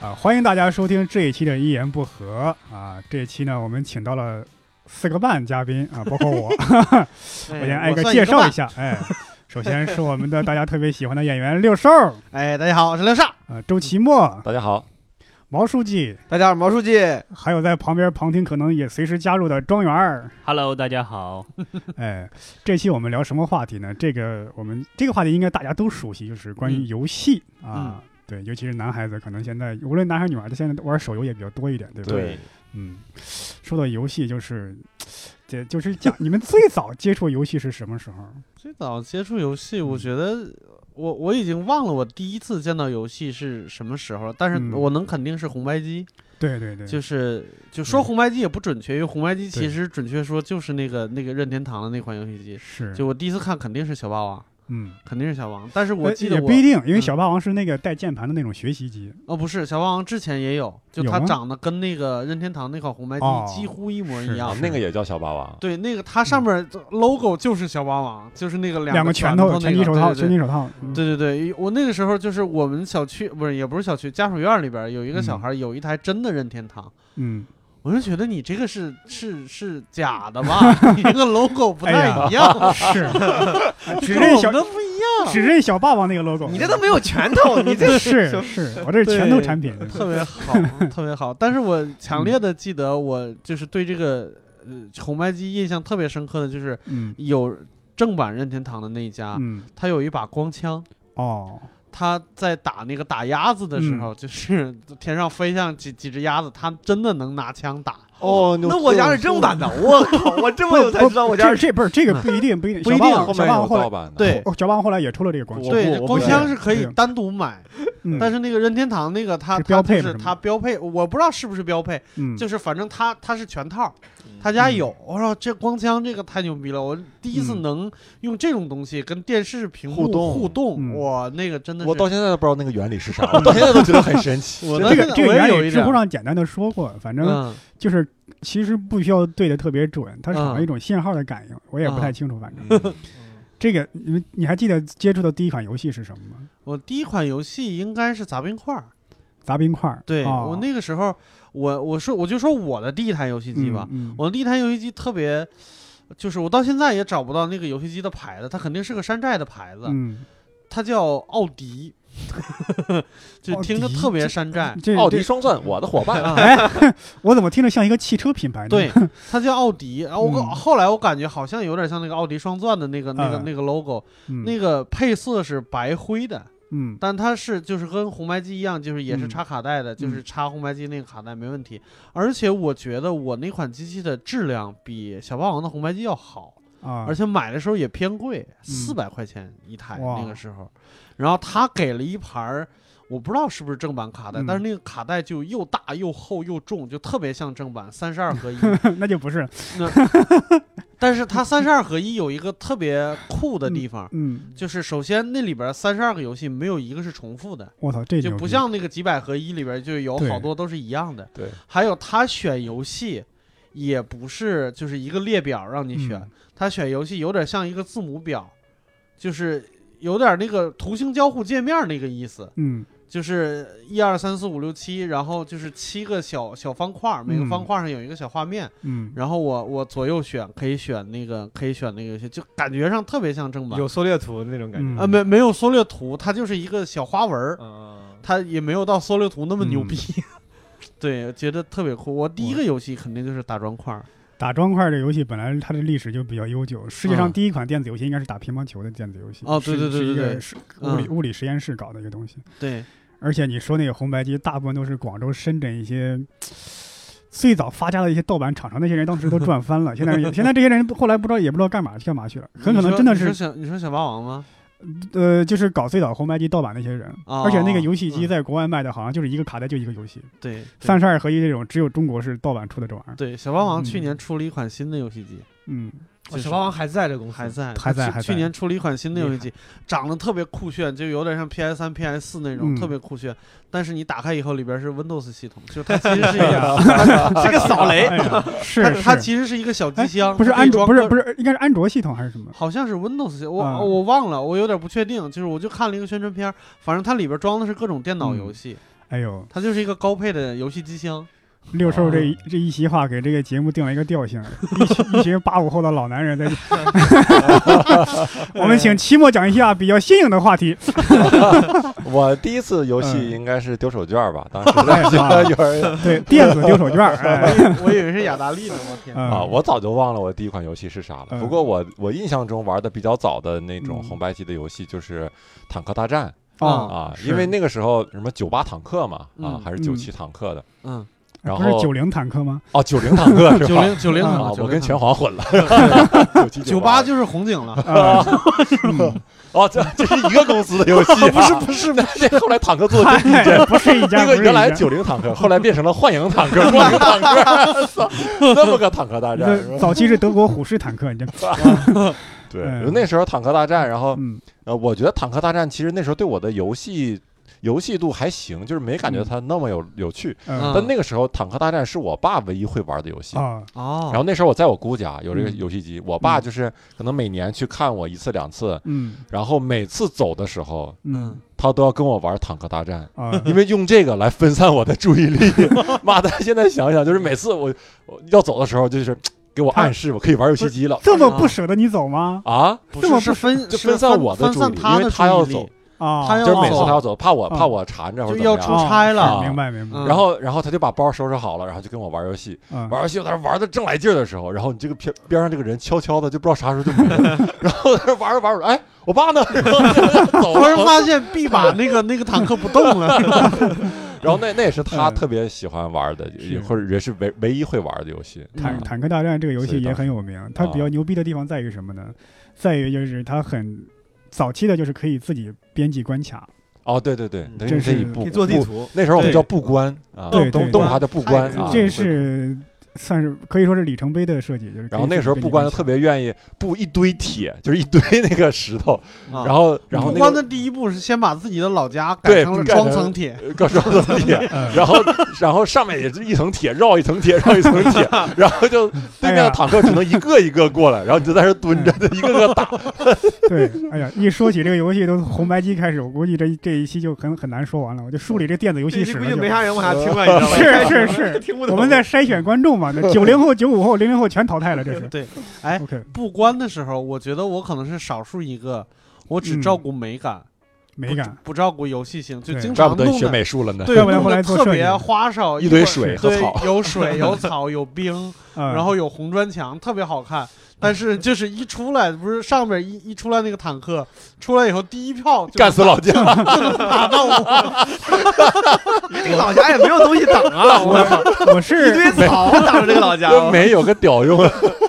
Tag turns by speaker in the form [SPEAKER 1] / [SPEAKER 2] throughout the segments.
[SPEAKER 1] 啊欢迎大家收听这一期的《一言不合》啊！这一期呢，我们请到了四个半嘉宾啊，包括我。
[SPEAKER 2] 哎
[SPEAKER 1] 我先挨
[SPEAKER 2] 个
[SPEAKER 1] 介绍一
[SPEAKER 2] 下。
[SPEAKER 1] 下，哎，首先是我们的大家特别喜欢的演员六兽儿
[SPEAKER 2] 哎，大家好，我是刘尚。
[SPEAKER 1] 啊，周奇墨、
[SPEAKER 3] 大家好，
[SPEAKER 1] 毛书记，
[SPEAKER 2] 大家好，毛书记。
[SPEAKER 1] 还有在旁边旁听可能也随时加入的庄园儿。
[SPEAKER 4] Hello，大家好。
[SPEAKER 1] 哎，这期我们聊什么话题呢？这个我们这个话题应该大家都熟悉，就是关于
[SPEAKER 4] 嗯
[SPEAKER 1] 游戏啊。对，尤其是男孩子，可能现在无论男孩女孩子，现在都玩手游也比较多一点，对吧？
[SPEAKER 3] 对，
[SPEAKER 1] 嗯，说到游戏，就是，这就是讲你们最早接触游戏是什么时候？
[SPEAKER 2] 最早接触游戏，我
[SPEAKER 1] 嗯
[SPEAKER 2] 觉得我我已经忘了我第一次见到游戏是什么时候了，但
[SPEAKER 1] 嗯
[SPEAKER 2] 是我能肯定是红白机，
[SPEAKER 1] 对对对，
[SPEAKER 2] 就是就说
[SPEAKER 1] 嗯
[SPEAKER 2] 红白机也不准确，因为红白
[SPEAKER 1] 对
[SPEAKER 2] 机其实准确说就是那个那个任天堂的那款游戏机。
[SPEAKER 1] 是
[SPEAKER 2] 就我第一次看肯定是小霸王，
[SPEAKER 1] 嗯，
[SPEAKER 2] 肯定是小霸王，但是我
[SPEAKER 1] 呃
[SPEAKER 2] 记得
[SPEAKER 1] 也
[SPEAKER 2] 我
[SPEAKER 1] 不一定，因为
[SPEAKER 2] 嗯
[SPEAKER 1] 小霸王是那个带键盘的那种学习机，
[SPEAKER 2] 哦不是小霸王之前也有，就
[SPEAKER 1] 有
[SPEAKER 2] 它
[SPEAKER 1] 吗
[SPEAKER 2] 长得跟那个任天堂那款红白
[SPEAKER 1] 哦
[SPEAKER 2] 机几乎一模
[SPEAKER 1] 是
[SPEAKER 2] 一
[SPEAKER 3] 啊
[SPEAKER 2] 样，，
[SPEAKER 3] 那个也叫小霸王，
[SPEAKER 2] 对，那个它上
[SPEAKER 1] 嗯
[SPEAKER 2] 面这 logo 就是小霸王，就是那个
[SPEAKER 1] 两
[SPEAKER 2] 个
[SPEAKER 1] 拳
[SPEAKER 2] 头那
[SPEAKER 1] 拳击
[SPEAKER 2] 个
[SPEAKER 1] 手
[SPEAKER 2] 对
[SPEAKER 1] 套，
[SPEAKER 2] 对
[SPEAKER 1] 拳击手套，嗯
[SPEAKER 2] 对对对，我那个时候就是我们小区不是也不是小区，家属院里边有一个小
[SPEAKER 1] 嗯
[SPEAKER 2] 孩有一台真的任天堂，
[SPEAKER 1] 嗯，
[SPEAKER 2] 我就觉得你这个是是是假的 吧？你这个 logo 不
[SPEAKER 1] 哎呀
[SPEAKER 2] 太一样，
[SPEAKER 1] 是，只
[SPEAKER 2] 跟
[SPEAKER 1] 认
[SPEAKER 2] 我
[SPEAKER 1] 小
[SPEAKER 2] 们的不一样，
[SPEAKER 1] 只认小霸王那个 logo，
[SPEAKER 5] 你这都没有拳头， 你这
[SPEAKER 1] 是是是，我这是拳头产 品，
[SPEAKER 2] 特别好，特别好。但是我强
[SPEAKER 1] 嗯
[SPEAKER 2] 烈的记得，我就是对这个呃红白机印象特别深刻的就是
[SPEAKER 1] 嗯
[SPEAKER 2] 有正版任天堂的那一家，
[SPEAKER 1] 嗯
[SPEAKER 2] 它有一把光枪。
[SPEAKER 1] 哦，
[SPEAKER 2] 他在打那个打鸭子的时
[SPEAKER 1] 嗯
[SPEAKER 2] 候，就是 天上飞向几几只鸭子，他真的能拿枪打。
[SPEAKER 3] 哦，
[SPEAKER 5] 那我家是正版的，我靠，我这么有才知道我家
[SPEAKER 1] 这
[SPEAKER 5] 是
[SPEAKER 1] 这不是这个不一定不一定，
[SPEAKER 2] 不
[SPEAKER 1] 小
[SPEAKER 2] 一
[SPEAKER 1] 霸
[SPEAKER 2] 定
[SPEAKER 1] 王
[SPEAKER 3] 后
[SPEAKER 1] 小
[SPEAKER 3] 面
[SPEAKER 1] 霸
[SPEAKER 3] 有
[SPEAKER 1] 王后来
[SPEAKER 3] 盗。版的，
[SPEAKER 2] 对
[SPEAKER 1] 哦，小霸王后来也出了这个光
[SPEAKER 3] 我
[SPEAKER 1] 机，
[SPEAKER 2] 对，
[SPEAKER 3] 不我
[SPEAKER 2] 光
[SPEAKER 3] 不
[SPEAKER 2] 枪是可以
[SPEAKER 1] 对
[SPEAKER 2] 单独买，
[SPEAKER 1] 嗯
[SPEAKER 2] 但是那个任天堂那个它
[SPEAKER 1] 是
[SPEAKER 2] 它
[SPEAKER 1] 标配
[SPEAKER 2] 就是是
[SPEAKER 1] 吗
[SPEAKER 2] 它标配，我不知道是不是标配，
[SPEAKER 1] 嗯，
[SPEAKER 2] 就是反正它它是全套，他家有。我说这光枪这个太牛逼了，我第一次
[SPEAKER 1] 嗯
[SPEAKER 2] 能用这种东西跟电视屏幕
[SPEAKER 3] 互动
[SPEAKER 2] 互
[SPEAKER 1] 嗯
[SPEAKER 2] 动，我那个真的
[SPEAKER 3] 我
[SPEAKER 2] 是
[SPEAKER 3] 到现在都不知道那个原理是啥， 我到现在都觉得很神奇。
[SPEAKER 2] 我
[SPEAKER 1] 这个这个
[SPEAKER 2] 我也有
[SPEAKER 1] 原理，
[SPEAKER 2] 一
[SPEAKER 1] 知
[SPEAKER 2] 点
[SPEAKER 1] 乎上简单的说过，反正
[SPEAKER 2] 嗯
[SPEAKER 1] 就是其实不需要对的特别准，它是
[SPEAKER 2] 嗯
[SPEAKER 1] 好像一种信号的感应，我也不
[SPEAKER 2] 嗯
[SPEAKER 1] 太清楚。反正
[SPEAKER 3] 嗯
[SPEAKER 1] 这个你们你还记得接触的第一款游戏是什么吗？
[SPEAKER 2] 我第一款游戏应该是砸冰块儿。
[SPEAKER 1] 砸冰块儿。
[SPEAKER 2] 对、
[SPEAKER 1] 哦
[SPEAKER 2] 我那个时候，我我说我就说我的第一台游戏机吧，
[SPEAKER 1] 嗯嗯
[SPEAKER 2] 我的第一台游戏机特别，就是我到现在也找不到那个游戏机的牌子，它肯定是个山寨的牌子，
[SPEAKER 1] 嗯，
[SPEAKER 2] 它叫奥迪， 就
[SPEAKER 1] 奥
[SPEAKER 2] 听着
[SPEAKER 1] 迪
[SPEAKER 2] 特别山寨。
[SPEAKER 1] 这
[SPEAKER 3] 奥迪
[SPEAKER 1] 这
[SPEAKER 3] 双钻，我的伙伴，
[SPEAKER 2] 啊，
[SPEAKER 1] 哎，我怎么听着像一个汽车品牌呢？
[SPEAKER 2] 对，它叫奥迪。然后我、
[SPEAKER 1] 嗯
[SPEAKER 2] 后来我感觉好像有点像那个奥迪双钻的那个那个、
[SPEAKER 1] 嗯
[SPEAKER 2] 那个 logo，、
[SPEAKER 1] 嗯，
[SPEAKER 2] 那个配色是白灰的，
[SPEAKER 1] 嗯
[SPEAKER 2] 但它是就是跟红白机一样，就是也是
[SPEAKER 1] 嗯
[SPEAKER 2] 插卡带的，就
[SPEAKER 1] 嗯
[SPEAKER 2] 是插红白机那个卡带没问题。而且我觉得我那款机器的质量比小霸王的红白机要好，
[SPEAKER 1] 啊嗯
[SPEAKER 2] 而，且买的时候也偏贵，四百块钱一台那个时候。然后他给了一盘儿，我不知道是不是正版卡带，
[SPEAKER 1] 嗯
[SPEAKER 2] 但是那个卡带就又大又厚又重，就特别像正 版三十二合一。
[SPEAKER 1] 那就不是，
[SPEAKER 2] 但是它三十二合一有一个特别酷的地方。
[SPEAKER 1] 嗯，
[SPEAKER 2] 就是首先那里边三十二个游戏没有一个是重复的，
[SPEAKER 1] 我操，这
[SPEAKER 2] 就
[SPEAKER 1] 牛
[SPEAKER 2] 不
[SPEAKER 1] 逼
[SPEAKER 2] 像那个几百合一里边就有
[SPEAKER 1] 对
[SPEAKER 2] 好多都是一样的。
[SPEAKER 3] 对，
[SPEAKER 2] 还有他选游戏也不是就是一个列表让你选，
[SPEAKER 1] 嗯
[SPEAKER 2] 他选游戏有点像一个字母表，就是有点那个图形交互界面那个意思，
[SPEAKER 1] 嗯
[SPEAKER 2] 就是一二三四五六七，然后就是七个小小方块，每个
[SPEAKER 1] 嗯
[SPEAKER 2] 方块上有一个小画面，
[SPEAKER 1] 嗯，
[SPEAKER 2] 然后我我左右选可以选那个可以选那个游戏，就感觉上特别像正版。
[SPEAKER 5] 有缩略图的那种感觉。
[SPEAKER 1] 嗯
[SPEAKER 2] 啊，没没有缩略图，它就是一个小花纹儿，
[SPEAKER 5] 嗯，
[SPEAKER 2] 它也没有到缩略图那么牛
[SPEAKER 1] 嗯
[SPEAKER 2] 逼。 对，觉得特别酷。我第一个游戏肯定就是打砖块儿，
[SPEAKER 1] 打砖块儿这游戏本来它的历史就比较悠久，世界上
[SPEAKER 2] 嗯
[SPEAKER 1] 第一款电子游戏应该是打乒乓球的电子游戏。
[SPEAKER 2] 哦对
[SPEAKER 1] 是
[SPEAKER 2] 对对
[SPEAKER 1] 是一
[SPEAKER 2] 对
[SPEAKER 1] 个
[SPEAKER 2] 对
[SPEAKER 1] 是物理
[SPEAKER 2] 嗯
[SPEAKER 1] 物理实验室搞的一个东西。
[SPEAKER 2] 对，
[SPEAKER 1] 而且你说那个红白机，大部分都是广州、深圳一些嗯 最早发家的一些盗版厂商，那些人当时都赚翻 了。现在现在这些人后来不知道也不知道干嘛去干嘛去了，很可
[SPEAKER 2] 你
[SPEAKER 1] 能
[SPEAKER 2] 说
[SPEAKER 1] 真的
[SPEAKER 2] 你说
[SPEAKER 1] 是
[SPEAKER 2] 小你说小霸王吗？
[SPEAKER 1] 呃，就是搞最早红白机盗版那些人。
[SPEAKER 2] 哦
[SPEAKER 1] 而且那个游戏机
[SPEAKER 2] 嗯
[SPEAKER 1] 在国外卖的好像就是一个卡带就一个游戏，
[SPEAKER 2] 对，
[SPEAKER 1] 三十二合一这种只有中国是盗版出的这玩意儿。
[SPEAKER 2] 对小霸王
[SPEAKER 1] 嗯
[SPEAKER 2] 去年出了一款新的游戏机，
[SPEAKER 1] 嗯，
[SPEAKER 2] 就
[SPEAKER 5] 我
[SPEAKER 2] 是
[SPEAKER 5] 小霸王还在这公司，
[SPEAKER 2] 还在
[SPEAKER 1] 还在
[SPEAKER 2] 去
[SPEAKER 1] 还在
[SPEAKER 2] 去年出了一款新的游戏
[SPEAKER 1] 厉
[SPEAKER 2] 机，长得特别酷炫，就有点像 PS 三、PS 四那种，
[SPEAKER 1] 嗯
[SPEAKER 2] 特别酷炫。但是你打开以后，里边是 Windows 系统， 就它其实是一个
[SPEAKER 1] 是
[SPEAKER 5] 这个 扫雷。
[SPEAKER 1] 哎呀，是
[SPEAKER 2] 它
[SPEAKER 1] 是哎
[SPEAKER 2] 它其实是一个小机箱，
[SPEAKER 1] 不是
[SPEAKER 2] 它可以
[SPEAKER 1] 安卓，
[SPEAKER 2] 装
[SPEAKER 1] 不是
[SPEAKER 2] 各
[SPEAKER 1] 不是，应该是安卓系统还是什么？
[SPEAKER 2] 好像是 Windows，系我、
[SPEAKER 1] 啊
[SPEAKER 2] 我忘了，我有点不确定。就是我就看了一个宣传片儿，反正它里边装的是各种电脑游戏，
[SPEAKER 1] 哎呦，
[SPEAKER 2] 它就是一个高配的游戏机箱。
[SPEAKER 1] 六兽这一这一席话给这个节目定了一个调性，一群一群八五后的老男人在。 我们请期末讲一下比较新颖的话题。
[SPEAKER 3] 我第一次游戏
[SPEAKER 1] 嗯
[SPEAKER 3] 应该是丢手绢儿吧， 当时
[SPEAKER 1] 哎啊
[SPEAKER 3] 有人
[SPEAKER 1] 对，电子丢手绢儿， 哎，
[SPEAKER 2] 我以为是雅达利呢，我天！
[SPEAKER 1] 嗯
[SPEAKER 3] 啊，我早就忘了我第一款游戏是啥了。
[SPEAKER 1] 嗯
[SPEAKER 3] 不过我我印象中玩的比较早的那种
[SPEAKER 1] 嗯
[SPEAKER 3] 红白机的游戏就是《坦克大战
[SPEAKER 1] 哦，》
[SPEAKER 3] 啊，
[SPEAKER 1] 是
[SPEAKER 3] 因为那个时候什么九八坦克嘛，啊
[SPEAKER 2] 嗯
[SPEAKER 3] 还是
[SPEAKER 1] 嗯
[SPEAKER 3] 九七坦克的，
[SPEAKER 2] 嗯，
[SPEAKER 3] 然
[SPEAKER 1] 哎不是
[SPEAKER 3] 后
[SPEAKER 1] 九零坦克吗？
[SPEAKER 3] 哦九零坦 克是吧？
[SPEAKER 2] 九零九零
[SPEAKER 1] 啊
[SPEAKER 3] 啊，我跟拳
[SPEAKER 2] 皇
[SPEAKER 3] 皇混了， 九
[SPEAKER 2] 九八就是红警 了。
[SPEAKER 1] 啊，嗯
[SPEAKER 3] 哦，这这是一个公司的游戏，不是不是，这后来坦克做的第一
[SPEAKER 1] 哎
[SPEAKER 3] 件
[SPEAKER 1] 不是一 家，
[SPEAKER 3] 那
[SPEAKER 1] 不
[SPEAKER 3] 个
[SPEAKER 1] 是一
[SPEAKER 3] 原来
[SPEAKER 1] 家
[SPEAKER 3] 九零坦克，后来变成了幻影坦克、幻影坦克，操这么个坦克大战是
[SPEAKER 1] 这
[SPEAKER 3] 吧？
[SPEAKER 1] 早期是德国虎式坦克，你这，
[SPEAKER 3] 对
[SPEAKER 1] 嗯，
[SPEAKER 3] 那时候坦克大战，然后
[SPEAKER 1] 嗯
[SPEAKER 3] 呃，我觉得坦克大战其实那时候对我的游戏游戏度还行，就是没感觉它那么有有趣。
[SPEAKER 1] 呃
[SPEAKER 2] 嗯
[SPEAKER 3] 但那个时候坦克大战是我爸唯一会玩的游戏。
[SPEAKER 1] 啊，
[SPEAKER 2] 哦
[SPEAKER 3] 然后那时候我在我姑家有这个
[SPEAKER 1] 嗯
[SPEAKER 3] 游戏机，我爸就是可能每年去看我一次两次，
[SPEAKER 1] 嗯
[SPEAKER 3] 然后每次走的时候，
[SPEAKER 1] 嗯
[SPEAKER 3] 他都要跟我玩坦克大战。
[SPEAKER 1] 啊，
[SPEAKER 2] 嗯
[SPEAKER 3] 因为用这个来分散我的注意 力。妈的，现在想想，就是每次我我要走的时候，就是给我暗示我可以玩游戏机了
[SPEAKER 1] 这么不舍得你走吗？
[SPEAKER 3] 啊，
[SPEAKER 2] 不
[SPEAKER 1] 这么
[SPEAKER 2] 是
[SPEAKER 1] 不
[SPEAKER 2] 是分
[SPEAKER 3] 就是分散我的
[SPEAKER 2] 分
[SPEAKER 3] 注意
[SPEAKER 2] 散
[SPEAKER 3] 力，因
[SPEAKER 2] 他
[SPEAKER 3] 为
[SPEAKER 2] 的
[SPEAKER 3] 他要
[SPEAKER 2] 注意
[SPEAKER 3] 走
[SPEAKER 2] 力，
[SPEAKER 1] 啊，
[SPEAKER 2] 他
[SPEAKER 3] 就是每次
[SPEAKER 2] 走
[SPEAKER 3] 他要走，怕我
[SPEAKER 1] 啊
[SPEAKER 3] 怕我缠着或
[SPEAKER 2] 嗯就
[SPEAKER 3] 者怎
[SPEAKER 2] 要
[SPEAKER 3] 么
[SPEAKER 2] 出
[SPEAKER 3] 样。
[SPEAKER 2] 差了。
[SPEAKER 3] 啊
[SPEAKER 1] 明白明白，
[SPEAKER 2] 嗯
[SPEAKER 3] 然后，然后他就把包收拾好了，然后就跟我玩游戏。
[SPEAKER 1] 嗯
[SPEAKER 3] 玩游戏，我在那玩的正来劲儿的时候，然后你这个边边上这个人悄悄的，就不知道啥时候就没 了。然后在那玩着玩着，哎，我爸呢？然后走
[SPEAKER 2] 突然
[SPEAKER 3] 了。
[SPEAKER 2] 发现 B 把那个那个坦克不动 了，
[SPEAKER 3] 然后那那也是他
[SPEAKER 1] 嗯
[SPEAKER 3] 特别喜欢玩的，也
[SPEAKER 1] 是
[SPEAKER 3] 或者也嗯是唯唯一会玩的游戏。
[SPEAKER 1] 坦
[SPEAKER 2] 嗯
[SPEAKER 1] 坦克大战这个游
[SPEAKER 3] 所
[SPEAKER 1] 戏
[SPEAKER 3] 以
[SPEAKER 1] 也
[SPEAKER 3] 当时
[SPEAKER 1] 很有名，它比较
[SPEAKER 3] 啊
[SPEAKER 1] 牛逼的地方在于什么呢？在于就是它很早期的，就是可以自己编辑关卡，
[SPEAKER 3] 哦，对对对
[SPEAKER 2] 嗯，
[SPEAKER 3] 等
[SPEAKER 1] 这
[SPEAKER 3] 于可以
[SPEAKER 1] 是
[SPEAKER 3] 布
[SPEAKER 5] 可以做地
[SPEAKER 3] 布
[SPEAKER 5] 图，
[SPEAKER 3] 那时候我们
[SPEAKER 5] 对
[SPEAKER 3] 叫布关啊，
[SPEAKER 1] 对对
[SPEAKER 3] 东
[SPEAKER 1] 对
[SPEAKER 3] 东华叫布关啊。
[SPEAKER 1] 这
[SPEAKER 3] 对
[SPEAKER 1] 是算是可以说是里程碑的设计，就是可以
[SPEAKER 3] 然后那时候
[SPEAKER 1] 自己编辑
[SPEAKER 3] 布关
[SPEAKER 1] 关
[SPEAKER 3] 就
[SPEAKER 1] 卡
[SPEAKER 3] 特别愿意布一堆铁，就是一堆那个石头，
[SPEAKER 2] 啊
[SPEAKER 3] 然后然后
[SPEAKER 2] 不
[SPEAKER 3] 那
[SPEAKER 2] 光
[SPEAKER 3] 个
[SPEAKER 2] 的第一步是先把自己的老家改
[SPEAKER 3] 对
[SPEAKER 2] 成了
[SPEAKER 3] 改成
[SPEAKER 2] 双层 铁，
[SPEAKER 3] 各种呃的铁，
[SPEAKER 1] 嗯
[SPEAKER 3] 然后 然后上面也是一层铁，绕一层铁，绕一层铁，然后就对面
[SPEAKER 1] 哎呀
[SPEAKER 3] 的坦克只能一个一个过来，然后你就在这蹲着，一个个打。
[SPEAKER 1] 对，哎呀，一说起这个游戏，都从红白机开始，我估计这这一期就很很难说完了。我就梳理这电子游戏
[SPEAKER 5] 这
[SPEAKER 1] 史
[SPEAKER 5] 估
[SPEAKER 1] 了
[SPEAKER 5] 计
[SPEAKER 1] 就，
[SPEAKER 5] 没啥人往下
[SPEAKER 2] 呃
[SPEAKER 5] 听了，你知道吗？
[SPEAKER 1] 是是是，
[SPEAKER 5] 听不懂。
[SPEAKER 1] 我们在筛选观众嘛，那九零后、九五后、零零后全淘汰了，这是。
[SPEAKER 2] 对，哎
[SPEAKER 1] OK，
[SPEAKER 2] 不关的时候，我觉得我可能是少数一个，我
[SPEAKER 5] 嗯
[SPEAKER 2] 只照顾美感，
[SPEAKER 1] 美感，
[SPEAKER 2] 不照顾游戏性，就
[SPEAKER 1] 对
[SPEAKER 2] 经
[SPEAKER 3] 怪
[SPEAKER 2] 常
[SPEAKER 3] 不
[SPEAKER 2] 弄
[SPEAKER 3] 得
[SPEAKER 2] 的
[SPEAKER 3] 你学美术了呢，
[SPEAKER 2] 对，
[SPEAKER 1] 怪不得
[SPEAKER 2] 弄
[SPEAKER 1] 后
[SPEAKER 2] 得
[SPEAKER 1] 来做
[SPEAKER 2] 特
[SPEAKER 1] 设计
[SPEAKER 2] 别花哨，
[SPEAKER 3] 一堆
[SPEAKER 2] 会儿
[SPEAKER 3] 水和
[SPEAKER 2] 对
[SPEAKER 3] 草，
[SPEAKER 2] 有水 有草有冰，
[SPEAKER 1] 嗯，
[SPEAKER 2] 然后有红砖墙，特别好看。但是就是一出来，不是上面一一出来那个坦克出来以后，第一票就
[SPEAKER 3] 干死老将。
[SPEAKER 2] 打到 我，
[SPEAKER 5] 这个老家也没有东西挡啊，我操，
[SPEAKER 1] 我
[SPEAKER 5] 一
[SPEAKER 1] 是
[SPEAKER 5] 堆草挡着这个老家。哦
[SPEAKER 3] 就没有个屌用，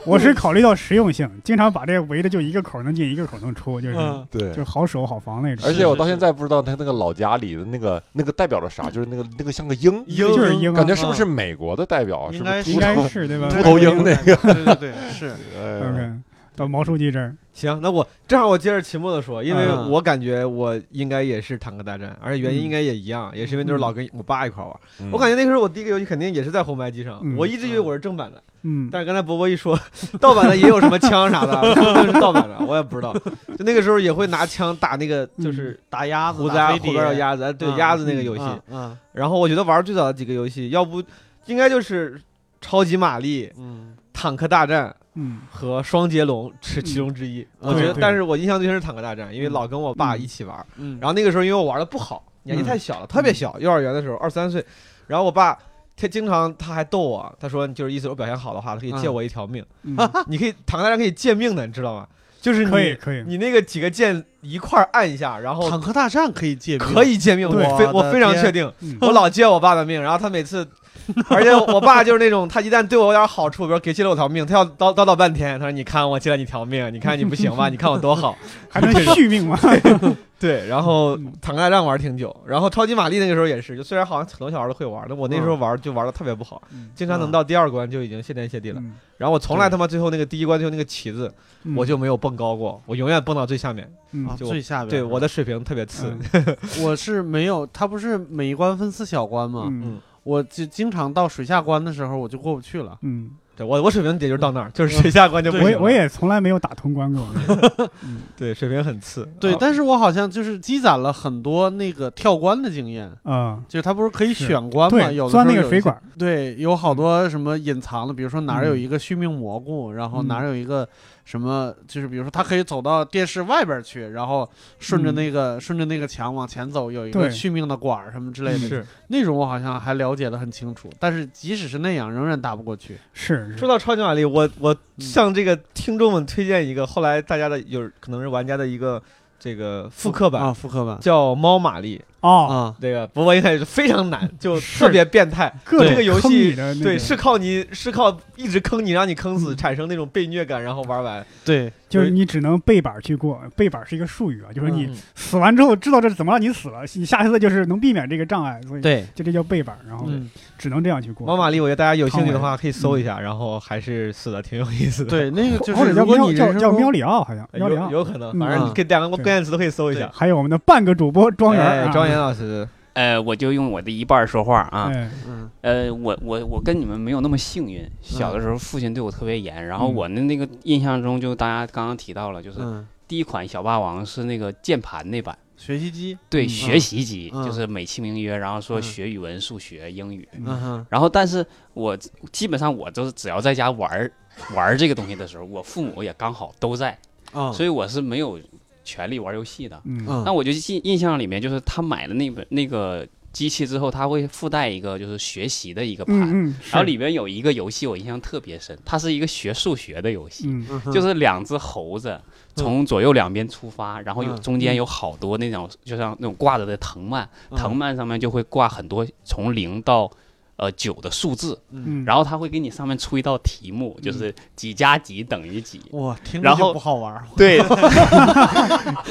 [SPEAKER 1] 我是考虑到实用性，经常把这个围的就一个口能进，一个口能出，就是
[SPEAKER 2] 嗯，
[SPEAKER 3] 对
[SPEAKER 1] 就好守好防那种。
[SPEAKER 3] 而且我到
[SPEAKER 2] 是是
[SPEAKER 3] 现在不知道他那个老家里的那个那个代表着啥，就是那个那个像个鹰，
[SPEAKER 2] 一
[SPEAKER 1] 就
[SPEAKER 2] 个
[SPEAKER 1] 是鹰啊，
[SPEAKER 3] 感觉是不是美国的代表？啊
[SPEAKER 2] 应
[SPEAKER 3] 是不是
[SPEAKER 2] 该
[SPEAKER 3] 秃
[SPEAKER 1] 应该是对吧？
[SPEAKER 3] 秃头鹰那
[SPEAKER 2] 个，对对对，是
[SPEAKER 3] 哎 呀
[SPEAKER 1] OK，到毛书记这儿，
[SPEAKER 5] 行，那我正好我接着秦末的说，因为
[SPEAKER 2] 嗯
[SPEAKER 5] 我感觉我应该也是坦克大战，而且原因应该也一样，也是因为都是老跟我爸一块玩。
[SPEAKER 3] 哎
[SPEAKER 5] 我感觉那时候我第一个游戏肯定也是在红白机上，
[SPEAKER 1] 嗯
[SPEAKER 5] 我一直以为我是正版的，
[SPEAKER 1] 嗯，
[SPEAKER 5] 但是刚才伯伯一说，盗版的也有什么枪啥的，那是盗版的，我也不知道。就那个时候也会拿枪打那个就是
[SPEAKER 2] 打鸭子，
[SPEAKER 5] 嗯胡子
[SPEAKER 2] 打
[SPEAKER 5] 啊，
[SPEAKER 2] 飞
[SPEAKER 5] 胡
[SPEAKER 2] 碟
[SPEAKER 5] 子啊鸭子，对
[SPEAKER 2] 嗯
[SPEAKER 5] 鸭子那个游戏。
[SPEAKER 2] 嗯嗯
[SPEAKER 5] 然后我觉得玩最早的几个游戏，要不应该就是超级玛丽、
[SPEAKER 2] 嗯，
[SPEAKER 5] 坦克大战
[SPEAKER 1] 嗯
[SPEAKER 5] 和双截龙是其中之一。
[SPEAKER 2] 嗯
[SPEAKER 5] 我觉
[SPEAKER 1] 对
[SPEAKER 5] 得，
[SPEAKER 1] 对
[SPEAKER 5] 但是我印象最深是坦克大战，因为
[SPEAKER 2] 嗯
[SPEAKER 5] 老跟我爸一起玩。
[SPEAKER 2] 嗯
[SPEAKER 5] 然后那个时候因为我玩的不好，年纪
[SPEAKER 2] 嗯
[SPEAKER 5] 太小了，特别小，幼儿园的时候二三岁，然后我爸。他经常他还逗我，他说就是意思我表现好的话，他可以借
[SPEAKER 2] 嗯
[SPEAKER 5] 我一条命。
[SPEAKER 1] 嗯，
[SPEAKER 5] 你可以坦克大战可以借命的，你知道吗？就是
[SPEAKER 1] 可以
[SPEAKER 5] 你
[SPEAKER 1] 可以，
[SPEAKER 5] 你那个几个键一块儿按一下，然后
[SPEAKER 2] 坦克大战可以借兵，
[SPEAKER 5] 可以借命。
[SPEAKER 1] 对
[SPEAKER 5] 我非
[SPEAKER 2] 我的
[SPEAKER 5] 我非常
[SPEAKER 2] 天
[SPEAKER 5] 确定，
[SPEAKER 1] 嗯
[SPEAKER 5] 我老借我爸的命，然后他 每次，而且我爸就是那种，他一旦对我有点好处，比如给借了我条命，他要叨叨叨半天，他说：“你看我借了你条命，你看你不行吧？你看我多好。
[SPEAKER 1] 还能续命 吗？”
[SPEAKER 5] 对，然后
[SPEAKER 1] 嗯
[SPEAKER 5] 坦克大战玩挺久，然后超级玛丽那个时候也是，就虽然好像很多小孩都会玩，但我那
[SPEAKER 4] 嗯
[SPEAKER 5] 时候玩就玩的特别不好，
[SPEAKER 1] 嗯
[SPEAKER 5] 经常能到第二关就已经谢天谢地了。
[SPEAKER 1] 嗯
[SPEAKER 5] 然后我从来他妈最后那个第一关最后那个旗子，
[SPEAKER 1] 嗯
[SPEAKER 5] 我就没有蹦高过，我永远蹦到最下面。
[SPEAKER 1] 嗯
[SPEAKER 2] 啊，
[SPEAKER 5] 就
[SPEAKER 2] 最下边
[SPEAKER 5] 对，我的水平特别次
[SPEAKER 1] 嗯。
[SPEAKER 2] 我是没有，它不是每一关分四小关吗？
[SPEAKER 1] 嗯
[SPEAKER 5] 嗯
[SPEAKER 2] 我就经常到水下关的时候，我就过不去了。
[SPEAKER 1] 嗯，
[SPEAKER 6] 对我我水平也就是到那儿，就是水下关就不
[SPEAKER 2] 对
[SPEAKER 1] 我
[SPEAKER 6] 行
[SPEAKER 1] 也
[SPEAKER 6] 了
[SPEAKER 1] 嗯我也从来没有打通关 过。
[SPEAKER 6] 对水平很次，
[SPEAKER 2] 对，
[SPEAKER 6] 啊
[SPEAKER 2] 但是我好像就是积攒了很多那个跳关的经验，
[SPEAKER 1] 嗯，
[SPEAKER 2] 就是它不是可以
[SPEAKER 1] 是
[SPEAKER 2] 选关吗？
[SPEAKER 1] 对
[SPEAKER 2] 有，的时候
[SPEAKER 1] 钻那
[SPEAKER 2] 有
[SPEAKER 1] 个
[SPEAKER 2] 一
[SPEAKER 1] 水
[SPEAKER 2] 些
[SPEAKER 1] 管儿，
[SPEAKER 2] 对，有好多什么隐藏的，比如说哪儿有
[SPEAKER 1] 嗯
[SPEAKER 2] 一个续命蘑菇，然后哪儿
[SPEAKER 1] 嗯
[SPEAKER 2] 有一个什么，就是比如说它可以走到电视外边儿去，然后顺着
[SPEAKER 1] 嗯
[SPEAKER 2] 那个、顺着那个墙往前走，有一个
[SPEAKER 1] 对
[SPEAKER 2] 续命的管儿什么之类的。
[SPEAKER 6] 是
[SPEAKER 2] 那种我好像还了解的很清楚，但是即使是那样，仍然打不过去。
[SPEAKER 1] 是
[SPEAKER 6] 说
[SPEAKER 1] 是，
[SPEAKER 6] 到超级玛丽，我我
[SPEAKER 1] 嗯
[SPEAKER 6] 向这个听众们推荐一个后来大家的有可能是玩家的一个这个复刻版，
[SPEAKER 2] 啊，复刻版
[SPEAKER 6] 叫猫玛丽。
[SPEAKER 1] 哦，
[SPEAKER 2] 啊，
[SPEAKER 6] 这个不过应该是非常难，就特
[SPEAKER 1] 是
[SPEAKER 6] 别变态。
[SPEAKER 1] 各种
[SPEAKER 6] 这个游
[SPEAKER 1] 坑
[SPEAKER 6] 戏
[SPEAKER 1] 你的那
[SPEAKER 6] 对，
[SPEAKER 1] 个
[SPEAKER 6] 是靠你是靠一直坑你，让你坑死，产生那种被虐感，然后玩完。
[SPEAKER 2] 对，
[SPEAKER 1] 就是你只能背板儿去过，背板儿是一个术语啊，就是
[SPEAKER 5] 嗯
[SPEAKER 1] 你死完之后知道这是怎么让你死了，你下一次就是能避免这个障碍，所以
[SPEAKER 2] 对，
[SPEAKER 1] 就这叫背板儿，然后
[SPEAKER 2] 嗯，
[SPEAKER 1] 只能这样去过。
[SPEAKER 6] 猫玛丽，我觉得大家有兴趣的话可以
[SPEAKER 1] 嗯
[SPEAKER 6] 搜一下，然后还是死的挺有意思的。
[SPEAKER 2] 对，那个就
[SPEAKER 1] 或
[SPEAKER 2] 是
[SPEAKER 1] 者哦叫
[SPEAKER 2] 如果
[SPEAKER 1] 喵
[SPEAKER 2] 你
[SPEAKER 1] 叫
[SPEAKER 2] 人生
[SPEAKER 1] 叫
[SPEAKER 2] 中
[SPEAKER 1] 喵里奥，好像
[SPEAKER 6] 哎
[SPEAKER 1] 喵里
[SPEAKER 6] 有
[SPEAKER 1] 奥，
[SPEAKER 6] 有可能，
[SPEAKER 1] 嗯
[SPEAKER 6] 反正你这两个关键词都可以搜一下。
[SPEAKER 1] 还有我们的半个主播庄园儿
[SPEAKER 6] 哎
[SPEAKER 1] 啊，
[SPEAKER 6] 庄园老师，
[SPEAKER 5] 呃，我就用我的一半儿说话啊。
[SPEAKER 1] 哎，
[SPEAKER 2] 嗯
[SPEAKER 5] 呃，我我我跟你们没有那么幸运，小的时候父亲对我特别严，然后
[SPEAKER 1] 嗯
[SPEAKER 5] 我的那个印象中，就大家刚刚提到了，就是
[SPEAKER 2] 嗯，
[SPEAKER 5] 第一款小霸王是那个键盘那版，
[SPEAKER 2] 学习机，
[SPEAKER 5] 对，
[SPEAKER 1] 嗯
[SPEAKER 5] 学习机，
[SPEAKER 2] 嗯
[SPEAKER 5] 就是美其名曰，然后说
[SPEAKER 2] 嗯
[SPEAKER 5] 学语文、数学、英语，
[SPEAKER 2] 嗯哼，
[SPEAKER 5] 然后但是我基本上我就是只要在家玩儿玩儿这个东西的时候，我父母也刚好都在，
[SPEAKER 2] 啊，
[SPEAKER 5] 所以我是没有权利玩游戏的。
[SPEAKER 1] 嗯，
[SPEAKER 2] 嗯
[SPEAKER 5] 那我就记印象里面，就是他买了那本那个机器之后，他会附带一个就是学习的一个盘，
[SPEAKER 1] 嗯嗯，
[SPEAKER 5] 然后
[SPEAKER 1] 是
[SPEAKER 5] 里面有一个游戏我印象特别深，它是一个学数学的游戏，
[SPEAKER 1] 嗯
[SPEAKER 2] 嗯哼
[SPEAKER 5] 就是两只猴子从左右两边出发，然后有
[SPEAKER 2] 嗯
[SPEAKER 5] 中间有好多那种就像那种挂着的藤蔓，
[SPEAKER 2] 嗯
[SPEAKER 5] 藤蔓上面就会挂很多从零到。呃，九的数字，
[SPEAKER 1] 嗯，
[SPEAKER 5] 然后它会给你上面出一道题目，就是几加几等于几，
[SPEAKER 2] 嗯哇，听着
[SPEAKER 5] 然
[SPEAKER 2] 就
[SPEAKER 5] 后
[SPEAKER 2] 不好玩儿。
[SPEAKER 5] 对，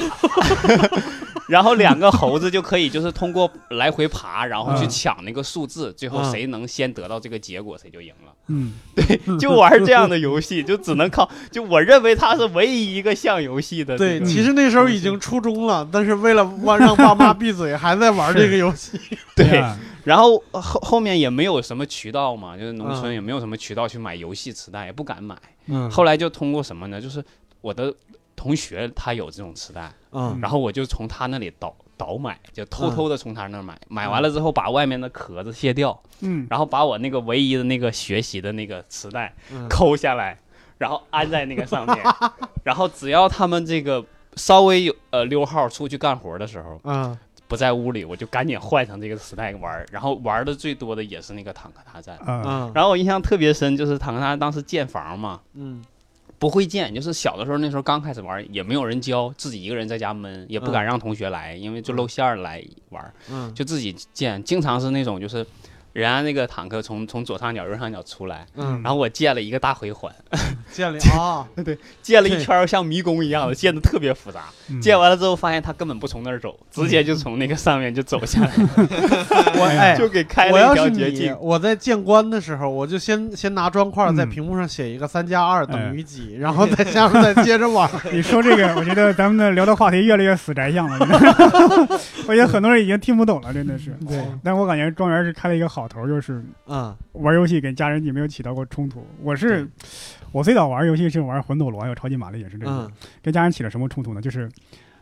[SPEAKER 5] 然后两个猴子就可以就是通过来回爬，然后去
[SPEAKER 1] 嗯
[SPEAKER 5] 抢那个数字，最后
[SPEAKER 2] 嗯
[SPEAKER 5] 谁能先得到这个结果谁就赢了。
[SPEAKER 1] 嗯
[SPEAKER 5] 就玩这样的游戏，就只能靠就我认为它是唯一一个像游戏的这
[SPEAKER 2] 对，
[SPEAKER 5] 个。
[SPEAKER 2] 其实那时候已经初中了，但是为了让让爸妈闭嘴，还在玩这个游戏。
[SPEAKER 5] 对，
[SPEAKER 1] 啊
[SPEAKER 5] 然后呃后后面也没有什么渠道嘛，就是农
[SPEAKER 2] 嗯
[SPEAKER 5] 村也没有什么渠道去买游戏磁带，也不敢买。
[SPEAKER 2] 嗯
[SPEAKER 5] 后来就通过什么呢？就是我的同学他有这种磁带，
[SPEAKER 2] 嗯
[SPEAKER 5] 然后我就从他那里倒倒买，就偷偷的从他那儿
[SPEAKER 2] 嗯
[SPEAKER 5] 买，买完了之后把外面的壳子卸掉，
[SPEAKER 1] 嗯，
[SPEAKER 5] 然后把我那个唯一的那个学习的那个磁带
[SPEAKER 2] 嗯
[SPEAKER 5] 抠下来，然后安在那个上 面，然后只要他们这个稍微有呃溜号出去干活的时候
[SPEAKER 2] 嗯
[SPEAKER 5] 不在屋里，我就赶紧换上这个磁带玩儿，然后玩的最多的也是那个坦克大战。
[SPEAKER 1] 啊，
[SPEAKER 2] 嗯
[SPEAKER 5] 然后我印象特别深，就是坦克大战当时建房嘛，
[SPEAKER 2] 嗯
[SPEAKER 5] 不会建，就是小的时候那时候刚开始玩，也没有人教，自己一个人在家闷，也不敢让同学来，因为就露馅儿来玩，
[SPEAKER 2] 嗯
[SPEAKER 5] 就自己建，经常是那种就是。人家那个坦克从从左上角右上角出来，
[SPEAKER 2] 嗯，
[SPEAKER 5] 然后我建了一个大回环，
[SPEAKER 2] 建立啊，
[SPEAKER 5] 建了一
[SPEAKER 2] 对
[SPEAKER 5] 圈儿像迷宫一样的，建的特别复杂。
[SPEAKER 1] 嗯
[SPEAKER 5] 建完了之后发现他根本不从那儿走，直接就从那个上面就走下来，
[SPEAKER 2] 我哎，
[SPEAKER 5] 就给开
[SPEAKER 2] 我
[SPEAKER 5] 了一
[SPEAKER 2] 要
[SPEAKER 5] 条
[SPEAKER 2] 是
[SPEAKER 5] 捷
[SPEAKER 2] 你
[SPEAKER 5] 径，。
[SPEAKER 2] 我在建关的时候，我就先先拿砖块在
[SPEAKER 1] 嗯
[SPEAKER 2] 屏幕上写一个三加二等于几，然后在下面再接着玩。
[SPEAKER 1] 你说这个，我觉得咱们的聊的话题越来越死宅向了，真的 我觉得很多人已经听不懂了，真的是。
[SPEAKER 2] 对，
[SPEAKER 1] 但我感觉庄园是开了一个好头，就是
[SPEAKER 2] 嗯
[SPEAKER 1] 玩游戏跟家人也没有起到过冲突。我是我最早玩游戏是玩魂斗罗，还有超级玛丽也是这样。
[SPEAKER 2] 嗯
[SPEAKER 1] 跟家人起了什么冲突呢？就是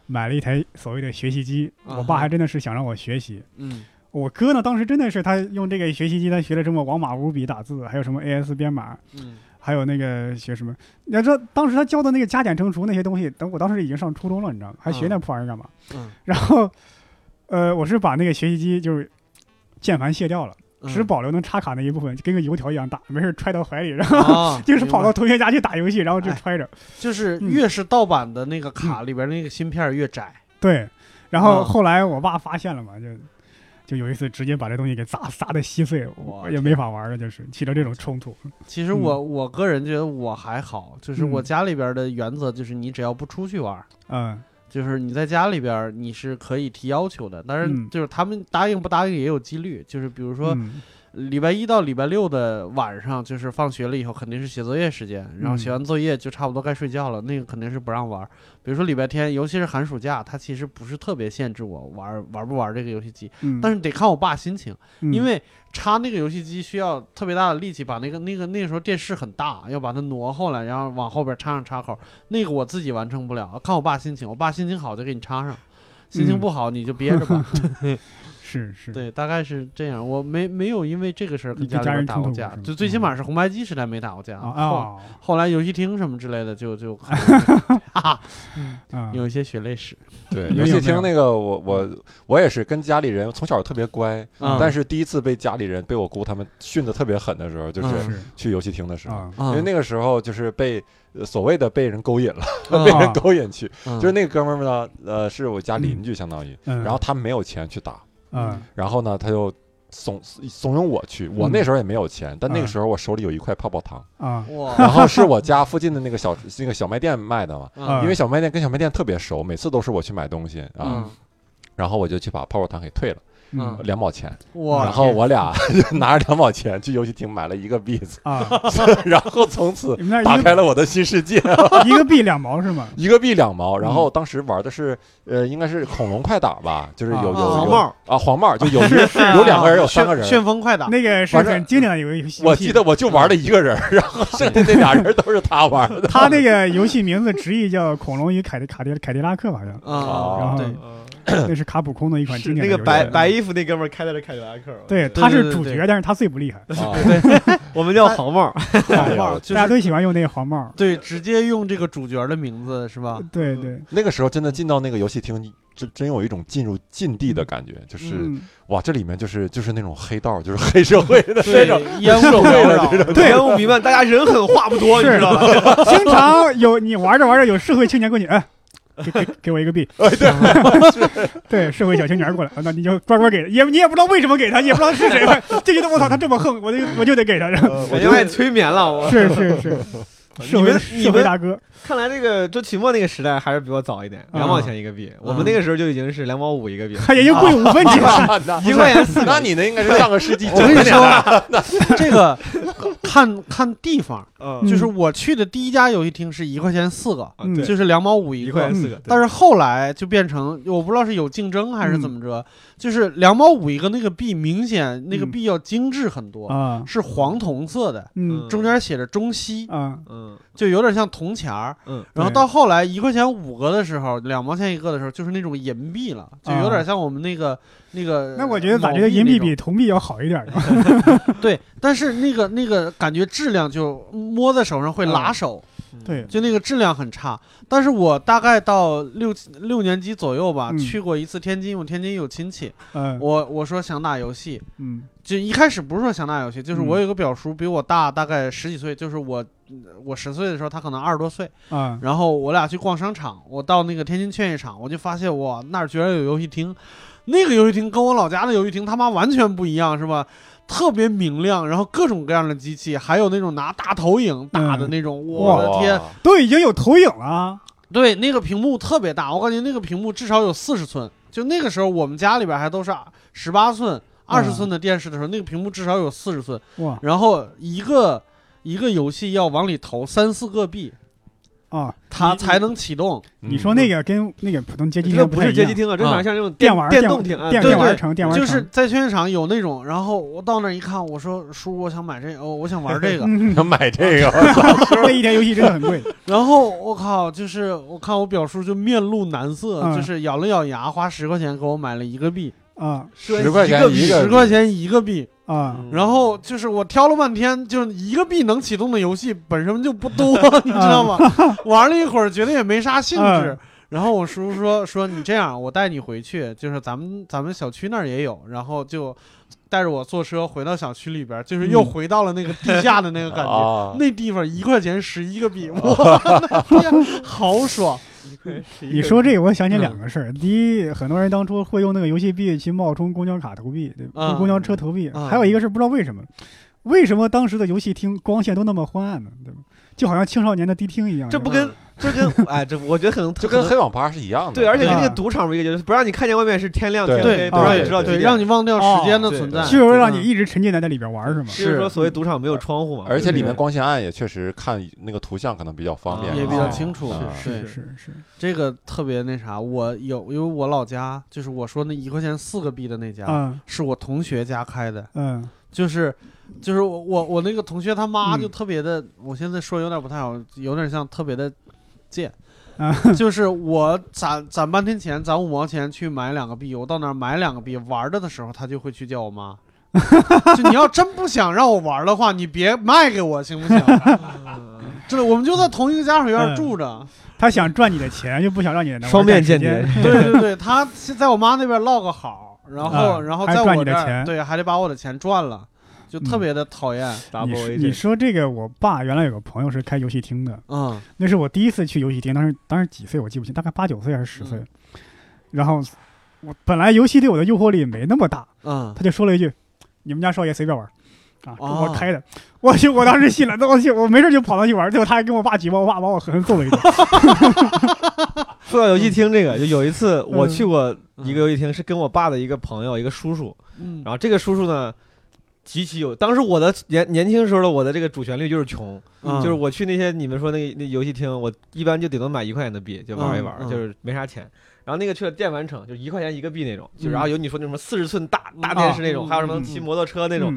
[SPEAKER 1] 买了一台所谓的学习机，
[SPEAKER 2] 啊哈
[SPEAKER 1] 我爸还真的是想让我学习。
[SPEAKER 2] 嗯
[SPEAKER 1] 我哥呢，当时真的是他用这个学习机，他学了什么王马五笔打字，还有什么 AS 编码，
[SPEAKER 2] 嗯
[SPEAKER 1] 还有那个学什么？你要知道，当时他教的那个加减乘除那些东西，等我当时已经上初中了，你知道吗？还学那破玩意儿干嘛？
[SPEAKER 2] 嗯
[SPEAKER 1] 然后，呃，我是把那个学习机就是键盘卸掉了，
[SPEAKER 2] 嗯，
[SPEAKER 1] 只保留能插卡那一部分，就跟个油条一样大，没事揣到怀里，然后
[SPEAKER 2] 啊，
[SPEAKER 1] 就是跑
[SPEAKER 2] 明
[SPEAKER 1] 到
[SPEAKER 2] 白
[SPEAKER 1] 同学家去打游戏，然后就
[SPEAKER 2] 哎
[SPEAKER 1] 揣着。
[SPEAKER 2] 就是
[SPEAKER 1] 嗯
[SPEAKER 2] 越是盗版的那个卡里边那个芯片越窄。
[SPEAKER 1] 对，然后
[SPEAKER 2] 啊
[SPEAKER 1] 后来我爸发现了嘛，就。就有一次直接把这东西给砸砸的稀碎，
[SPEAKER 2] 我
[SPEAKER 1] 我也没法玩了，就是起了这种冲突。
[SPEAKER 2] 其实我我个人觉得我还好，就是我
[SPEAKER 1] 嗯
[SPEAKER 2] 家里边的原则就是你只要不出去玩，
[SPEAKER 1] 嗯
[SPEAKER 2] 就是你在家里边儿你是可以提要求的，但是
[SPEAKER 1] 嗯
[SPEAKER 2] 就是他们答应不答应也有几率。就是比如说，
[SPEAKER 1] 嗯
[SPEAKER 2] 礼拜一到礼拜六的晚上，就是放学了以后肯定是写作业时间，然后
[SPEAKER 1] 嗯
[SPEAKER 2] 写完作业就差不多该睡觉了，那个肯定是不让玩儿。比如说礼拜天，尤其是寒暑假，他其实不是特别限制我玩儿玩不玩儿这个游戏机，
[SPEAKER 1] 嗯，
[SPEAKER 2] 但
[SPEAKER 1] 是
[SPEAKER 2] 是得看我爸心情，因
[SPEAKER 1] 为
[SPEAKER 2] 为插那个游戏机需要特别大的力气，把那个那个那个时候电视很大，要把它挪后来，然后往后边插上插口，那个我自己完成不了，看我爸心情，我爸心情好就给你插上，心情
[SPEAKER 1] 嗯
[SPEAKER 2] 不好你就憋 着吧。
[SPEAKER 1] 是是，
[SPEAKER 2] 对，大概是这样。我没没有因为这个事儿
[SPEAKER 1] 你跟
[SPEAKER 2] 跟家里
[SPEAKER 1] 家
[SPEAKER 2] 边
[SPEAKER 1] 人
[SPEAKER 2] 打
[SPEAKER 1] 冲
[SPEAKER 2] 过
[SPEAKER 1] 突
[SPEAKER 2] 架
[SPEAKER 1] 是，吗嗯
[SPEAKER 2] 就最起码是红白机时代没打过架
[SPEAKER 1] 啊
[SPEAKER 2] 后
[SPEAKER 1] 啊
[SPEAKER 2] 后来游戏厅什么之类的 就就 可能
[SPEAKER 1] 啊，
[SPEAKER 2] 有一些血泪史。
[SPEAKER 3] 对，
[SPEAKER 1] 没有
[SPEAKER 3] 游戏
[SPEAKER 1] 没有
[SPEAKER 3] 厅那个我我我也是跟家里人从小特别乖，
[SPEAKER 2] 嗯
[SPEAKER 3] 但是第一次被家里人被我姑他们训的特别狠的时候，就是
[SPEAKER 2] 嗯
[SPEAKER 1] 是
[SPEAKER 3] 去游戏厅的时候，
[SPEAKER 1] 啊，
[SPEAKER 2] 因
[SPEAKER 3] 因为那个时候就是被呃所谓的被人勾引了，被
[SPEAKER 1] 啊
[SPEAKER 3] 人勾引去，
[SPEAKER 2] 嗯
[SPEAKER 3] 就是那个哥们儿呢，呃，是我家邻居相当于，
[SPEAKER 1] 嗯，
[SPEAKER 3] 然后他没有钱去打，
[SPEAKER 1] 嗯
[SPEAKER 3] 然后呢他就。怂怂恿我去，我那时候也没有钱，但
[SPEAKER 1] 嗯
[SPEAKER 3] 那个时候我手里有一块泡 泡糖，
[SPEAKER 1] 啊
[SPEAKER 2] 哇，
[SPEAKER 3] 然后是我家附近的那个小那个小卖店卖的嘛，
[SPEAKER 1] 啊
[SPEAKER 2] 嗯
[SPEAKER 3] 因为小卖店跟小卖店特别熟，每次都是我去买东西啊，
[SPEAKER 2] 嗯
[SPEAKER 3] 然后我就去把泡泡糖给退了。
[SPEAKER 1] 嗯
[SPEAKER 3] 两毛钱，
[SPEAKER 2] 哇，
[SPEAKER 3] 然后 我俩就拿着两毛钱去游戏厅买了一个币子，
[SPEAKER 1] 啊，
[SPEAKER 3] 然后从此
[SPEAKER 1] 你们那
[SPEAKER 3] 打
[SPEAKER 1] 儿一
[SPEAKER 3] 开了我的新世界，
[SPEAKER 1] 个一个币两毛是吗？
[SPEAKER 3] 一个币两毛。然后当时玩的是呃，应该是恐龙快打 吧，就是有有
[SPEAKER 2] 啊黄
[SPEAKER 3] 有
[SPEAKER 2] 帽
[SPEAKER 3] 啊黄帽，就有一个有两个人有三个
[SPEAKER 2] 旋
[SPEAKER 3] 人。
[SPEAKER 2] 风快打，
[SPEAKER 1] 那个是
[SPEAKER 3] 反正
[SPEAKER 1] 很经典的一个游戏，
[SPEAKER 3] 我记得我就玩了一个人，然后剩下那俩人都是他 玩的。
[SPEAKER 1] 他那个游戏名字直译叫《恐龙与凯迪卡迪凯迪拉克》，好 像
[SPEAKER 2] 啊，
[SPEAKER 3] 哦
[SPEAKER 2] 对，
[SPEAKER 1] 那是卡普空的一款
[SPEAKER 5] 是
[SPEAKER 1] 经典
[SPEAKER 5] 那
[SPEAKER 1] 的
[SPEAKER 5] 个
[SPEAKER 1] 游戏
[SPEAKER 5] 白白衣服那哥们儿开的是凯迪拉克，我
[SPEAKER 1] 对，
[SPEAKER 5] 记得
[SPEAKER 1] 他
[SPEAKER 2] 对
[SPEAKER 1] 是
[SPEAKER 2] 对
[SPEAKER 1] 主
[SPEAKER 2] 对
[SPEAKER 1] 角，但是他最不厉害，
[SPEAKER 3] 啊
[SPEAKER 5] 我们叫黄帽，
[SPEAKER 3] 哎
[SPEAKER 2] 哇
[SPEAKER 3] 呦
[SPEAKER 2] 就
[SPEAKER 1] 大家
[SPEAKER 2] 是
[SPEAKER 1] 都喜欢用那个黄
[SPEAKER 5] 啊
[SPEAKER 1] 帽。
[SPEAKER 2] 对，直接用这个主角的名字是吧？
[SPEAKER 1] 对
[SPEAKER 5] 啊
[SPEAKER 1] 对，
[SPEAKER 3] 那个时候真的进到那个游戏厅，真真有一种进入禁地的感觉，就是
[SPEAKER 1] 嗯，
[SPEAKER 3] 哇，这里面就是就是那种黑道，就是黑社会的那
[SPEAKER 2] 对
[SPEAKER 3] 种，啊
[SPEAKER 2] 烟雾缭绕，
[SPEAKER 1] 对
[SPEAKER 5] 烟雾弥漫，大家人很话不多，你
[SPEAKER 1] 是
[SPEAKER 5] 知道吧？
[SPEAKER 1] 经常有你玩着玩着有社会青年过去，哎，给 给给我一个币，
[SPEAKER 5] 哦
[SPEAKER 1] 对，社会小青年过来，啊那你就乖乖给他，也你也不知道为什么给他，也不知道是 谁，就觉得我操他这么横，我就我就得给他，
[SPEAKER 5] 呃我就爱催眠了。我
[SPEAKER 1] 是是是，社
[SPEAKER 5] 哦你
[SPEAKER 1] 会
[SPEAKER 5] 们你
[SPEAKER 1] 社会
[SPEAKER 5] 们
[SPEAKER 1] 大哥，
[SPEAKER 5] 看来这个周奇墨那个时代还是比我早一点，
[SPEAKER 1] 嗯
[SPEAKER 5] 两毛钱一个币，我们那个时候就已经是两毛五一个币了，
[SPEAKER 1] 他也就贵五分 钱，
[SPEAKER 5] 啊
[SPEAKER 3] 那
[SPEAKER 5] 一块钱四
[SPEAKER 3] 那
[SPEAKER 5] 毛。
[SPEAKER 3] 你那应该是上个世纪
[SPEAKER 2] 我跟你说，这个看看地方，
[SPEAKER 5] 嗯
[SPEAKER 2] 就是我去的第一家游戏厅是一块钱四个，
[SPEAKER 5] 啊对，
[SPEAKER 2] 就是两毛五一
[SPEAKER 5] 一
[SPEAKER 2] 个
[SPEAKER 5] 块
[SPEAKER 1] 块。
[SPEAKER 5] 钱
[SPEAKER 1] 钱
[SPEAKER 5] 四
[SPEAKER 1] 四
[SPEAKER 5] 个
[SPEAKER 1] 个，
[SPEAKER 2] 嗯但是后来就变成，我不知道是有竞争还是怎么
[SPEAKER 5] 嗯
[SPEAKER 2] 着，就是两毛五一个那个币，明显那个币要精致很多，
[SPEAKER 1] 啊，
[SPEAKER 2] 是黄铜色的，
[SPEAKER 1] 嗯
[SPEAKER 2] 中间写着中西，
[SPEAKER 1] 啊，
[SPEAKER 5] 嗯
[SPEAKER 2] 就有点像铜钱儿。
[SPEAKER 5] 嗯，
[SPEAKER 2] 然后
[SPEAKER 1] 对
[SPEAKER 2] 到后来一块钱五个的时候，两毛钱一个的时候，就是那种银币了，就有点像我们那个、那个。
[SPEAKER 1] 啊那我觉得咋觉得银币比铜币要好一点呢？
[SPEAKER 2] 对，但是那个那个感觉质量就摸在手上会
[SPEAKER 1] 嗯
[SPEAKER 2] 拉手，
[SPEAKER 1] 对，
[SPEAKER 2] 就那个质量很差。但是我大概到六六年级左右吧，
[SPEAKER 1] 嗯
[SPEAKER 2] 去过一次天津，我天津有亲戚，
[SPEAKER 1] 嗯
[SPEAKER 2] 我我说想打游戏，
[SPEAKER 1] 嗯
[SPEAKER 2] 就一开始不是说想打游戏，就是
[SPEAKER 1] 嗯
[SPEAKER 2] 我有一个表叔比我大大概十几岁，就是我我十岁的时候，他可能二十多岁，
[SPEAKER 1] 啊
[SPEAKER 2] 然后我俩去逛商场，我到那个天津劝业场，我就发现哇，那儿居然有游戏厅，那个游戏厅跟我老家的游戏厅他妈完全不一样，是吧？特别明亮，然后各种各样的机器，还有那种拿大投影打的那种，我的天！
[SPEAKER 3] 哇
[SPEAKER 1] 都已经有投影了，啊
[SPEAKER 2] 对，那个屏幕特别大，我感觉那个屏幕至少有四十寸。就那个时候，我们家里边还都是十八寸、二十
[SPEAKER 1] 嗯
[SPEAKER 2] 寸的电视的时候，那个屏幕至少有四十寸。
[SPEAKER 1] 哇
[SPEAKER 2] 然后一个一个游戏要往里投三四个币，
[SPEAKER 1] 啊！
[SPEAKER 2] 它才能启动。
[SPEAKER 1] 你
[SPEAKER 3] 嗯
[SPEAKER 1] 说那个跟那个普通街机
[SPEAKER 5] 这
[SPEAKER 1] 厅
[SPEAKER 5] 个
[SPEAKER 1] 不
[SPEAKER 5] 不
[SPEAKER 1] 太
[SPEAKER 5] 是
[SPEAKER 1] 一
[SPEAKER 5] 街
[SPEAKER 1] 样
[SPEAKER 5] 机厅啊，正
[SPEAKER 2] 啊
[SPEAKER 5] 常像这种
[SPEAKER 1] 电玩
[SPEAKER 5] 电
[SPEAKER 1] 电
[SPEAKER 5] 动厅啊，
[SPEAKER 1] 电
[SPEAKER 5] 对
[SPEAKER 2] 对
[SPEAKER 1] 电玩
[SPEAKER 2] 对
[SPEAKER 1] 城电玩
[SPEAKER 2] 就
[SPEAKER 1] 城
[SPEAKER 2] 是在劝业场有那种，然后我到那儿一看，我说叔，我想买这个，哦，我想玩这个。
[SPEAKER 1] 嗯，
[SPEAKER 3] 能买这个，
[SPEAKER 1] 那一天游戏真的很贵，
[SPEAKER 2] 然后我靠，就是我看我表叔就面露难色，
[SPEAKER 1] 嗯
[SPEAKER 2] 就是咬了咬牙，花十块钱给我买了一个币，
[SPEAKER 1] 啊
[SPEAKER 3] 十块钱一个嗯
[SPEAKER 2] 十块钱一个币。
[SPEAKER 5] 嗯
[SPEAKER 1] 啊
[SPEAKER 2] 然后就是我挑了半天，就是一个币能启动的游戏本身就不多，你知 道吗？玩了一会儿，觉得也没啥兴致。
[SPEAKER 5] 嗯
[SPEAKER 2] 然后我叔叔说说你这样，我带你回去，就是咱们咱们小区那儿也有，然后就带着我坐车回到小区里边儿，就是又
[SPEAKER 1] 嗯
[SPEAKER 2] 回到了那个地下的那个感觉。
[SPEAKER 5] 嗯
[SPEAKER 3] 啊，
[SPEAKER 2] 那地方一块钱十一个币，
[SPEAKER 5] 啊
[SPEAKER 2] 我的天，好爽！
[SPEAKER 1] 你说这个，我想起两个事儿。第一，很多人当初会用那个游戏币去冒充公交卡投币，对吧
[SPEAKER 2] 嗯
[SPEAKER 5] 啊
[SPEAKER 1] 公交车投币。
[SPEAKER 2] 嗯
[SPEAKER 1] 还有一个是不知道为什么，为什么当时的游戏厅光线都那么昏暗呢？对吧？就好像青少年的迪厅一样。
[SPEAKER 5] 这不跟这跟哎，这我觉得可能
[SPEAKER 3] 就跟黑网吧是一样的。
[SPEAKER 5] 对，而且跟那个
[SPEAKER 1] 啊
[SPEAKER 5] 赌场不是一个，就是不让你看见外面是天亮天
[SPEAKER 3] 对
[SPEAKER 5] 黑，
[SPEAKER 2] 对
[SPEAKER 5] 不让
[SPEAKER 3] 对
[SPEAKER 5] 你知道几
[SPEAKER 2] 对，
[SPEAKER 5] 点
[SPEAKER 2] 让你忘掉时间的
[SPEAKER 5] 哦
[SPEAKER 2] 存
[SPEAKER 5] 对
[SPEAKER 2] 在，
[SPEAKER 5] 对
[SPEAKER 1] 就是让你一直沉浸在那里边玩是吗？
[SPEAKER 5] 就是说所谓赌场没有窗户嘛，
[SPEAKER 3] 嗯而且里面
[SPEAKER 5] 哦对
[SPEAKER 3] 光线暗也确实看那个图像可能比较方便，
[SPEAKER 2] 也比
[SPEAKER 1] 啊
[SPEAKER 2] 较
[SPEAKER 1] 哦
[SPEAKER 2] 清楚。
[SPEAKER 5] 嗯
[SPEAKER 3] 啊
[SPEAKER 2] 对
[SPEAKER 1] 是是是，
[SPEAKER 2] 这个特别那啥，我有，因为我老家就是我说那一块钱四个币的那家，
[SPEAKER 1] 嗯
[SPEAKER 2] 是我同学家开的，
[SPEAKER 1] 嗯
[SPEAKER 2] 就是就是我我我那个同学他妈
[SPEAKER 1] 嗯
[SPEAKER 2] 就特别的，我现在说有点不太好，有点像特别的贱。
[SPEAKER 1] 啊
[SPEAKER 2] 就是我攒攒半天钱，攒五毛钱去买两个币，我到那儿买两个币玩着的时候，他就会去叫 我妈。就你要真不想让我玩的话，你别卖给我，行 不行？就是我们就在同一个家属院
[SPEAKER 1] 嗯
[SPEAKER 2] 住着。
[SPEAKER 1] 他想赚你的钱，又不想让你在那玩
[SPEAKER 5] 双面
[SPEAKER 1] 占时
[SPEAKER 5] 间谍
[SPEAKER 1] 间
[SPEAKER 2] 对对对，他是在我妈那边落个好，然后、
[SPEAKER 1] 嗯
[SPEAKER 2] 然后
[SPEAKER 1] 还
[SPEAKER 2] 在
[SPEAKER 1] 赚
[SPEAKER 2] 我
[SPEAKER 1] 你
[SPEAKER 2] 这
[SPEAKER 1] 的
[SPEAKER 2] 儿，
[SPEAKER 1] 钱嗯
[SPEAKER 2] 对，还得把我的钱赚了，就特别的讨厌。
[SPEAKER 1] 你
[SPEAKER 5] double
[SPEAKER 1] 说
[SPEAKER 5] agent
[SPEAKER 1] 你说这个，我爸原来有个朋友是开游戏厅的，
[SPEAKER 2] 嗯
[SPEAKER 1] 那是我第一次去游戏厅，当时当时几岁我记不清，大概八九岁还是十岁。
[SPEAKER 2] 嗯
[SPEAKER 1] 然后我本来游戏对我的诱惑力没那么大，
[SPEAKER 2] 嗯，
[SPEAKER 1] 他就说了一句：“你们家少爷随便玩。”啊，中
[SPEAKER 2] 哦
[SPEAKER 1] 国开的，我去！我当时信了，那我去，我没事就跑到去玩，结果他还跟我爸举报，我爸把我狠狠揍了一顿。
[SPEAKER 5] 说到游戏厅这个，就有一次
[SPEAKER 1] 嗯
[SPEAKER 5] 我去过一个
[SPEAKER 2] 嗯
[SPEAKER 5] 游戏厅，是跟我爸的一个朋友，一个叔叔。
[SPEAKER 2] 嗯
[SPEAKER 5] 然后这个叔叔呢，极其有。当时我的年年轻时候的我的这个主旋律就是穷，
[SPEAKER 2] 嗯
[SPEAKER 5] 就是我去那些你们说那那游戏厅，我一般就顶多买一块钱的币就玩一玩，
[SPEAKER 2] 嗯嗯
[SPEAKER 5] 就是没啥钱。然后那个去了电玩城，就一块钱一个币那种，就
[SPEAKER 2] 嗯
[SPEAKER 5] 然后有你说那什么四十寸大
[SPEAKER 2] 嗯
[SPEAKER 5] 大电视那种，
[SPEAKER 2] 啊
[SPEAKER 5] 还有什么
[SPEAKER 2] 嗯
[SPEAKER 5] 骑摩托 车那种，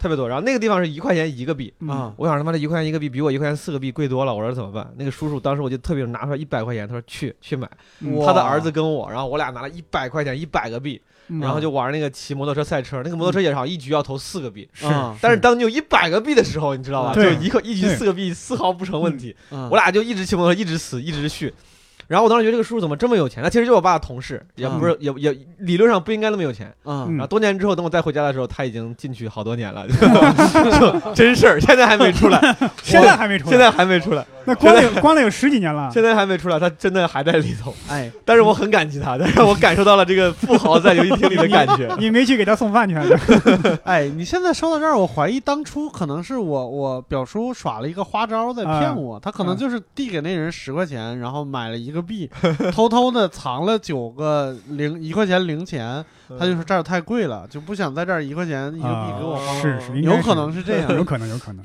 [SPEAKER 5] 特别多。然后那个地方是一块钱一个币，
[SPEAKER 1] 嗯
[SPEAKER 2] 啊，
[SPEAKER 5] 我想他妈的一块钱一个币比我一块钱四个币贵多了，我说怎么办？那个叔叔当时我就特别拿出来一百块钱，他说去去买。
[SPEAKER 1] 嗯
[SPEAKER 5] 他的儿子跟我，然后我俩拿了一百块钱一百个币，
[SPEAKER 1] 嗯
[SPEAKER 5] 然后就玩那个骑摩托车赛车，那个摩托车也好，一局要投四个币。
[SPEAKER 1] 嗯是
[SPEAKER 2] 啊，
[SPEAKER 5] 但是当你有一百个币的时候，你知道吧？就
[SPEAKER 1] 对
[SPEAKER 5] 一个一局
[SPEAKER 1] 对
[SPEAKER 5] 四个币丝毫不成问题。
[SPEAKER 2] 我
[SPEAKER 5] 我俩就一直骑摩托车，一直死，一直续。然后我当时觉得这个叔叔怎么这么有钱？他其实就是我爸的同事，也不是也也理论上不应该那么有钱。
[SPEAKER 2] 嗯
[SPEAKER 1] 嗯
[SPEAKER 5] 然后多年之后，等我再回家的时候，他已经进去好多 年了，就真事儿，现在还没出来，
[SPEAKER 1] 现在还没出来，
[SPEAKER 5] 现在还没出来，
[SPEAKER 1] 那关了有关了有十几年了，
[SPEAKER 5] 现在还没出来，他真的还在里头。
[SPEAKER 2] 哎，
[SPEAKER 5] 但是我很感激他，但是我感受到了这个富豪在游戏厅里的感觉。
[SPEAKER 1] 你没去给他送饭去 还是？
[SPEAKER 2] 哎，你现在说到这儿，我怀疑当初可能是我我表叔耍了一个花招在
[SPEAKER 1] 啊
[SPEAKER 2] 骗我，他可能就是递给那人十块钱，然后买了一个币， 偷偷的藏了九个零一块钱零钱，他就说这儿太贵了，就不想在这儿一块钱一个币给我花，
[SPEAKER 1] 啊是是，应该
[SPEAKER 2] 有可能是这样
[SPEAKER 1] 有。可能，有可能，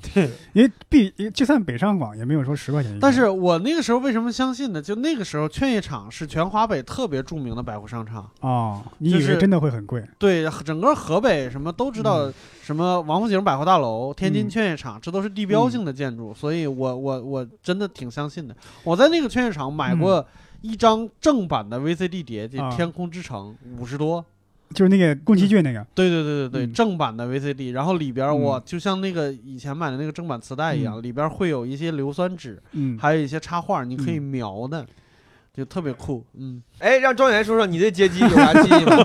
[SPEAKER 1] 因为毕就算北上广也没有说十块钱一个，
[SPEAKER 2] 但是我那个时候为什么相信呢？就那个时候劝业场是全华北特别著名的百货商场，
[SPEAKER 1] 哦，你以
[SPEAKER 2] 就
[SPEAKER 1] 为
[SPEAKER 2] 是
[SPEAKER 1] 真的会很贵？
[SPEAKER 2] 对，整个河北什么都知道，什么王府井百货大楼、天津
[SPEAKER 1] 嗯
[SPEAKER 2] 劝业场，这都是地标性的建筑，所以我我我真的挺相信的。我在那个劝业场买过一张正版的 VCD 碟，就
[SPEAKER 1] 嗯啊
[SPEAKER 2] 《天空之城》五十多，
[SPEAKER 1] 就是那个宫崎骏那个，
[SPEAKER 2] 对对对对对，
[SPEAKER 1] 嗯
[SPEAKER 2] 正版的 VCD，然后里边我
[SPEAKER 1] 嗯
[SPEAKER 2] 就像那个以前买的那个正版磁带一样，里边会有一些硫酸纸，
[SPEAKER 1] 嗯，
[SPEAKER 2] 还有一些插画，你可以
[SPEAKER 1] 嗯。
[SPEAKER 2] 描的，就特别酷。嗯，
[SPEAKER 5] 哎，让庄园说说你对街机有啥记忆吗？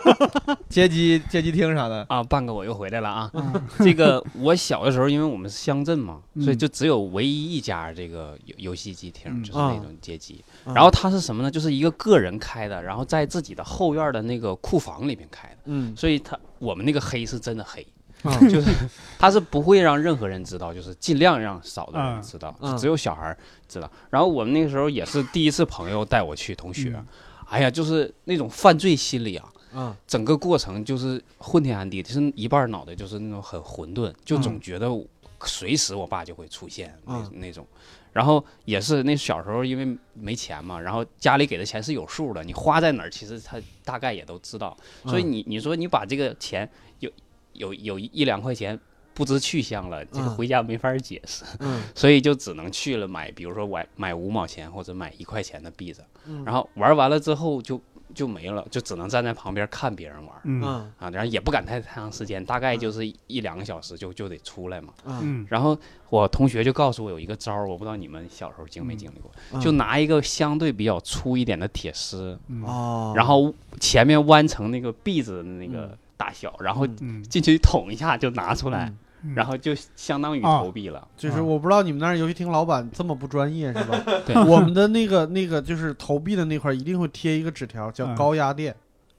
[SPEAKER 5] 街机、街机厅啥的。
[SPEAKER 4] 啊，半个我又回来了啊
[SPEAKER 1] 啊
[SPEAKER 4] 这个我小的时候，因为我们是乡镇嘛，所以
[SPEAKER 1] 嗯
[SPEAKER 4] 就只有唯一一家这个游游戏机厅，
[SPEAKER 1] 嗯
[SPEAKER 4] 就是那
[SPEAKER 2] 啊
[SPEAKER 4] 种街机。
[SPEAKER 2] 啊
[SPEAKER 4] 然后它是什么呢？就是一个个人开的，然后在自己的后院的那个库房里面开的。
[SPEAKER 2] 嗯
[SPEAKER 4] 所以它我们那个黑是真的黑，
[SPEAKER 2] 啊
[SPEAKER 4] 就是它是不会让任何人知道，就是尽量让少的人知道，
[SPEAKER 2] 嗯
[SPEAKER 4] 就只有小孩儿知道。然后我们那个时候也是第一次朋友带我去，同学
[SPEAKER 1] 嗯，
[SPEAKER 4] 哎呀，就是那种犯罪心理啊，
[SPEAKER 2] 啊
[SPEAKER 4] 整个过程就是昏天暗地，就是一半脑袋就是那种很混沌，就总觉得随时我爸就会出现那、
[SPEAKER 2] 嗯
[SPEAKER 4] 那种。然后也是那小时候因为没钱嘛，然后家里给的钱是有数的，你花在哪儿，其实他大概也都知道。所以
[SPEAKER 2] 嗯
[SPEAKER 4] 你你说你把这个钱有有有一一两块钱不知去向了，这个
[SPEAKER 2] 嗯
[SPEAKER 4] 回家没法儿解释，
[SPEAKER 2] 嗯
[SPEAKER 4] 所以就只能去了买，比如说买买五毛钱或者买一块钱的币子，
[SPEAKER 2] 嗯
[SPEAKER 4] 然后玩完了之后就就没了，就只能站在旁边看别人玩。
[SPEAKER 1] 嗯
[SPEAKER 2] 嗯
[SPEAKER 4] 啊，然后也不敢太太长时间，大概就是一一两个小时就就得出来嘛。
[SPEAKER 2] 嗯
[SPEAKER 1] 嗯
[SPEAKER 4] 然后我同学就告诉我有一个招儿，我不知道你们小时候经没经历过，
[SPEAKER 2] 嗯
[SPEAKER 4] 就拿一个相对比较粗一点的铁丝，
[SPEAKER 1] 嗯
[SPEAKER 2] 哦，
[SPEAKER 4] 然后前面弯成那个币子的那
[SPEAKER 2] 嗯
[SPEAKER 4] 个大小，然后
[SPEAKER 2] 嗯
[SPEAKER 1] 嗯，
[SPEAKER 4] 进去捅一下就拿出来，嗯
[SPEAKER 1] 嗯
[SPEAKER 4] 然后就相当于
[SPEAKER 2] 哦
[SPEAKER 1] 啊
[SPEAKER 4] 投币了。
[SPEAKER 2] 就是
[SPEAKER 1] 啊
[SPEAKER 2] 我不知道你们那儿游戏厅老板这么不专业是吧？
[SPEAKER 4] 对
[SPEAKER 2] 我们的那个那个就是投币的那块儿一定会贴一个纸条，叫
[SPEAKER 1] 嗯
[SPEAKER 2] 高压电，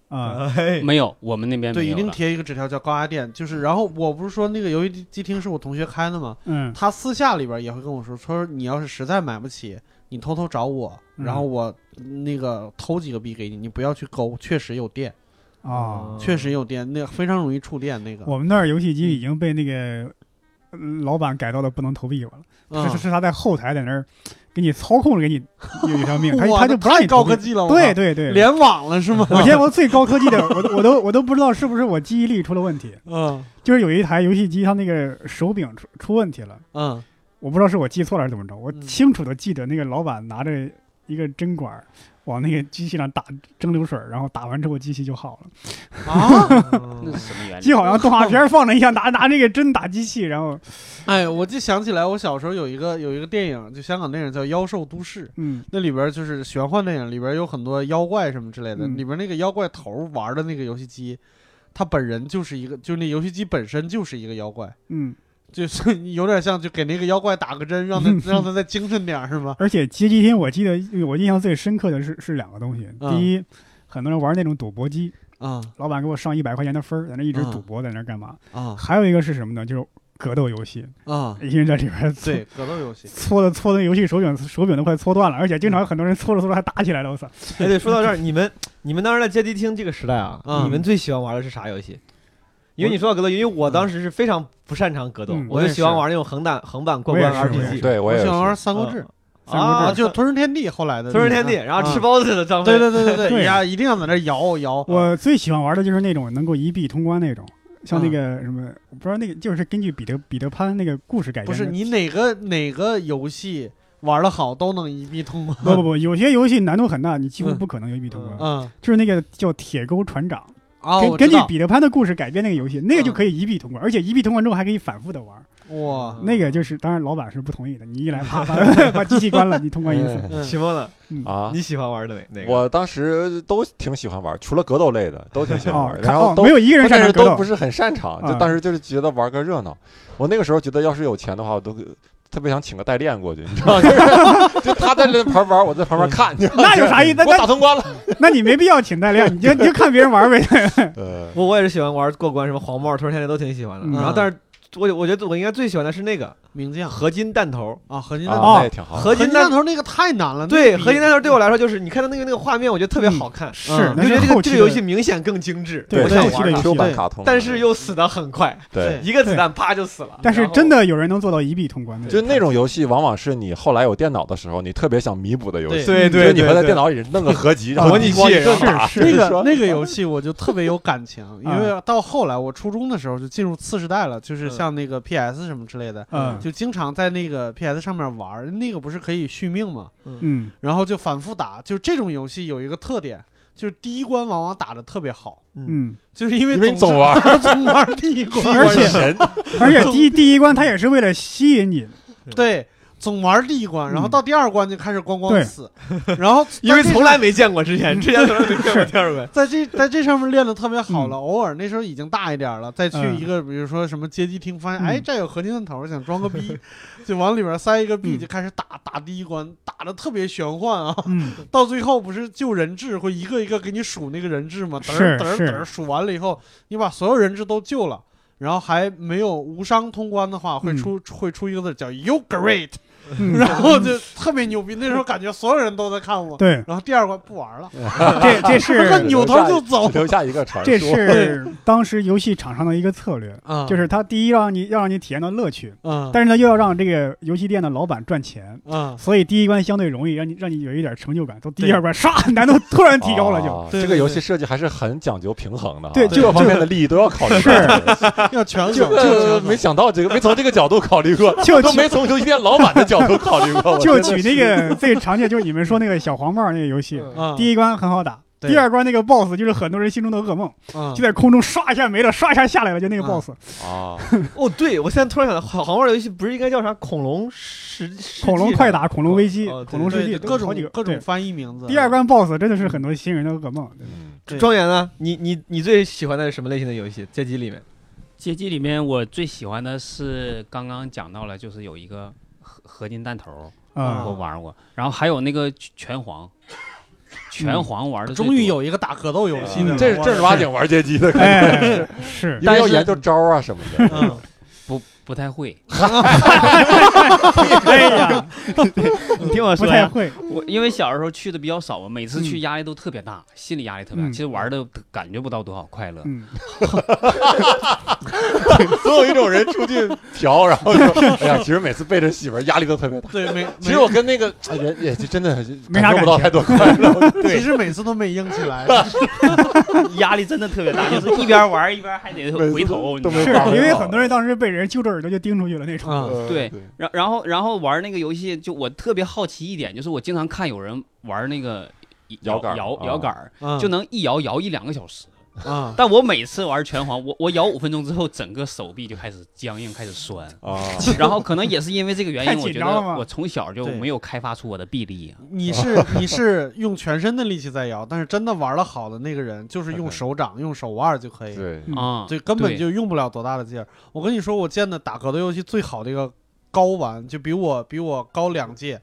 [SPEAKER 1] 啊，
[SPEAKER 5] 哎
[SPEAKER 4] 没有，我们那边
[SPEAKER 2] 对，
[SPEAKER 4] 没
[SPEAKER 2] 一
[SPEAKER 4] 有
[SPEAKER 2] 定
[SPEAKER 4] 了。
[SPEAKER 2] 贴一个纸条叫高压电，就是，然后我不是说那个游戏机厅是我同学开的吗？
[SPEAKER 1] 嗯
[SPEAKER 2] 他私下里边也会跟我说，说你要是实在买不起，你偷偷找我，
[SPEAKER 1] 嗯
[SPEAKER 2] 然后我那个偷几个币给你，你不要去勾，确实有电，
[SPEAKER 1] 啊，
[SPEAKER 5] 哦
[SPEAKER 4] 嗯
[SPEAKER 2] 确实有电，那个非常容易触电那个。
[SPEAKER 1] 我们那儿游戏机已经被那个呃老板改造的不能投币我了。
[SPEAKER 2] 嗯
[SPEAKER 1] 是是，是他在后台在那儿给你操控着，给你有一条命， 他
[SPEAKER 2] 哇
[SPEAKER 1] 他就
[SPEAKER 2] 那
[SPEAKER 1] 不让
[SPEAKER 2] 太
[SPEAKER 1] 你
[SPEAKER 2] 高
[SPEAKER 1] 投
[SPEAKER 2] 科
[SPEAKER 1] 币。
[SPEAKER 2] 技了，我
[SPEAKER 1] 对
[SPEAKER 2] 靠，
[SPEAKER 1] 对对，
[SPEAKER 2] 联网了是吗？
[SPEAKER 1] 我见过最高科技的，我都我都我都不知道是不是我记忆力出了问题，
[SPEAKER 2] 嗯
[SPEAKER 1] 就是有一台游戏机，它那个手柄出出问题了，
[SPEAKER 2] 嗯，
[SPEAKER 1] 我不知道是我记错了还是怎么着，我
[SPEAKER 2] 嗯
[SPEAKER 1] 清楚的记得那个老板拿着一个针管儿往那个机器上打蒸馏水儿，然后打完之后机器就好了，
[SPEAKER 2] 啊！
[SPEAKER 4] 那
[SPEAKER 1] 嗯
[SPEAKER 4] 是什么原理？
[SPEAKER 1] 就好像动画片儿放了一样，拿拿那个针打机器，然后
[SPEAKER 2] 哎，我就想起来，我小时候有一个有一个电影，就香港电影叫《妖兽都市》，
[SPEAKER 1] 嗯
[SPEAKER 2] 那里边就是玄幻电影，里边有很多妖怪什么之类的。
[SPEAKER 1] 嗯
[SPEAKER 2] 里边那个妖怪头玩的那个游戏机，他本人就是一个，就是那游戏机本身就是一个妖怪，
[SPEAKER 1] 嗯，
[SPEAKER 2] 就是 你有点像就给那个妖怪打个针，让 他让他再精神点儿是吗？
[SPEAKER 1] 而且街机厅我记得我印象最深刻的是是两个东西，
[SPEAKER 2] 嗯
[SPEAKER 1] 第一。很多人玩那种赌博机，
[SPEAKER 2] 啊
[SPEAKER 1] 老板给我上一百块钱的分儿，在那一直
[SPEAKER 2] 嗯
[SPEAKER 1] 赌博，在那干嘛？
[SPEAKER 2] 啊
[SPEAKER 1] 还有一个是什么呢？就是格斗游戏，
[SPEAKER 2] 啊！
[SPEAKER 1] 一人在里边搓
[SPEAKER 2] 对，格斗游戏，
[SPEAKER 1] 搓的搓的游戏手柄手柄都快搓断了，而且经常有很多人搓着搓着还打起来了，我操！
[SPEAKER 5] 哎，对，说到这儿，你们你们当时在街机厅这个时代啊，
[SPEAKER 2] 嗯
[SPEAKER 5] 你们最喜欢玩的是啥游戏？因为你说到格斗，因为我当时是非常不擅长格斗
[SPEAKER 1] 嗯，
[SPEAKER 5] 我就喜欢玩那种横版横版过关
[SPEAKER 1] 我也是我也
[SPEAKER 5] RPG，
[SPEAKER 3] 对我也
[SPEAKER 2] 喜欢玩《
[SPEAKER 3] 是，
[SPEAKER 2] 三国志》
[SPEAKER 1] 三国
[SPEAKER 5] 啊，
[SPEAKER 2] 啊，就
[SPEAKER 5] 就
[SPEAKER 2] 《吞噬天地》后来的《
[SPEAKER 5] 吞噬天地，然
[SPEAKER 1] 嗯
[SPEAKER 5] 后吃
[SPEAKER 2] 包。
[SPEAKER 5] 包子的张飞，
[SPEAKER 2] 对对对对
[SPEAKER 1] 对
[SPEAKER 2] 呀，一定要在那摇摇。
[SPEAKER 1] 我最喜欢玩的就是那种能够一币通关那种，像
[SPEAKER 2] 嗯
[SPEAKER 1] 那个什么，我不知道那个就是根据彼得彼得潘那个故事改编
[SPEAKER 2] 不
[SPEAKER 1] 的。
[SPEAKER 2] 是你哪个哪个游戏玩的好都能一币通关。
[SPEAKER 1] 不不不，有些游戏难度很大，你几乎
[SPEAKER 2] 嗯
[SPEAKER 1] 不可能一币通关。
[SPEAKER 2] 嗯
[SPEAKER 1] 就是那个叫铁钩船长，
[SPEAKER 5] 哦
[SPEAKER 2] 啊，
[SPEAKER 1] 根
[SPEAKER 2] 我
[SPEAKER 1] 根
[SPEAKER 2] 知
[SPEAKER 1] 据
[SPEAKER 2] 道
[SPEAKER 1] 彼得潘的故事改编那个游戏，那个就
[SPEAKER 2] 嗯
[SPEAKER 1] 可以一币通关，而且一币通关之后还可以反复的玩。
[SPEAKER 2] 哇，
[SPEAKER 5] 嗯
[SPEAKER 1] 那个就是，当然老板是不同意的。你 一来啪把把机器关了，你通关一次。
[SPEAKER 2] 嗯
[SPEAKER 5] 什么了？
[SPEAKER 1] 嗯
[SPEAKER 3] 啊，
[SPEAKER 5] 你喜欢玩的哪哪个？
[SPEAKER 3] 我当时都挺喜欢玩，除了格斗类的都挺喜欢
[SPEAKER 1] 哦
[SPEAKER 3] 玩，，
[SPEAKER 1] 看
[SPEAKER 3] 然后
[SPEAKER 1] 哦
[SPEAKER 3] 都
[SPEAKER 1] 没有一个人擅
[SPEAKER 3] 但
[SPEAKER 1] 长
[SPEAKER 3] 是
[SPEAKER 1] 格
[SPEAKER 3] 都不
[SPEAKER 1] 斗。
[SPEAKER 3] 是很擅长，
[SPEAKER 1] 啊
[SPEAKER 3] 就当时就是觉得玩个热闹。我那个时候觉得，要是有钱的话，我都特别想请个代练过去，你知道吗？ 就是就他在那旁玩，我在旁边看，你知道吗
[SPEAKER 1] 那有啥意思？那
[SPEAKER 3] 我打
[SPEAKER 1] 那
[SPEAKER 3] 通关 了。
[SPEAKER 1] 那你没必要请代练， 你就你就看别人玩呗。
[SPEAKER 3] 呃，
[SPEAKER 5] 我我也是喜欢玩过关，什么黄帽、吞噬天地都挺喜欢的。
[SPEAKER 1] 嗯
[SPEAKER 5] 然后，但是我我觉得我应该最喜欢的是那个
[SPEAKER 2] 名将
[SPEAKER 5] 合金弹头，
[SPEAKER 2] 啊，合金弹头，
[SPEAKER 1] 哦
[SPEAKER 3] 啊，那也挺好。
[SPEAKER 5] 合
[SPEAKER 2] 合
[SPEAKER 5] 金
[SPEAKER 2] 金
[SPEAKER 5] 弹
[SPEAKER 2] 弹头那个太难了。
[SPEAKER 5] 对
[SPEAKER 2] 那个比
[SPEAKER 5] 合金弹头对我来说就是，你看到那个那个画面，我觉得特别好看，
[SPEAKER 1] 是
[SPEAKER 2] 嗯
[SPEAKER 5] 你
[SPEAKER 1] 那
[SPEAKER 5] 就
[SPEAKER 1] 是
[SPEAKER 5] 觉得这
[SPEAKER 1] 后
[SPEAKER 5] 个
[SPEAKER 1] 期
[SPEAKER 5] 这
[SPEAKER 1] 的
[SPEAKER 5] 个游戏明显更精致，
[SPEAKER 1] 对后
[SPEAKER 5] 我想
[SPEAKER 1] 期的
[SPEAKER 5] 玩
[SPEAKER 1] 游
[SPEAKER 5] 它
[SPEAKER 1] 戏
[SPEAKER 3] Q 版卡通，
[SPEAKER 5] 但是又死得很快，
[SPEAKER 3] 对。
[SPEAKER 5] 一个子弹啪就死了。
[SPEAKER 1] 但是
[SPEAKER 5] 然后
[SPEAKER 1] 真的有人能做到一币通关的。
[SPEAKER 3] 就那种游戏，往往是你后来有电脑的时候，你特别想弥补的游戏。
[SPEAKER 5] 对
[SPEAKER 1] 嗯
[SPEAKER 3] 就是
[SPEAKER 5] 对，
[SPEAKER 3] 你会在电
[SPEAKER 5] 脑
[SPEAKER 3] 脑里弄个合集，然
[SPEAKER 5] 模
[SPEAKER 3] 后
[SPEAKER 5] 拟
[SPEAKER 3] 你
[SPEAKER 5] 器
[SPEAKER 3] 光一顿打，
[SPEAKER 1] 是
[SPEAKER 3] 就
[SPEAKER 2] 那
[SPEAKER 3] 是
[SPEAKER 2] 个
[SPEAKER 3] 说
[SPEAKER 2] 那个游戏我就特别有 感情，因
[SPEAKER 1] 嗯
[SPEAKER 2] 为到后来我初中的时候就进入次时代了，就是像那个 PS 什么之类的，
[SPEAKER 1] 嗯
[SPEAKER 2] 就经常在那个 PS 上面玩儿，那个不是可以续命吗？
[SPEAKER 1] 嗯
[SPEAKER 2] 然后就反复打，就这种游戏有一个特点，就是第一关往往打的特别好，
[SPEAKER 1] 嗯，
[SPEAKER 2] 就是因为
[SPEAKER 3] 因为你
[SPEAKER 2] 总
[SPEAKER 3] 总玩，
[SPEAKER 2] 是 总玩第一关，
[SPEAKER 1] 而且
[SPEAKER 3] 神
[SPEAKER 1] 而且 第一第一关它也是为了吸引你，
[SPEAKER 2] 对，总玩第一关，然后
[SPEAKER 1] 嗯
[SPEAKER 2] 到第二关就开始咣咣
[SPEAKER 1] 对
[SPEAKER 2] 死，然后
[SPEAKER 5] 因为
[SPEAKER 2] 在这
[SPEAKER 5] 从来没见过之
[SPEAKER 1] 嗯
[SPEAKER 5] 前，之 前从来没见过
[SPEAKER 1] 是
[SPEAKER 5] 第二关。
[SPEAKER 2] 在这在这上面练的特别好了，偶尔那时候已经大一点了，再去一个比如说什么街机厅，发
[SPEAKER 1] 嗯
[SPEAKER 2] 现哎这有合金弹头，想装个逼，就往里边塞一个币，
[SPEAKER 1] 嗯
[SPEAKER 2] 就开始打打第一关，打的特别玄幻啊，
[SPEAKER 1] 嗯，
[SPEAKER 2] 到最后不是救人质会一个一个给你数那个人质吗？嘚
[SPEAKER 1] 是
[SPEAKER 2] 儿嘚儿
[SPEAKER 1] 是
[SPEAKER 2] 嘚儿数完了以后，你把所有人质都救了。然后还没有无伤通关的话，会
[SPEAKER 1] 嗯
[SPEAKER 2] 出、会出一个字叫 “You great”，
[SPEAKER 1] 嗯
[SPEAKER 2] 然后就特别牛逼。那时候感觉所有人都在看我。
[SPEAKER 1] 对，
[SPEAKER 2] 然后第二关不玩了，
[SPEAKER 1] 这这
[SPEAKER 2] 他
[SPEAKER 1] 是
[SPEAKER 2] 扭头就走
[SPEAKER 3] 留下一个传
[SPEAKER 1] 这
[SPEAKER 3] 说。
[SPEAKER 1] 是当时游戏厂商的一个策略，
[SPEAKER 2] 啊
[SPEAKER 1] 就是它第一让你要让你体验到乐趣，
[SPEAKER 2] 嗯
[SPEAKER 1] 但是呢又要让这个游戏店的老板赚钱。
[SPEAKER 2] 嗯，
[SPEAKER 1] 所以第一关相对容易，让你让你有一点成就感。到第二关，唰，难度突然提高了就。
[SPEAKER 3] 啊
[SPEAKER 2] 对
[SPEAKER 3] 这
[SPEAKER 2] 对
[SPEAKER 3] 个游
[SPEAKER 2] 对
[SPEAKER 3] 戏设计还是很讲究平衡的啊，
[SPEAKER 1] 对就
[SPEAKER 3] 各方面的利益都要考虑。
[SPEAKER 1] 是
[SPEAKER 2] 要全
[SPEAKER 3] 这
[SPEAKER 2] 走，
[SPEAKER 3] 个没想到这个，没从这个角度考虑过，
[SPEAKER 1] 就
[SPEAKER 3] 都没从游戏店老板的角度考虑过。我
[SPEAKER 1] 就
[SPEAKER 3] 真的
[SPEAKER 1] 举那个最常见，就是你们说那个小黄帽那个游戏，
[SPEAKER 5] 嗯
[SPEAKER 2] 啊，
[SPEAKER 1] 第一关很好打，
[SPEAKER 2] 对
[SPEAKER 1] 第二关那个 BOSS 就是很多人心中的噩梦，
[SPEAKER 2] 嗯
[SPEAKER 1] 就在空中刷一下没了，刷一下下来了，就那个
[SPEAKER 2] 嗯
[SPEAKER 1] BOSS。
[SPEAKER 3] 啊，
[SPEAKER 5] 哦，对，我现在突然想到，好好玩的游戏不是应该叫啥恐龙世世纪
[SPEAKER 1] 恐龙快打、恐龙危机
[SPEAKER 5] 哦、对
[SPEAKER 1] 恐龙世
[SPEAKER 2] 对
[SPEAKER 1] 界，
[SPEAKER 2] 各
[SPEAKER 1] 好几个
[SPEAKER 2] 种各啊
[SPEAKER 1] 对
[SPEAKER 2] 种翻译名字。
[SPEAKER 1] 第二关 BOSS 真的是很多新人的噩梦。对
[SPEAKER 3] 嗯
[SPEAKER 2] 对
[SPEAKER 5] 庄园呢？你你你最喜欢的是什么类型的游戏？街机里面
[SPEAKER 4] 街机里面我最喜欢的是刚刚讲到了，就是有一个合合金弹头，
[SPEAKER 2] 嗯
[SPEAKER 1] 啊
[SPEAKER 3] 嗯
[SPEAKER 4] 我玩过，然后还有那个拳皇，拳皇玩的
[SPEAKER 2] 终于有一个打格斗游戏的，
[SPEAKER 1] 嗯
[SPEAKER 3] 这是正儿八经玩街机的，
[SPEAKER 1] 哎， 是
[SPEAKER 3] 因为要研究招啊什么的。
[SPEAKER 2] 嗯，
[SPEAKER 4] 不不太会，
[SPEAKER 1] 哎 呀，
[SPEAKER 7] 你听我
[SPEAKER 1] 不
[SPEAKER 7] 说
[SPEAKER 1] 太
[SPEAKER 7] 呀，
[SPEAKER 1] 会，
[SPEAKER 4] 我因为小时候去的比较少嘛，每次
[SPEAKER 3] 嗯
[SPEAKER 4] 去压力都特别大，心理压力特别大，
[SPEAKER 1] 嗯
[SPEAKER 4] 其实玩的感觉不到多少快乐。
[SPEAKER 1] 嗯，
[SPEAKER 3] 总有一种人出去嫖，然后说：“哎 呀，其实每次背着媳妇儿压力都特别大。
[SPEAKER 2] 对，没，”
[SPEAKER 3] 其实我跟那个哎人也就真 的
[SPEAKER 1] 没啥
[SPEAKER 3] 感受不到太
[SPEAKER 1] 感
[SPEAKER 3] 多快 乐。
[SPEAKER 2] 没其实每次都没硬起 来，
[SPEAKER 7] 压力真的特别大，就是一边 玩一边还得
[SPEAKER 3] 每次
[SPEAKER 7] 回头，
[SPEAKER 3] 都
[SPEAKER 7] 你知道
[SPEAKER 1] 是
[SPEAKER 3] 没
[SPEAKER 7] 吗
[SPEAKER 3] 法儿
[SPEAKER 1] 因为很多人当时被人揪着耳朵就盯出去了那种，
[SPEAKER 5] 嗯
[SPEAKER 2] 啊，
[SPEAKER 3] 呃
[SPEAKER 4] 对然然后然后玩那个游戏，就我特别好奇一点，就是我经常看有人玩那个
[SPEAKER 3] 摇杆儿
[SPEAKER 4] 摇
[SPEAKER 3] 啊
[SPEAKER 4] 摇杆儿，
[SPEAKER 2] 嗯
[SPEAKER 4] 就能一摇摇一两个小 时。
[SPEAKER 2] 啊，
[SPEAKER 4] 但我每次玩拳皇，我我摇五分钟之后，整个手臂就开始僵硬，开始酸。
[SPEAKER 3] 啊，
[SPEAKER 4] 然后可能也是因为这个原
[SPEAKER 1] 太
[SPEAKER 4] 因，我
[SPEAKER 1] 紧
[SPEAKER 4] 觉
[SPEAKER 1] 张了
[SPEAKER 4] 得
[SPEAKER 1] 嘛
[SPEAKER 4] 我从小就
[SPEAKER 2] 对
[SPEAKER 4] 没有开发出我的臂力啊。
[SPEAKER 2] 你是你是用全身的力气在摇，但是真的玩的好的那个人，就是用手掌、用手腕就可以，
[SPEAKER 3] 对，
[SPEAKER 1] 嗯
[SPEAKER 4] 啊
[SPEAKER 2] 对，根本
[SPEAKER 4] 对
[SPEAKER 2] 就用不了多大的劲儿。我跟你说，我见的打格斗游戏最好的一个高玩，就比我比我高两届，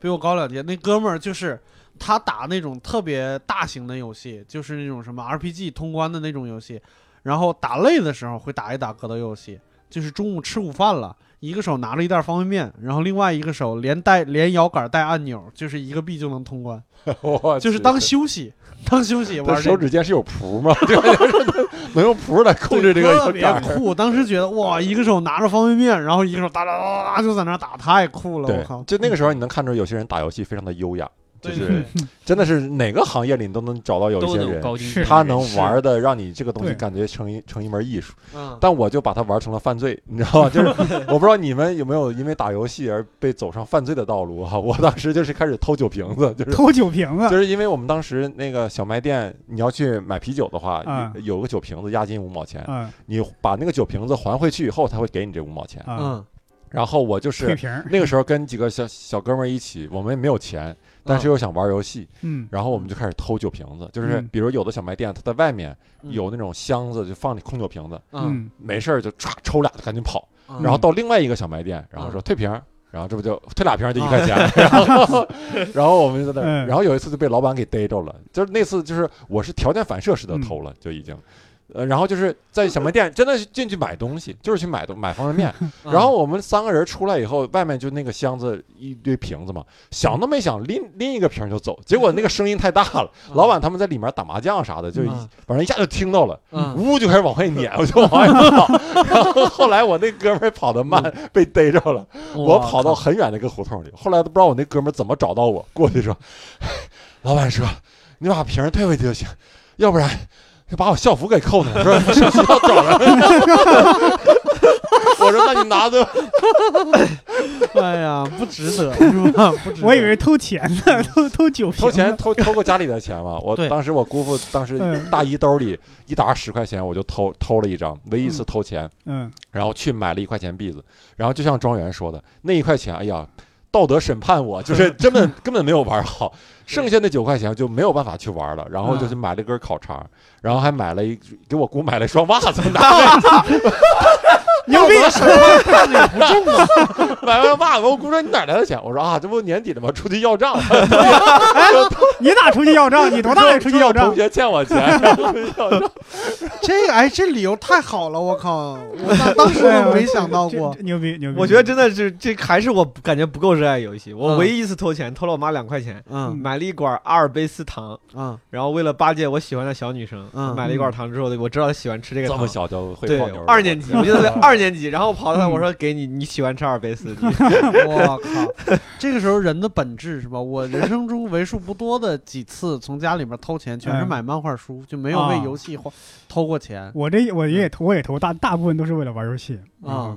[SPEAKER 2] 比我高两届。那哥们儿就是他打那种特别大型的游戏，就是那种什么 RPG 通关的那种游戏，然后打累的时候会打一打格斗游戏，就是中午吃午饭了。一个手拿了一袋方便面，然后另外一个手连带连摇杆带按钮，就是一个币就能通关，
[SPEAKER 3] 我
[SPEAKER 2] 就是
[SPEAKER 3] 去
[SPEAKER 2] 当休息，当休息玩
[SPEAKER 3] 他
[SPEAKER 2] 这
[SPEAKER 3] 手
[SPEAKER 2] 个
[SPEAKER 3] 指尖是有蹼吗？ 对，就是能用蹼来控制这个
[SPEAKER 2] 特
[SPEAKER 3] 摇
[SPEAKER 2] 别
[SPEAKER 3] 杆儿。
[SPEAKER 2] 酷。当时觉得哇，一个手拿着方便面，然后一个手哒哒哒哒哒就在那打，太酷了！我
[SPEAKER 3] 对
[SPEAKER 2] 靠，，
[SPEAKER 3] 就那个时候你能看出有些人打游戏非常的优雅，就
[SPEAKER 2] 对
[SPEAKER 3] 是
[SPEAKER 1] 嗯
[SPEAKER 2] 对
[SPEAKER 3] 真的是哪个行业里你都能找到有一
[SPEAKER 4] 都
[SPEAKER 3] 些
[SPEAKER 4] 有
[SPEAKER 3] 人，
[SPEAKER 4] 高精
[SPEAKER 1] 是
[SPEAKER 4] 尖
[SPEAKER 3] 他
[SPEAKER 4] 人
[SPEAKER 3] 能
[SPEAKER 4] 士
[SPEAKER 3] 玩的让你这个东西
[SPEAKER 1] 对
[SPEAKER 3] 感觉成一成一门艺术。
[SPEAKER 2] 嗯，
[SPEAKER 3] 但我就把它玩成了犯罪， 你知道吗？就是我不知道你们有没有因为打游戏而被走上犯罪的道路哈、啊我当时就是开始偷酒瓶子，就是。
[SPEAKER 1] 嗯偷酒瓶子
[SPEAKER 3] 就，是因为我们当时那个小卖店，你要去买啤酒的话，
[SPEAKER 1] 啊
[SPEAKER 3] 有有个酒瓶子押金五毛钱，
[SPEAKER 1] 啊
[SPEAKER 3] 你把那个酒瓶子还回去以后，他会给你这五毛钱。
[SPEAKER 1] 啊，
[SPEAKER 2] 嗯，
[SPEAKER 3] 然后我就是
[SPEAKER 1] 退瓶儿，
[SPEAKER 3] 那个时候跟几个小小哥们儿一起，我们也没有钱，但是又想玩游戏，
[SPEAKER 1] 嗯，
[SPEAKER 3] 然后我们就开始偷酒瓶子。就是
[SPEAKER 1] 啊嗯
[SPEAKER 3] 比如有的小卖店，它在外面
[SPEAKER 2] 嗯
[SPEAKER 3] 有那种箱子，就放空酒瓶子，
[SPEAKER 2] 嗯，
[SPEAKER 3] 没事儿就歘抽俩就赶紧跑，
[SPEAKER 2] 嗯
[SPEAKER 3] 然后到另外一个小卖店，然后说退瓶儿。然后这不就退俩瓶儿
[SPEAKER 2] 啊
[SPEAKER 3] 就一块 钱，然后然后我们就在那儿，
[SPEAKER 1] 嗯
[SPEAKER 3] 然后有一次就被老板给逮着了，就是那次就是我是条件反射
[SPEAKER 2] 嗯
[SPEAKER 3] 式的偷了，就已经，呃，然后就是在小卖店真的是进去买东西，就是去买东买方便面，
[SPEAKER 2] 嗯
[SPEAKER 3] 然后我们三个人出来以后，外面就那个箱子一堆瓶子嘛，想都没想拎拎一个瓶就走，结果那个声音太大了，
[SPEAKER 2] 嗯
[SPEAKER 3] 老板他们在里面打麻将啥的，就一
[SPEAKER 2] 嗯
[SPEAKER 3] 反正一下就听到了，
[SPEAKER 5] 啊
[SPEAKER 2] 嗯
[SPEAKER 3] 呜就开始往外撵，我就往外跑，然后后来我那哥们儿跑得慢，被逮着了，我跑到很远的一个胡同里，后来都不知道我那哥们儿怎么找到我， 过去说，老板说你把瓶儿退回去就行，要不然就把我校服给扣了，说手机要找人。 我说那你拿着吧，
[SPEAKER 2] 哎呀，不值得 是吧？不值得。
[SPEAKER 1] 我以为偷钱呢，偷偷酒瓶，
[SPEAKER 3] 偷钱，偷偷过家里的钱嘛。我
[SPEAKER 2] 对
[SPEAKER 3] 当时我姑父当时
[SPEAKER 1] 嗯
[SPEAKER 3] 大衣兜里一沓十块钱，我就偷偷了一张，唯一一次偷钱，
[SPEAKER 1] 嗯，
[SPEAKER 3] 然后去买了一块钱币子，然后就像庄园说的那一块钱，哎呀。道德审判我， 就是 根本根本没有玩好，剩下那九块钱就没有办法去玩了。然后
[SPEAKER 1] 嗯
[SPEAKER 3] 就去买了一根烤肠，然后还买了一给我姑买了一双袜子，拿着
[SPEAKER 1] 牛逼，
[SPEAKER 3] 买完袜子，我姑说你哪来的钱？我说啊，这不年底了吗？出去要账，
[SPEAKER 1] 你哪出去要账？你 多大也出去要
[SPEAKER 3] 同
[SPEAKER 1] 账？
[SPEAKER 3] 学欠我钱，然后出去要账。
[SPEAKER 2] 这哎，这理由太好了，我靠，我当当时都没想到过
[SPEAKER 1] 哎这，这牛逼牛逼！
[SPEAKER 5] 我觉得真的是这还是我感觉不够热爱游戏。我
[SPEAKER 2] 嗯
[SPEAKER 5] 唯一一次偷钱，偷了我妈两块钱，
[SPEAKER 2] 嗯
[SPEAKER 5] 买了一管阿尔卑斯糖，
[SPEAKER 2] 嗯
[SPEAKER 5] 然后为了巴结我喜欢的小女生，
[SPEAKER 2] 嗯
[SPEAKER 5] 买了一罐糖之后，我知道她喜欢吃这个
[SPEAKER 3] 这
[SPEAKER 5] 糖。
[SPEAKER 3] 么小就会
[SPEAKER 5] 对
[SPEAKER 3] 泡妞了，
[SPEAKER 5] 二年级，我记 得在
[SPEAKER 3] 嗯
[SPEAKER 5] 二年级，然后我跑到她，我说给你，你喜欢吃阿尔卑斯，你
[SPEAKER 2] 嗯我靠，这个时候人的本质是吧？我人生中为数不多的几次从家里边偷钱，全是
[SPEAKER 1] 嗯
[SPEAKER 2] 买漫画书，就没有为游戏花偷过钱。
[SPEAKER 1] 我这我也投我也投，大大部分都是为了玩游戏
[SPEAKER 2] 啊。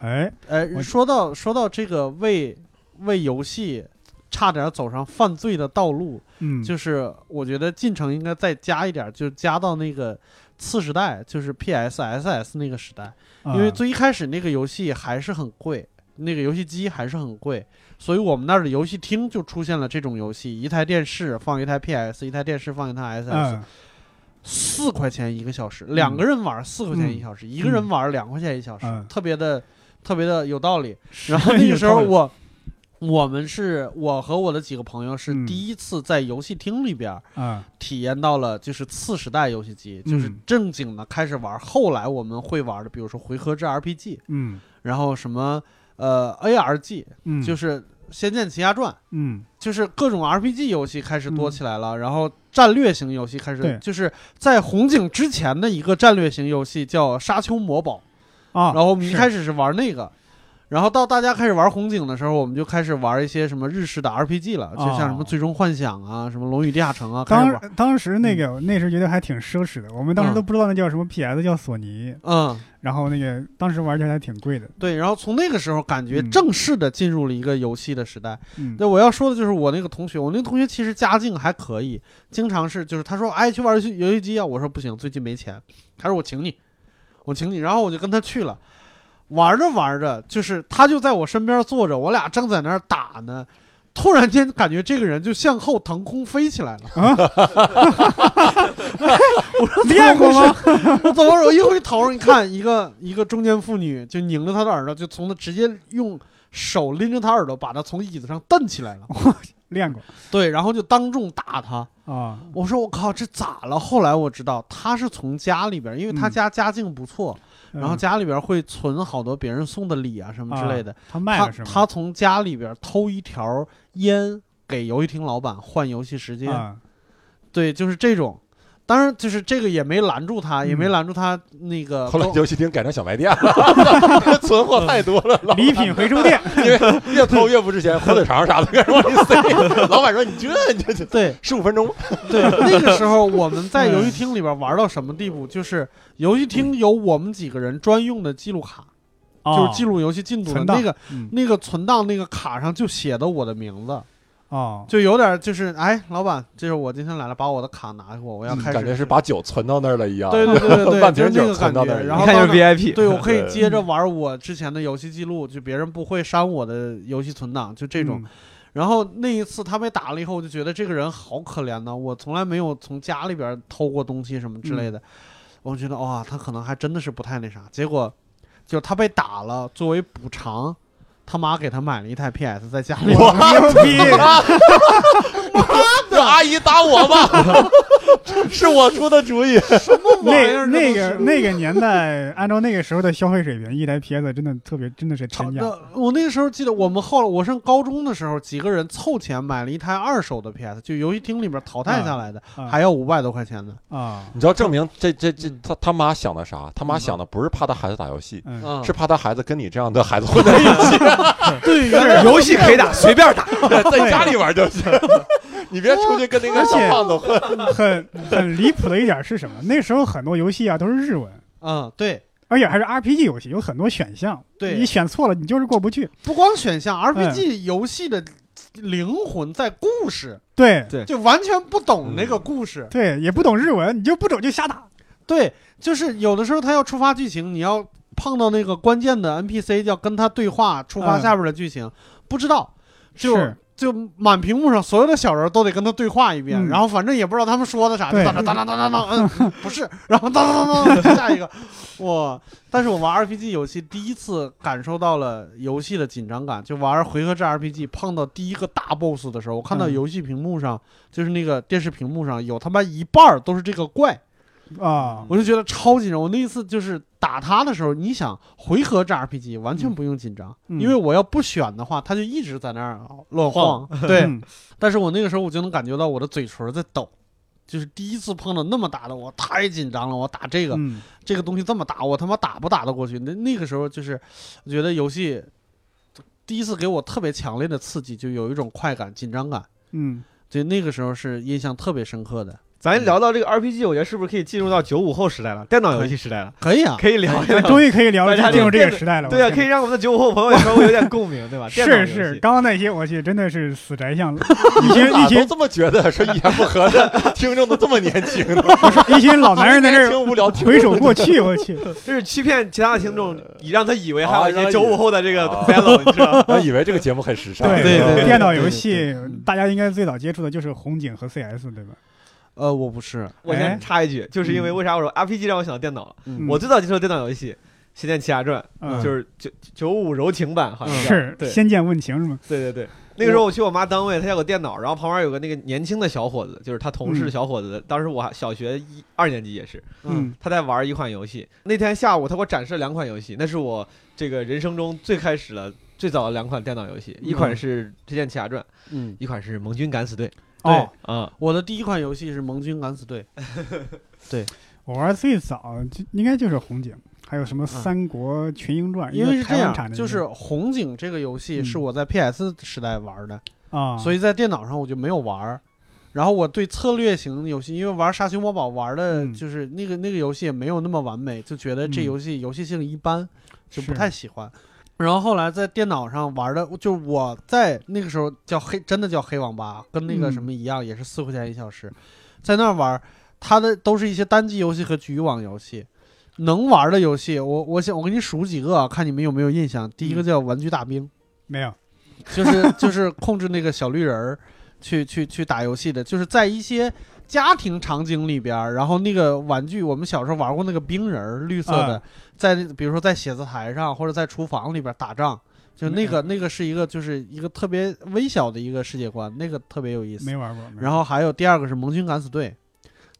[SPEAKER 1] 哎，
[SPEAKER 2] 哎，
[SPEAKER 1] 我
[SPEAKER 2] 说到说到这个为为游戏差点走上犯罪的道路，
[SPEAKER 1] 嗯，
[SPEAKER 2] 就是我觉得进程应该再加一点，就加到那个次时代，就是 PS、SS 那个时代，因为
[SPEAKER 1] 啊
[SPEAKER 2] 最一开始那个游戏还是很贵。那个游戏机还是很贵，所以我们那儿的游戏厅就出现了这种游戏：一台电视放一台 PS，一台电视放一台 SS，
[SPEAKER 1] 嗯
[SPEAKER 2] 四、块钱一个小时，两个人玩四块钱一小时，一个人玩两块钱一小时，
[SPEAKER 1] 嗯
[SPEAKER 2] 特别的特别的有道理。
[SPEAKER 1] 是
[SPEAKER 2] 然后那个时候我我们是我和我的几个朋友是
[SPEAKER 1] 嗯
[SPEAKER 2] 第一次在游戏厅里边儿
[SPEAKER 1] 啊，
[SPEAKER 2] 体验到了就是次时代游戏机，
[SPEAKER 1] 嗯
[SPEAKER 2] 就是正经的开始玩。后来我们会玩的，比如说回合制 RPG，
[SPEAKER 1] 嗯
[SPEAKER 2] 然后什么呃 ARG，
[SPEAKER 1] 嗯，
[SPEAKER 2] 就是《仙剑奇侠传》，
[SPEAKER 1] 嗯
[SPEAKER 2] 就是各种 RPG 游戏开始多起来了，然后战略型游戏开
[SPEAKER 1] 对
[SPEAKER 2] 始，就是在红警之前的一个战略型游戏叫《沙丘魔堡》，
[SPEAKER 1] 啊，
[SPEAKER 2] 然后我们一
[SPEAKER 1] 是
[SPEAKER 2] 开始是玩那个。然后到大家开始玩红警的时候，我们就开始玩一些什么日式的 RPG 了，就像什么
[SPEAKER 1] 哦
[SPEAKER 2] 《最终幻想》啊、什么《龙与地下城》啊，开始嗯玩。
[SPEAKER 1] 当当时那个那时候觉得还挺奢侈的，我们当时都不知道那叫什么 PS 叫索尼，
[SPEAKER 2] 嗯，
[SPEAKER 1] 然后那个当时玩起来还挺贵的。
[SPEAKER 2] 对。然后从那个时候，感觉
[SPEAKER 1] 嗯
[SPEAKER 2] 正式的进入了一个游戏的时代。
[SPEAKER 1] 嗯，
[SPEAKER 2] 对，我要说的就是我那个同学，我那个同学其实家境还可以，经常是就是他说哎去玩游戏游戏机啊，我说不行，最近没钱。他说我请你，我请你，然后我就跟他去了。玩着玩着，就是他就在我身边坐着，我俩正在那儿打呢，突然间感觉这个人就向后腾空飞起来了。
[SPEAKER 1] 练过 吗？
[SPEAKER 2] 我怎么我一回头，你看一个一个中年妇女就拧着他的耳朵，就从他直接用手拎着他耳朵，把他从椅子上蹬起来了。
[SPEAKER 1] 哦练过
[SPEAKER 2] 对，然后就当众打他。
[SPEAKER 1] 啊，
[SPEAKER 2] 我说我靠，这咋了？后来我知道他是从家里边儿，因为他
[SPEAKER 1] 嗯
[SPEAKER 2] 家家境不错，然后家里边儿会存好多别人送的礼啊什么之类的。
[SPEAKER 1] 嗯他卖
[SPEAKER 2] 他
[SPEAKER 1] 了是吗？
[SPEAKER 2] 他从家里边儿偷一条烟给游戏厅老板换游戏时间，
[SPEAKER 1] 啊，
[SPEAKER 2] 对，就是这种。当然，就是这个也没拦住他，也没
[SPEAKER 1] 嗯
[SPEAKER 2] 拦住他那个
[SPEAKER 3] 后来
[SPEAKER 2] 跟
[SPEAKER 3] 游戏厅改成小卖店了， 存货太多 了，老
[SPEAKER 1] 礼品回收店
[SPEAKER 3] 因为越偷越不值钱，火腿肠啥的开始往里塞。 老板说：“你这你这这
[SPEAKER 2] 对
[SPEAKER 3] 十五分 钟吧，
[SPEAKER 2] 对，那个时候我们
[SPEAKER 3] 嗯
[SPEAKER 2] 在游戏厅里边玩到什么地步？就是游戏厅有我们几个人专用的记录卡，
[SPEAKER 3] 哦
[SPEAKER 2] 就是记
[SPEAKER 1] 录
[SPEAKER 2] 录游戏进度的
[SPEAKER 1] 存档
[SPEAKER 2] 那个
[SPEAKER 1] 嗯
[SPEAKER 2] 那个存档那个卡上就写的我的名字，
[SPEAKER 1] 哦，
[SPEAKER 2] 就有点就是，哎，老板，这是我今天来了，把我的卡拿给我，我要开始。
[SPEAKER 3] 嗯感觉是把酒存到那儿了一样。”
[SPEAKER 2] 对对对 对对，
[SPEAKER 3] 万
[SPEAKER 2] 就是
[SPEAKER 3] 瓶
[SPEAKER 2] 那
[SPEAKER 3] 酒
[SPEAKER 2] 个感
[SPEAKER 3] 存到那
[SPEAKER 2] 觉。
[SPEAKER 3] 儿一
[SPEAKER 2] 然
[SPEAKER 3] 样，
[SPEAKER 2] 后
[SPEAKER 5] 你看就是
[SPEAKER 2] 到那
[SPEAKER 5] VIP，
[SPEAKER 2] 对我可以接着玩我之前的游戏记录，就别人不会删我的游戏存档，就这种。
[SPEAKER 1] 嗯
[SPEAKER 2] 然后那一次他被打了以后，我就觉得这个人好可怜呐，我从来没有从家里边偷过东西什么之类
[SPEAKER 5] 嗯
[SPEAKER 2] 的，我觉得哇，他可能还真的是不太那啥。结果就是他被打了，作为补偿，他妈给他买了一台 PS 在家 里玩。
[SPEAKER 1] 嗯牛逼！
[SPEAKER 3] 这 阿姨打我吧， 是我出的主意。
[SPEAKER 1] 那那个那个年代，按照那个时候的消费水平，一台 PS 真的特别，真的是
[SPEAKER 2] 超
[SPEAKER 1] 天价
[SPEAKER 2] 那我那个时候记得，我们后来我上高中的时候，几个人凑钱买了一台二手的 PS，就游戏厅里边淘
[SPEAKER 5] 嗯
[SPEAKER 2] 汰下来的，
[SPEAKER 1] 啊
[SPEAKER 2] 还要五百多块钱呢。
[SPEAKER 1] 啊！
[SPEAKER 3] 你知道证明这这这
[SPEAKER 2] 嗯
[SPEAKER 3] 他他妈想的啥？他妈想的不是怕他孩子打游戏，
[SPEAKER 1] 嗯，
[SPEAKER 2] 嗯
[SPEAKER 3] 是怕他孩子跟你这样的孩子混在一起，
[SPEAKER 2] 对，原来
[SPEAKER 5] 游戏可以打，随便打。
[SPEAKER 3] 在家里玩就行。 你别出去跟那个小胖子混。
[SPEAKER 1] 嗯很很离谱的一点是什么？那时候很多游戏啊都是日文，
[SPEAKER 2] 嗯，对，
[SPEAKER 1] 而且还是 RPG 游戏，有很多选项，
[SPEAKER 2] 对
[SPEAKER 1] 你选错了你就是过不去。
[SPEAKER 2] 不光选项，RPG 游戏的灵魂在故事，
[SPEAKER 1] 对
[SPEAKER 5] 对
[SPEAKER 2] 就完全不懂那个故事。
[SPEAKER 1] 对，也不懂日文，你就不懂就瞎打。
[SPEAKER 2] 嗯对，就是有的时候他要触发剧情，你要碰到那个关键的 NPC，要跟他对话，触发
[SPEAKER 1] 嗯
[SPEAKER 2] 下边的剧情，不知道就是就满屏幕上所有的小人都得跟他对话一遍，
[SPEAKER 1] 嗯
[SPEAKER 2] 然后反正也不知道他们说的啥，就
[SPEAKER 1] 对
[SPEAKER 2] 当当当当 当当，嗯，不是，然后当当当当当，下一个，哇！但是我玩 RPG 游戏第一次感受到了游戏的紧张感，就玩回合制 RPG 碰到第一个大 BOSS 的时候，我看到
[SPEAKER 1] 嗯
[SPEAKER 2] 游戏屏幕上、就是那个电视屏幕上有他妈一半儿都是这个怪。
[SPEAKER 1] 啊，
[SPEAKER 2] 我就觉得超紧张。我那一次就是打他的时候，你想回合制 RPG 完全不用紧张，
[SPEAKER 1] 嗯
[SPEAKER 2] 因为我要不选的话，他就一直在那儿乱晃。对，
[SPEAKER 1] 嗯
[SPEAKER 2] 但是我那个时候我就能感觉到我的嘴唇在抖。就是第一次碰到那么大的，我太紧张了。我打这个、
[SPEAKER 1] 嗯
[SPEAKER 2] 这个东西这么大，我他妈打不打得过去？那那个时候就是，我觉得游戏第一次给我特别强烈的刺激，就有一种快感、紧张感。
[SPEAKER 1] 嗯，
[SPEAKER 2] 对，那个时候是印象特别深刻的。
[SPEAKER 5] 咱聊到这个 RPG，我觉得是不是可以进入到九五后时代了，电脑游戏时代了，
[SPEAKER 2] 可以啊，
[SPEAKER 5] 可以聊一聊。
[SPEAKER 1] 终于可以聊
[SPEAKER 5] 大家
[SPEAKER 1] 了，进入
[SPEAKER 5] 就
[SPEAKER 1] 这个
[SPEAKER 5] 变得
[SPEAKER 1] 时代了。
[SPEAKER 5] 对啊，
[SPEAKER 1] 我
[SPEAKER 5] 可以
[SPEAKER 1] 天
[SPEAKER 5] 让我们的九五后朋友稍微有点共鸣，对吧？电脑游
[SPEAKER 1] 是
[SPEAKER 5] 戏
[SPEAKER 1] 是，刚刚那些我去，真的是死宅向， 一群一
[SPEAKER 3] 咋啊都
[SPEAKER 1] 群
[SPEAKER 3] 这么觉得？说一言不合的听众都这么年 轻呢？
[SPEAKER 1] 一群老男人在这
[SPEAKER 3] 年
[SPEAKER 1] 儿
[SPEAKER 3] 轻无聊，听
[SPEAKER 1] 回首过去，我去，
[SPEAKER 5] 这是欺骗其他的听众，
[SPEAKER 3] 呃
[SPEAKER 5] 以让他以为还
[SPEAKER 3] 啊
[SPEAKER 5] 有一
[SPEAKER 3] 让
[SPEAKER 5] 些
[SPEAKER 3] 他
[SPEAKER 5] 九五后的这个
[SPEAKER 3] 啊
[SPEAKER 5] battle，你知道 吗？
[SPEAKER 3] 我以为这个节目很时尚。
[SPEAKER 2] 对对对
[SPEAKER 1] 电脑
[SPEAKER 2] 对
[SPEAKER 1] 游
[SPEAKER 2] 对
[SPEAKER 1] 戏
[SPEAKER 2] 对
[SPEAKER 1] 大家应该最早接触的就是红警和 CS，对吧？
[SPEAKER 2] 呃，我不是，
[SPEAKER 5] 我
[SPEAKER 1] 哎
[SPEAKER 3] 嗯
[SPEAKER 5] 先插一句，就是因为为啥我说 RPG 让我想到电脑了？
[SPEAKER 2] 嗯
[SPEAKER 5] 我最早接触电脑游戏仙剑奇侠传》，
[SPEAKER 1] 嗯
[SPEAKER 5] 就是九九五柔情版，好像叫
[SPEAKER 1] 是
[SPEAKER 5] 嗯对嗯
[SPEAKER 1] 先见问情是吗？
[SPEAKER 5] 对对对，那个时候我去我妈单位，她有个电脑，然后旁边有个那个年轻的小伙子，就是她同事的小伙子，当时我还小学一二年级也是，
[SPEAKER 1] 嗯
[SPEAKER 5] 他在玩一款游戏。那天下午他给我展示了两款游戏，那是我这个人生中最开始了最早的两款电脑游
[SPEAKER 1] 嗯
[SPEAKER 5] 戏，一款是《仙剑奇侠传》，
[SPEAKER 2] 嗯，
[SPEAKER 5] 一款是《盟军敢死队》
[SPEAKER 1] 哦，
[SPEAKER 5] 啊。
[SPEAKER 2] 我的第一款游戏是《盟军敢死队》，
[SPEAKER 1] 我玩最早就应该就是红警，还有什么《三国群英传》，
[SPEAKER 2] 嗯因
[SPEAKER 1] 啊
[SPEAKER 2] 为
[SPEAKER 1] 一
[SPEAKER 2] 是
[SPEAKER 1] 个
[SPEAKER 2] 这
[SPEAKER 1] 台湾产的那
[SPEAKER 2] 样，
[SPEAKER 1] 个，
[SPEAKER 2] 就是《红警》这个游戏
[SPEAKER 1] 嗯
[SPEAKER 2] 是我在 PS 时代玩的，
[SPEAKER 1] 啊，
[SPEAKER 2] 所以在电脑上我就没有玩儿。然后我对策略型的游戏，因为玩《沙丘魔堡》玩的
[SPEAKER 1] 嗯
[SPEAKER 2] 就是那个、那个游戏也没有那么完美，就觉得这
[SPEAKER 1] 嗯
[SPEAKER 2] 游戏、游戏性一般，就不
[SPEAKER 1] 是
[SPEAKER 2] 太喜欢。然后后来在电脑上玩的，就我在那个时候叫黑，真的叫黑网吧，跟那个
[SPEAKER 1] 嗯
[SPEAKER 2] 什么一样，也是四块钱一小时，在那儿玩，它的都是一些单机游戏和局域网游戏。能玩的游戏，我我想我给你数几个啊，看你们有没有印象。第
[SPEAKER 1] 嗯
[SPEAKER 2] 一个叫《玩具大兵》，
[SPEAKER 1] 没有，
[SPEAKER 2] 就是就是控制那个小绿人儿去去去打游戏的，就是在一些家庭场景里边儿，然后那个玩具，我们小时候玩过那个冰人儿，绿色的，在那比如说在写字台上或者在厨房里边打仗，就那个那个是一个就是一个特别微小的一个世界观，那个特别有意思。
[SPEAKER 1] 没玩过。没玩过
[SPEAKER 2] 然后还有第二个是盟军敢死队，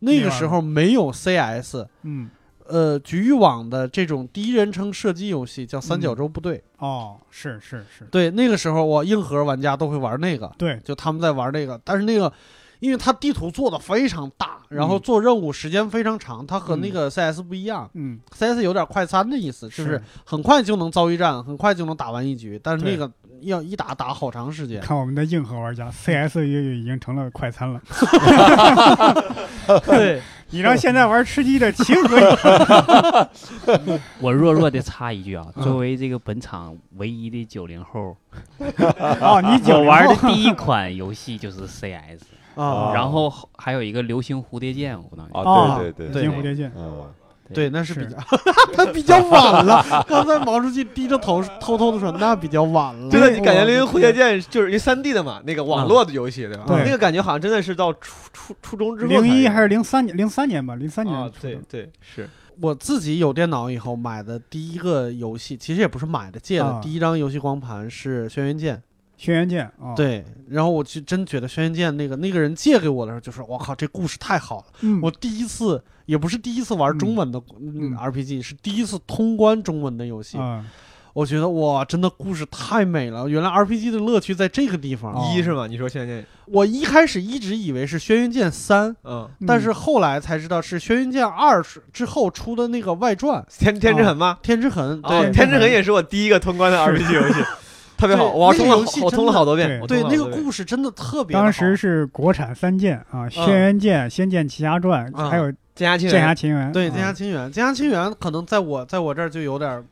[SPEAKER 2] 那个时候没有 CS，
[SPEAKER 1] 嗯，
[SPEAKER 2] 呃，局域网的这种第一人称射击游戏叫三角洲部队。
[SPEAKER 1] 哦，是是是，
[SPEAKER 2] 对，那个时候我硬核玩家都会玩那个，
[SPEAKER 1] 对，
[SPEAKER 2] 就他们在玩这个，但是那个，因为它地图做的非常大，然后做任务时间非常长，它和那个 CS 不一样、
[SPEAKER 1] 嗯，
[SPEAKER 2] c s 有点快餐的意思，就是
[SPEAKER 1] 是
[SPEAKER 2] 很快就能遭遇战，很快就能打完一局，但是那
[SPEAKER 1] 对
[SPEAKER 2] 个要一打打好长时间。
[SPEAKER 1] 看我们的硬核玩家，CS 也已经成了快餐了。
[SPEAKER 2] 对，
[SPEAKER 1] 你让现在玩吃鸡的情何以？
[SPEAKER 7] 我弱弱的插一句啊，
[SPEAKER 1] 嗯
[SPEAKER 7] 作为这个本场唯一的九零后，
[SPEAKER 1] 哦，你九
[SPEAKER 7] 我
[SPEAKER 1] 零
[SPEAKER 7] 玩
[SPEAKER 1] 后
[SPEAKER 7] 的第一款游戏就是 CS，
[SPEAKER 2] 啊，
[SPEAKER 3] 哦
[SPEAKER 7] 然后还有一个流星蝴蝶剑，我当时
[SPEAKER 3] 啊，
[SPEAKER 1] 哦
[SPEAKER 3] 对对对，
[SPEAKER 1] 金蝴蝶剑，
[SPEAKER 3] 嗯，
[SPEAKER 2] 对， 那是
[SPEAKER 1] 是
[SPEAKER 2] 比较，他比较晚了。 刚才毛书记低着头偷偷的说，那比较晚了。
[SPEAKER 5] 真的，你感觉《零零蝴蝶剑》就是一三 D 的嘛，那个网络的游戏，对吧？
[SPEAKER 1] 啊对
[SPEAKER 5] 那个感觉好像真的是到初初初中之后才有，
[SPEAKER 1] 零一还是零三年？零三年吧，零三
[SPEAKER 5] 啊
[SPEAKER 2] 哦
[SPEAKER 1] 年？出
[SPEAKER 5] 对
[SPEAKER 1] 的。
[SPEAKER 5] 对是，
[SPEAKER 2] 我自己有电脑以后买的第一个游戏，其实也不是买的，借的。
[SPEAKER 1] 啊
[SPEAKER 2] 第一张游戏光盘是《轩辕剑》，
[SPEAKER 1] 轩辕剑啊，，
[SPEAKER 2] 对。然后我就真觉得《轩辕剑》那个那个人借给我的时候，就说：“我靠，这故事太好了！”
[SPEAKER 1] 嗯，
[SPEAKER 2] 我第一次，也不是第一次玩中文的嗯
[SPEAKER 1] 嗯
[SPEAKER 2] RPG，是第一次通关中文的游戏。
[SPEAKER 1] 啊，
[SPEAKER 2] 我觉得哇，真的故事太美了！原来 RPG 的乐趣在这个地方。
[SPEAKER 1] 哦
[SPEAKER 5] 一是吗？你说现在，
[SPEAKER 2] 我一开始一直以为是《轩辕剑三》，
[SPEAKER 5] 嗯，
[SPEAKER 2] 但是后来才知道是《轩辕剑二》之后出的那个外传
[SPEAKER 5] 天天之痕吗？
[SPEAKER 2] 《天之痕》。
[SPEAKER 5] 啊
[SPEAKER 2] 对，
[SPEAKER 5] 天之痕也是我第一个通关的 RPG 游 戏，特别好，
[SPEAKER 2] 对
[SPEAKER 5] 我
[SPEAKER 2] 那个
[SPEAKER 5] 通了
[SPEAKER 2] 游戏
[SPEAKER 5] 好，我
[SPEAKER 2] 真
[SPEAKER 5] 通了
[SPEAKER 2] 的
[SPEAKER 5] 好多遍，
[SPEAKER 1] 对
[SPEAKER 5] 我通
[SPEAKER 2] 对
[SPEAKER 5] 了好
[SPEAKER 2] 那
[SPEAKER 5] 多
[SPEAKER 2] 个
[SPEAKER 5] 遍
[SPEAKER 2] 故事真的特别的好。
[SPEAKER 1] 当时是国产三剑啊，轩辕剑、仙剑奇侠传，
[SPEAKER 2] 嗯
[SPEAKER 1] 还有
[SPEAKER 5] 剑侠情
[SPEAKER 1] 剑
[SPEAKER 5] 缘
[SPEAKER 1] 侠情缘。
[SPEAKER 2] 对《
[SPEAKER 1] 啊
[SPEAKER 2] 剑侠，情缘》，《剑侠情缘》可能在我在我这儿就有点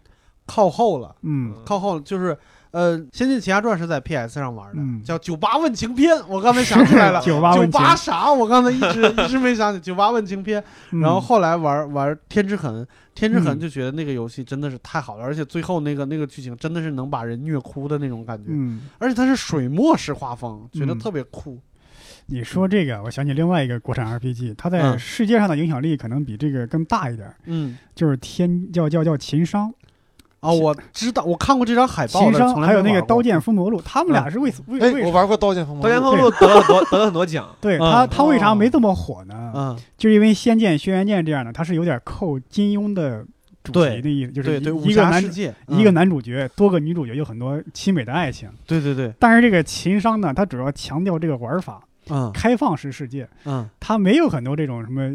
[SPEAKER 2] 靠后了，
[SPEAKER 1] 嗯，
[SPEAKER 2] 靠后了就是呃，《仙剑奇侠传》是在 PS 上玩的，
[SPEAKER 1] 嗯。
[SPEAKER 2] 叫《九八问情篇》，我刚才想起来了
[SPEAKER 1] 九八
[SPEAKER 2] 九
[SPEAKER 1] 问情
[SPEAKER 2] 八啥？我刚才一直一直没想起九八问情篇，
[SPEAKER 1] 嗯
[SPEAKER 2] 然后后来玩玩天之痕，天之痕
[SPEAKER 1] 嗯
[SPEAKER 2] 就觉得那个游戏真的是太好了，而且最后那个那个剧情真的是能把人虐哭的那种感觉，
[SPEAKER 1] 嗯，
[SPEAKER 2] 而且它是水墨式画风，觉得
[SPEAKER 1] 嗯
[SPEAKER 2] 特别酷。
[SPEAKER 1] 你说这个，我想起另外一个国产 RPG，它在
[SPEAKER 2] 嗯
[SPEAKER 1] 世界上的影响力可能比这个更大一点儿，
[SPEAKER 2] 嗯，
[SPEAKER 1] 就是天叫叫叫秦商。
[SPEAKER 2] 啊，我知道，我看过这张海报
[SPEAKER 1] 秦
[SPEAKER 2] 的，
[SPEAKER 1] 商
[SPEAKER 2] 从来
[SPEAKER 1] 还有
[SPEAKER 2] 没
[SPEAKER 1] 那个
[SPEAKER 2] 玩
[SPEAKER 1] 《
[SPEAKER 2] 过嗯
[SPEAKER 1] 刀剑风魔录》，他们俩是为此为
[SPEAKER 3] 哎，
[SPEAKER 1] 为
[SPEAKER 3] 我
[SPEAKER 1] 什
[SPEAKER 3] 玩过《刀剑风
[SPEAKER 5] 《
[SPEAKER 3] 魔
[SPEAKER 5] 刀
[SPEAKER 3] 录》，
[SPEAKER 5] 剑风录》得了很多得了很多奖，
[SPEAKER 1] 对
[SPEAKER 2] 嗯
[SPEAKER 1] 他他为啥没这么火呢？
[SPEAKER 2] 嗯，
[SPEAKER 1] 就是因为《仙剑》《轩辕剑》这样的，它是有点扣金庸的主
[SPEAKER 2] 对
[SPEAKER 1] 题的意思，就是
[SPEAKER 2] 对对，
[SPEAKER 1] 一
[SPEAKER 2] 武
[SPEAKER 1] 一个
[SPEAKER 2] 侠
[SPEAKER 1] 男
[SPEAKER 2] 世界，
[SPEAKER 1] 一个
[SPEAKER 2] 嗯
[SPEAKER 1] 男主角多个女主角，有很多凄美的爱情。
[SPEAKER 2] 对对对，
[SPEAKER 1] 但是这个秦商呢，它主要强调这个玩法，
[SPEAKER 2] 嗯
[SPEAKER 1] 开放式世界，
[SPEAKER 2] 嗯
[SPEAKER 1] 它没有很多这种什么。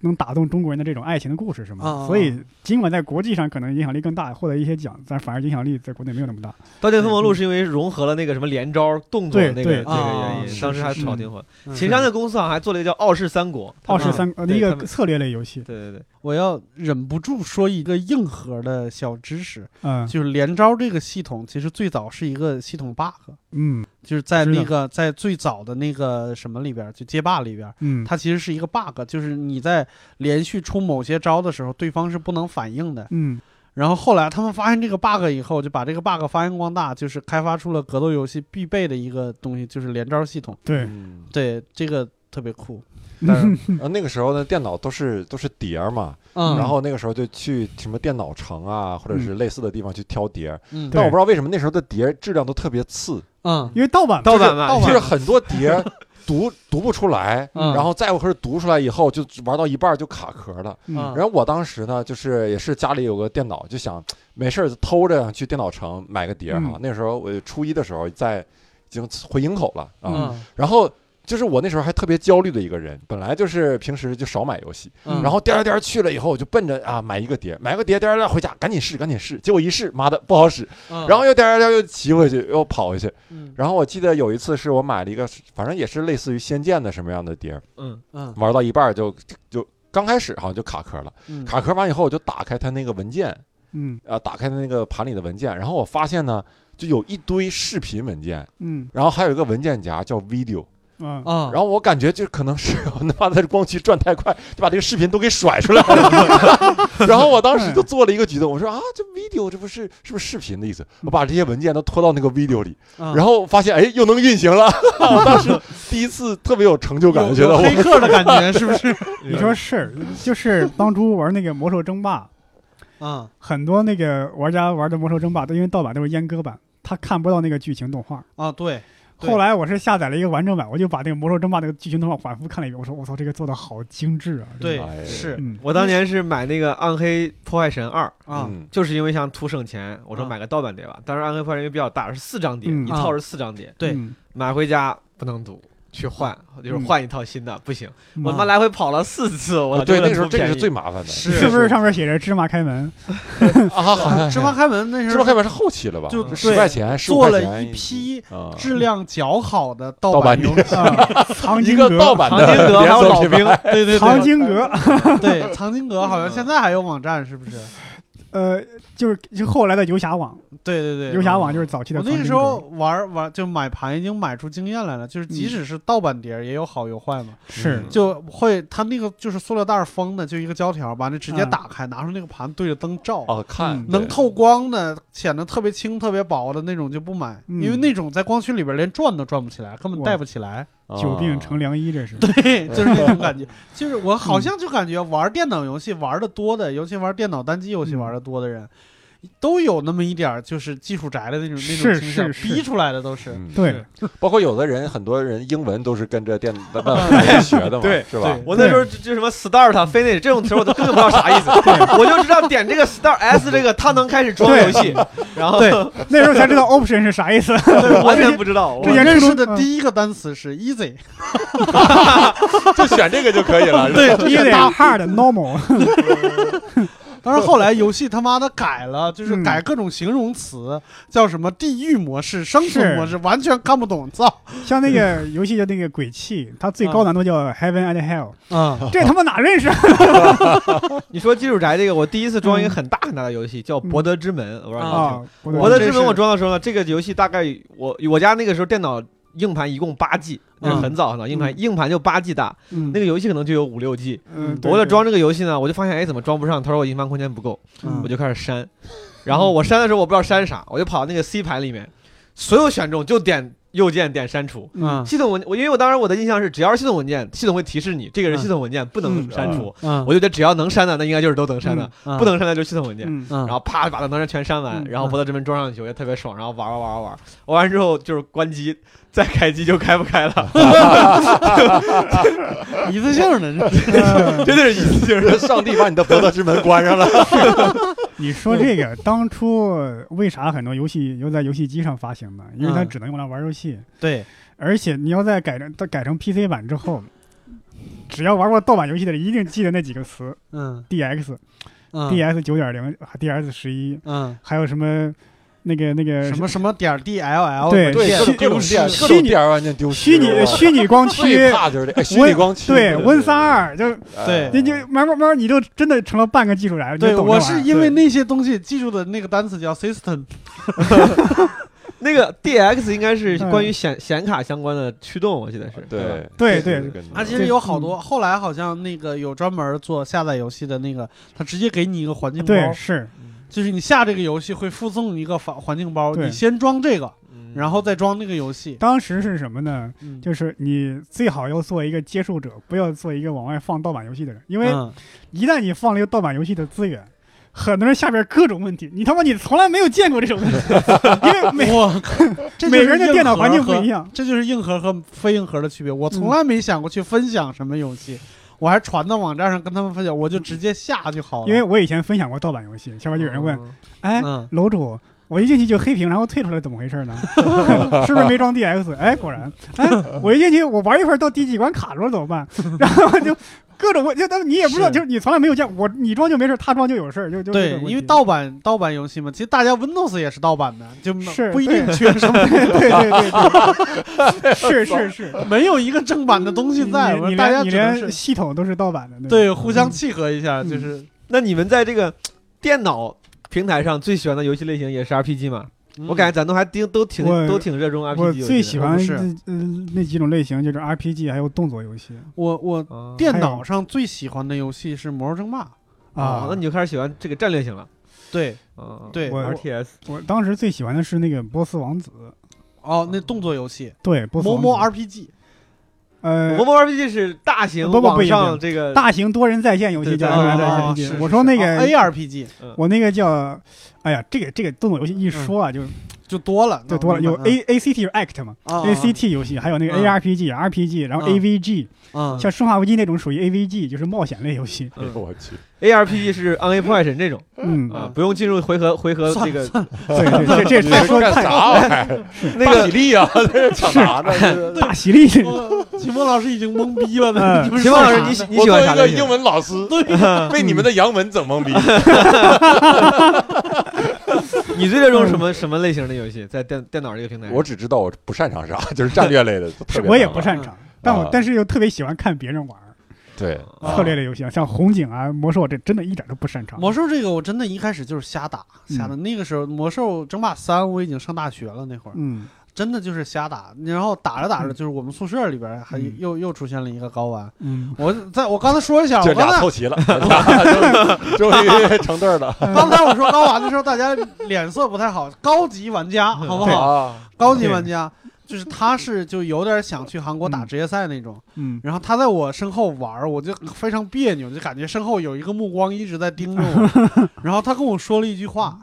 [SPEAKER 1] 能打动中国人的这种爱情的故事是
[SPEAKER 2] 啊啊
[SPEAKER 1] 吗？
[SPEAKER 2] 啊
[SPEAKER 1] 所以尽管在国际上可能影响力更大，获得一些奖，但反而影响力在国内没有那么大。
[SPEAKER 5] 《刀剑风魔录》是因为融合了那个什么连招动作
[SPEAKER 1] 对
[SPEAKER 5] 那个
[SPEAKER 1] 对
[SPEAKER 5] 这
[SPEAKER 2] 啊
[SPEAKER 5] 个原因，
[SPEAKER 2] 是
[SPEAKER 5] 当时还
[SPEAKER 1] 是
[SPEAKER 5] 炒
[SPEAKER 1] 是
[SPEAKER 5] 挺火。
[SPEAKER 2] 嗯，
[SPEAKER 5] 秦山的公司好像还做了一个叫《傲视三国》，他
[SPEAKER 1] 傲
[SPEAKER 5] 们
[SPEAKER 1] 视三国
[SPEAKER 5] 对
[SPEAKER 1] 一
[SPEAKER 5] 他
[SPEAKER 1] 个
[SPEAKER 5] 们
[SPEAKER 1] 策略类游戏，
[SPEAKER 5] 对对对，
[SPEAKER 2] 我要忍不住说一个硬核的小知识，
[SPEAKER 1] 嗯
[SPEAKER 2] 就是连招这个系统其实最早是一个系统 bug，
[SPEAKER 1] 嗯
[SPEAKER 2] 就是在
[SPEAKER 1] 是的
[SPEAKER 2] 那个在最早的那个什么里边儿，就街霸里边儿。
[SPEAKER 1] 嗯，
[SPEAKER 2] 它其实是一个 bug，就是你在连续出某些招的时候，对方是不能反应的。
[SPEAKER 1] 嗯
[SPEAKER 2] 然后后来他们发现这个 bug 以后，就把这个 bug 发扬光大，就是开发出了格斗游戏必备的一个东西，就是连招系统。
[SPEAKER 1] 对，嗯
[SPEAKER 3] 嗯
[SPEAKER 2] 对这个特别酷。
[SPEAKER 3] 但是、呃、那个时候呢，电脑都是都是碟儿嘛，
[SPEAKER 2] 嗯，
[SPEAKER 3] 然后那个时候就去什么电脑城啊，或者是类似的地方去挑碟儿。
[SPEAKER 2] 嗯
[SPEAKER 1] 对
[SPEAKER 3] 但我不知道为什么那时候的碟儿质量都特别次，
[SPEAKER 2] 嗯
[SPEAKER 1] 因为盗版嘛
[SPEAKER 5] 盗版嘛
[SPEAKER 2] 盗，
[SPEAKER 3] 就
[SPEAKER 2] 版
[SPEAKER 3] 是很多碟儿读读不出来，
[SPEAKER 2] 嗯
[SPEAKER 3] 然后再或者读出来以后就玩到一半儿就卡壳了。
[SPEAKER 2] 嗯
[SPEAKER 3] 然后我当时呢，就是也是家里有个电脑，就想没事儿偷着去电脑城买个碟儿哈。
[SPEAKER 1] 嗯
[SPEAKER 3] 那时候我初一的时候在已经回营口了啊，
[SPEAKER 2] 嗯
[SPEAKER 3] 然后就是我那时候还特别焦虑的一个人，本来就是平时就少买游戏，
[SPEAKER 2] 嗯
[SPEAKER 3] 然后颠儿颠儿去了以后，我就奔着啊买一个碟，买个碟颠儿颠儿回家赶紧试赶紧试，结果一试妈的不好使，
[SPEAKER 2] 嗯
[SPEAKER 3] 然后又颠儿颠儿又骑回去又跑回去。
[SPEAKER 2] 嗯
[SPEAKER 3] 然后我记得有一次是我买了一个，反正也是类似于《仙剑》的什么样的碟儿，
[SPEAKER 5] 嗯
[SPEAKER 2] 嗯
[SPEAKER 3] 玩到一半儿就就刚开始好像就卡壳了。
[SPEAKER 2] 嗯
[SPEAKER 3] 卡壳完以后，我就打开它那个文件，
[SPEAKER 1] 嗯
[SPEAKER 3] 呃，打开它那个盘里的文件，然后我发现呢，就有一堆视频文件，
[SPEAKER 1] 嗯
[SPEAKER 3] 然后还有一个文件夹叫 video，
[SPEAKER 1] 啊，
[SPEAKER 2] 啊，
[SPEAKER 3] 然后我感觉就可能是 我他妈的光驱转太快，就把这个视频都给甩出来了， 然后我当时就做了一个举动，我说啊，这 video 这不是是不是视频的意思？我把这些文件都拖到那个 video 里，
[SPEAKER 2] 后
[SPEAKER 3] 然后发现哎又能运行了，我当时第一次特别有成就感，觉得我
[SPEAKER 2] 黑客的感 觉是不是？
[SPEAKER 1] 你说是，就是当初玩那个魔兽争霸，
[SPEAKER 2] 啊
[SPEAKER 1] 很多那个玩家玩的魔兽争霸都因为盗版都是阉割版，他看不到那个剧情动画。
[SPEAKER 2] 啊，
[SPEAKER 3] 哎
[SPEAKER 2] 对，对
[SPEAKER 1] 后来我是下载了一个完整版，我就把那个魔兽争霸那个剧情动画反复看了一遍，我说我操，这个做的好精致啊！真的
[SPEAKER 2] 对
[SPEAKER 3] 哎
[SPEAKER 2] 是
[SPEAKER 1] 嗯，
[SPEAKER 5] 我当年是买那个《暗黑破坏神二》，
[SPEAKER 2] 啊，
[SPEAKER 3] 嗯
[SPEAKER 5] 就是因为想图省钱，我说
[SPEAKER 2] 啊
[SPEAKER 5] 买个盗版碟吧。当时《暗黑破坏神》又比较大，是四张碟，
[SPEAKER 1] 嗯
[SPEAKER 5] 一套是四张碟，
[SPEAKER 2] 对
[SPEAKER 1] 嗯
[SPEAKER 5] 买回家不能读。去换，就是
[SPEAKER 1] 嗯
[SPEAKER 5] 换一套新的，不行！
[SPEAKER 1] 嗯
[SPEAKER 5] 我他妈来回跑了四次，我
[SPEAKER 3] 啊对
[SPEAKER 5] 为了
[SPEAKER 3] 那时候
[SPEAKER 5] 图
[SPEAKER 3] 这个是
[SPEAKER 5] 便宜
[SPEAKER 3] 最麻烦的，
[SPEAKER 5] 是
[SPEAKER 1] 是不是上面写着“芝麻开门
[SPEAKER 3] 啊？好像
[SPEAKER 2] 芝麻开门那
[SPEAKER 3] 芝
[SPEAKER 2] 时
[SPEAKER 3] 麻
[SPEAKER 2] 候
[SPEAKER 3] 开门是后期了吧？
[SPEAKER 2] 就
[SPEAKER 3] 十
[SPEAKER 2] 对
[SPEAKER 3] 块钱，15
[SPEAKER 2] 做了
[SPEAKER 3] 块钱
[SPEAKER 2] 一批
[SPEAKER 3] 啊
[SPEAKER 2] 质量较好的盗
[SPEAKER 3] 盗版
[SPEAKER 2] 游
[SPEAKER 3] 碟
[SPEAKER 2] 戏，
[SPEAKER 1] 啊”，藏
[SPEAKER 3] 一
[SPEAKER 1] 经
[SPEAKER 3] 个盗
[SPEAKER 1] 阁，
[SPEAKER 3] 版
[SPEAKER 5] 藏
[SPEAKER 3] 的
[SPEAKER 5] 经阁还
[SPEAKER 3] 连
[SPEAKER 5] 有
[SPEAKER 3] 锁
[SPEAKER 5] 老
[SPEAKER 3] 品牌
[SPEAKER 5] 兵，
[SPEAKER 2] 对对哎
[SPEAKER 1] 藏
[SPEAKER 2] 对
[SPEAKER 1] 经阁，
[SPEAKER 2] 对，藏经阁好像现在还有网站是不是？
[SPEAKER 1] 呃，就是就后来的游侠网，
[SPEAKER 2] 对对对，
[SPEAKER 1] 游侠
[SPEAKER 2] 嗯
[SPEAKER 1] 网就是早期的
[SPEAKER 2] 我
[SPEAKER 1] 藏经阁。
[SPEAKER 2] 那个时候玩玩就买盘已经买出经验来了，就是
[SPEAKER 1] 嗯
[SPEAKER 2] 即使是盗版碟儿也有好有坏嘛，
[SPEAKER 1] 是
[SPEAKER 3] 嗯
[SPEAKER 2] 就会它那个就是塑料袋儿封的，就一个胶条把那直接打开，拿出那个盘对着灯照，
[SPEAKER 3] 哦，看
[SPEAKER 1] 嗯
[SPEAKER 2] 能透光的显得特别轻特别薄的那种就不买，
[SPEAKER 1] 嗯
[SPEAKER 2] 因为那种在光驱里边连转都转不起来，根本带不起来，
[SPEAKER 1] 久病成
[SPEAKER 3] 良。
[SPEAKER 1] 良医，这是
[SPEAKER 2] 对，就是那种感觉。就是我
[SPEAKER 1] 嗯
[SPEAKER 2] 好像就感觉玩电脑游戏玩的多的，尤其玩电脑单机游戏
[SPEAKER 1] 嗯
[SPEAKER 2] 玩的多的人。都有那么一点儿，就是技术宅的那种那
[SPEAKER 1] 是
[SPEAKER 2] 种倾向，
[SPEAKER 1] 是是
[SPEAKER 2] 逼出来的都是。
[SPEAKER 3] 嗯
[SPEAKER 1] 对，
[SPEAKER 3] 包括有的人，很多人英文都是跟着电那那学 的嘛，
[SPEAKER 5] 对
[SPEAKER 3] 是吧
[SPEAKER 2] 对？
[SPEAKER 5] 我那时候就就什么 start 啊、finish 这种词儿我都根本不知道啥意思，我就知道点这个 start s 这个，它能开始装游戏，然后
[SPEAKER 2] 对
[SPEAKER 1] 那时候才知道 option 是啥意思。
[SPEAKER 5] 对完全不知道。
[SPEAKER 1] 这
[SPEAKER 2] 我
[SPEAKER 1] 也
[SPEAKER 2] 认
[SPEAKER 1] 是
[SPEAKER 2] 识
[SPEAKER 1] 个
[SPEAKER 2] 的第一个单词是 easy，
[SPEAKER 3] 就选这个就可以 了。是吧，
[SPEAKER 2] 对，就
[SPEAKER 1] 因
[SPEAKER 2] 是
[SPEAKER 1] 为
[SPEAKER 2] 大。
[SPEAKER 1] hard normal，
[SPEAKER 2] 当然后来游戏他妈的改了，就是
[SPEAKER 1] 嗯
[SPEAKER 2] 改各种形容词，叫什么地狱模式、生存模式，完全看不懂，操！
[SPEAKER 1] 像那个游戏叫那个鬼泣，它最高难度叫 heaven and hell，
[SPEAKER 2] 啊，
[SPEAKER 1] 这他妈哪认识？啊？
[SPEAKER 5] 你说技术宅这个，我第一次装一个很大很大的游戏叫《博德之门》，我不知道你们听过没有。
[SPEAKER 2] 哦
[SPEAKER 1] 我
[SPEAKER 5] 博德之
[SPEAKER 2] 真
[SPEAKER 5] 门
[SPEAKER 2] 是
[SPEAKER 5] 我装的时候呢，这个游戏大概我我家那个时候电脑硬盘一共八 G，
[SPEAKER 2] 嗯
[SPEAKER 5] 那是很早很早，硬盘硬盘就八 G 大，
[SPEAKER 1] 嗯
[SPEAKER 5] 那个游戏可能就有五六 G。
[SPEAKER 1] 嗯，
[SPEAKER 5] 我为了装这个游戏呢，我就发现哎怎么装不上，他说我硬盘空间不够，
[SPEAKER 1] 嗯
[SPEAKER 5] 我就开始删，然后我删的时候我不知道删啥，我就跑到那个 C 盘里面，所有选中就点右键点删除。
[SPEAKER 2] 嗯
[SPEAKER 5] 系统文，我因为我当时我的印象是，只要是系统文件，系统会提示你这个是
[SPEAKER 2] 嗯
[SPEAKER 5] 系统文件，不能
[SPEAKER 2] 嗯
[SPEAKER 5] 删除。
[SPEAKER 2] 嗯
[SPEAKER 5] 我就觉得只要能删的，那应该就是都能删的，不能删的就是系统文件。
[SPEAKER 1] 嗯
[SPEAKER 2] 嗯
[SPEAKER 5] 然后啪把它能量全删完
[SPEAKER 1] 嗯，
[SPEAKER 5] 然后博德之门装上去，我也特别爽，然后玩玩玩玩玩，玩完之后就是关机，再开机就开不开了，
[SPEAKER 2] 一次性的，这是
[SPEAKER 1] 呃
[SPEAKER 5] 真的是一次性的。
[SPEAKER 3] 上帝把你的博德之门关上了。
[SPEAKER 1] 你说这个当初为啥很多游戏又在游戏机上发行呢？因为它
[SPEAKER 2] 嗯
[SPEAKER 1] 只能用来玩游戏，
[SPEAKER 2] 对，
[SPEAKER 1] 而且你要在改成改成 PC 版之后，只要玩过盗版游戏的人一定记得那几个词
[SPEAKER 2] 嗯
[SPEAKER 1] ：DX、
[SPEAKER 2] 嗯
[SPEAKER 1] DS 九点零、DS 十一，
[SPEAKER 2] 嗯，
[SPEAKER 1] 还有什么那个那个
[SPEAKER 2] 什么什么点儿 dll，
[SPEAKER 1] 呃对
[SPEAKER 3] 对，各种各种
[SPEAKER 2] 丢失
[SPEAKER 3] 店，各种店完全丢失。
[SPEAKER 1] 虚拟
[SPEAKER 3] 哇
[SPEAKER 1] 虚拟光驱
[SPEAKER 3] 最，怕就是这哎虚拟光驱。
[SPEAKER 1] 对，Win 三
[SPEAKER 3] 二，
[SPEAKER 1] 二，就
[SPEAKER 3] 哎
[SPEAKER 1] 你就慢慢慢慢，你就真的成了半个技术宅了。
[SPEAKER 2] 对，我是因为
[SPEAKER 1] 那
[SPEAKER 2] 那些东西记住的那个单词叫 system，
[SPEAKER 5] 那个 DX 应该是
[SPEAKER 2] 嗯
[SPEAKER 5] 关于显显卡相关的驱动，我记得是。吧
[SPEAKER 3] 哎对
[SPEAKER 1] 对
[SPEAKER 3] 这
[SPEAKER 1] 对嗯
[SPEAKER 3] 个跟
[SPEAKER 2] 啊，其
[SPEAKER 1] 这
[SPEAKER 2] 实有好多，后来好像那个有专门做下载游戏的那个，他直接给你一个环境包，
[SPEAKER 1] 对是，
[SPEAKER 2] 就是你下这个游戏会附送一个环环境包，
[SPEAKER 1] 对
[SPEAKER 2] 你先装这个，
[SPEAKER 5] 嗯
[SPEAKER 2] 然后再装那个游戏。
[SPEAKER 1] 当时是什么呢？
[SPEAKER 2] 嗯
[SPEAKER 1] 就是你最好要做一个接触者，不要做一个往外放盗版游戏的人，因为
[SPEAKER 2] 嗯
[SPEAKER 1] 一旦你放了一个盗版游戏的资源，很多人下边各种问题，你他妈你从来没有见过这种问题，因为每
[SPEAKER 2] 我 靠， 这
[SPEAKER 1] 每
[SPEAKER 2] 就
[SPEAKER 1] 个
[SPEAKER 2] 是
[SPEAKER 1] 人的
[SPEAKER 2] 硬
[SPEAKER 1] 电脑
[SPEAKER 2] 核
[SPEAKER 1] 环境不
[SPEAKER 2] 和哦
[SPEAKER 1] 一样。嗯
[SPEAKER 2] 这就是硬核和非硬核的区别。我从来没想过去分享什么游戏，我还传到网站上跟他们分享，我就直接下就好了。
[SPEAKER 1] 因为我以前分享过盗版游戏，下边就有人问，哎，
[SPEAKER 2] 嗯，
[SPEAKER 1] 楼主，我一进去就黑屏，然后退出来，怎么回事呢？ 是不是没装 DX？哎，果然，哎，我一进去，我玩一会儿到第几关卡住了怎么办？ 然后就各种问，就但是你也不知道，
[SPEAKER 2] 是
[SPEAKER 1] 就是你从来没有见我，你装就没事，他装就有事儿，就就这
[SPEAKER 2] 对
[SPEAKER 1] 种，问
[SPEAKER 2] 因为
[SPEAKER 1] 题
[SPEAKER 2] 盗版盗版游戏嘛，其实大家 Windows 也是盗版的，就是不一定缺什么，
[SPEAKER 1] 对对对对，对是是是，
[SPEAKER 2] 没有一个正版的 东西在，
[SPEAKER 1] 你
[SPEAKER 2] 我
[SPEAKER 1] 你
[SPEAKER 2] 说大家
[SPEAKER 1] 连你
[SPEAKER 2] 只能
[SPEAKER 1] 连
[SPEAKER 2] 是
[SPEAKER 1] 系统都是盗版的，
[SPEAKER 2] 对互相契合一下，就是
[SPEAKER 5] 那你们在这个电脑平台上最喜欢的游戏类型也是 RPG 吗？
[SPEAKER 2] 嗯
[SPEAKER 5] 我感觉咱都还挺都挺
[SPEAKER 1] 我
[SPEAKER 5] 都挺热衷 RPG
[SPEAKER 1] 我
[SPEAKER 5] 我觉得。
[SPEAKER 1] 最喜欢
[SPEAKER 2] 不是
[SPEAKER 1] 这嗯那几种类型就是 RPG 还有动作游戏
[SPEAKER 2] 我
[SPEAKER 1] 嗯
[SPEAKER 2] 我
[SPEAKER 5] 啊
[SPEAKER 2] 电脑上最喜欢的游戏是《魔兽争霸》，
[SPEAKER 5] 啊
[SPEAKER 1] 啊，
[SPEAKER 5] 那。你就开始喜欢这个战略型了。
[SPEAKER 2] 对
[SPEAKER 5] 啊，
[SPEAKER 2] 对，
[SPEAKER 1] 我
[SPEAKER 5] ，RTS
[SPEAKER 1] 我当时最喜欢的是那个波斯王子，
[SPEAKER 2] 哦，那动作游戏
[SPEAKER 1] 对波斯
[SPEAKER 2] 某
[SPEAKER 1] 王
[SPEAKER 2] 某
[SPEAKER 1] 子，
[SPEAKER 2] RPG，
[SPEAKER 1] 呃
[SPEAKER 5] 我，们 RPG 是大型
[SPEAKER 1] 不不不
[SPEAKER 5] 网
[SPEAKER 1] 一定
[SPEAKER 5] 上这个
[SPEAKER 1] 大型多人在线游戏
[SPEAKER 5] 对
[SPEAKER 1] 叫
[SPEAKER 5] 对对
[SPEAKER 1] RPG
[SPEAKER 5] 对
[SPEAKER 2] 对是是
[SPEAKER 1] 我说那
[SPEAKER 2] 啊
[SPEAKER 1] 个，
[SPEAKER 2] ARPG
[SPEAKER 1] 我那个叫，哎呀，这个这个动作游戏一说啊，就
[SPEAKER 2] 嗯就多了，
[SPEAKER 1] 就多了，有
[SPEAKER 2] 嗯
[SPEAKER 1] A A C T 有 Act 嘛
[SPEAKER 2] 啊
[SPEAKER 1] ，A C T 游戏，还有那个
[SPEAKER 2] 嗯
[SPEAKER 1] A R P G、R P G，然后
[SPEAKER 2] 嗯
[SPEAKER 1] A V G，
[SPEAKER 2] 啊
[SPEAKER 1] 像《生化危机》那种属于 A V G，就是冒险类游戏。
[SPEAKER 3] 哎呦我去，
[SPEAKER 5] ARPG 是 On A Poison 这种
[SPEAKER 1] 嗯，
[SPEAKER 5] 啊
[SPEAKER 2] 嗯，
[SPEAKER 5] 不用进入回合回合这个
[SPEAKER 1] 对对，这这
[SPEAKER 3] 你
[SPEAKER 1] 太
[SPEAKER 3] 这
[SPEAKER 1] 说
[SPEAKER 3] 干
[SPEAKER 1] 太
[SPEAKER 3] 啥玩意 儿？
[SPEAKER 5] 那
[SPEAKER 3] 大
[SPEAKER 5] 个
[SPEAKER 3] 喜力 啊，这是抢啥呢？这是
[SPEAKER 1] 大喜力，
[SPEAKER 2] 哦秦风老师已经懵逼了呢。
[SPEAKER 1] 嗯
[SPEAKER 2] 你们
[SPEAKER 5] 秦
[SPEAKER 2] 说
[SPEAKER 5] 望老师，
[SPEAKER 2] 啥
[SPEAKER 5] 你
[SPEAKER 2] 呢
[SPEAKER 5] 喜你
[SPEAKER 3] 我
[SPEAKER 5] 喜
[SPEAKER 3] 作
[SPEAKER 5] 欢
[SPEAKER 3] 为
[SPEAKER 5] 啥
[SPEAKER 3] 一
[SPEAKER 5] 类
[SPEAKER 3] 个
[SPEAKER 5] 型？
[SPEAKER 3] 英文老师， 被你们的洋文整懵逼。
[SPEAKER 5] 你最热衷什么什么类型的游戏？在电电脑这个平台上？
[SPEAKER 3] 我只知道我不擅长啥，就是战略类的，特别难
[SPEAKER 1] 我也不
[SPEAKER 3] 玩
[SPEAKER 1] 擅长，但我
[SPEAKER 3] 啊
[SPEAKER 1] 但是又特别喜欢看别人玩儿
[SPEAKER 3] 对
[SPEAKER 5] 啊
[SPEAKER 1] 策略类游戏，啊，像红警啊、魔兽，这真的一点都不擅长。
[SPEAKER 2] 魔兽这个我真的一开始就是瞎打，瞎打。那个时候魔兽争霸三我已经上大学了，那会儿
[SPEAKER 1] 嗯，
[SPEAKER 2] 真的就是瞎打。然后打着打着，
[SPEAKER 1] 嗯
[SPEAKER 2] 就是我们宿舍里边还
[SPEAKER 1] 嗯
[SPEAKER 2] 又又出现了一个高玩。
[SPEAKER 1] 嗯，
[SPEAKER 2] 我在我刚才说一下，
[SPEAKER 3] 这
[SPEAKER 2] 我刚
[SPEAKER 3] 俩
[SPEAKER 2] 才
[SPEAKER 3] 凑齐 了， 俩就终于成对儿了
[SPEAKER 2] 刚才我说高玩的时候，大家脸色不太好。高级 玩家好不好？
[SPEAKER 3] 啊！
[SPEAKER 2] 高级玩家就是他是就有点想去韩国打
[SPEAKER 1] 嗯
[SPEAKER 2] 职业赛那种。
[SPEAKER 1] 嗯，
[SPEAKER 2] 然后他在我身后玩儿，我就非常别扭，就感觉身后有一个目光一直在盯 着我。然后他跟我说了一句话，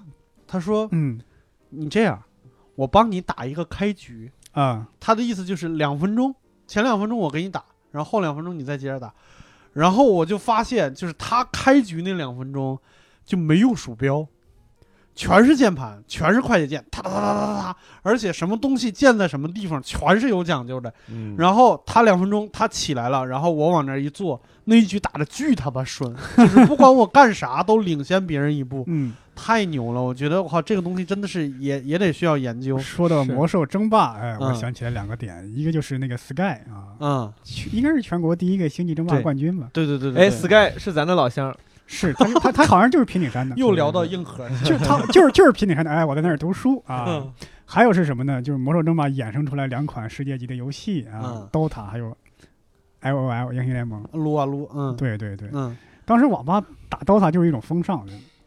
[SPEAKER 2] 他说
[SPEAKER 1] 嗯，：“
[SPEAKER 2] 你这样，我帮你打一个开局。
[SPEAKER 1] 啊，”
[SPEAKER 2] 他的意思就是两分钟，前两分钟我给你打，然后后两分钟你再接着打。然后我就发现，就是他开局那两分钟就没用鼠标，全是键盘，全是快捷键，哒哒哒哒哒哒，而且什么东西键在什么地方，全是有讲究的。
[SPEAKER 3] 嗯
[SPEAKER 2] 然后他两分钟他起来了，然后我往那儿一坐，那一局打的巨他妈顺， 就是不管我干啥都领先别人一步，
[SPEAKER 1] 嗯，
[SPEAKER 2] 太牛了！我觉得我靠，这个东西真的是也也得需要研究。
[SPEAKER 1] 说到
[SPEAKER 2] 是
[SPEAKER 1] 魔兽争霸，哎，我
[SPEAKER 2] 嗯
[SPEAKER 1] 想起来两个点，一个就是那个 Sky 啊，
[SPEAKER 2] 嗯，
[SPEAKER 1] 全应该是全国第一个星际争霸
[SPEAKER 5] 对
[SPEAKER 1] 冠军吧？
[SPEAKER 2] 对对对对
[SPEAKER 5] 哎
[SPEAKER 2] 对
[SPEAKER 5] ，Sky 是咱的老乡，
[SPEAKER 1] 是，他他他好像就是平顶 山的，
[SPEAKER 2] 又聊到硬核，
[SPEAKER 1] 就他就是就是平顶山的，哎，我在那儿读书啊
[SPEAKER 2] 嗯。
[SPEAKER 1] 还有是什么呢？就是魔兽争霸衍生出来两款世界级的游戏啊
[SPEAKER 2] 嗯
[SPEAKER 1] ，DOTA 还有 LOL 英雄联盟。
[SPEAKER 2] 撸啊撸，嗯，
[SPEAKER 1] 对对对，
[SPEAKER 2] 嗯，
[SPEAKER 1] 当时网吧打 DOTA 就是一种风尚，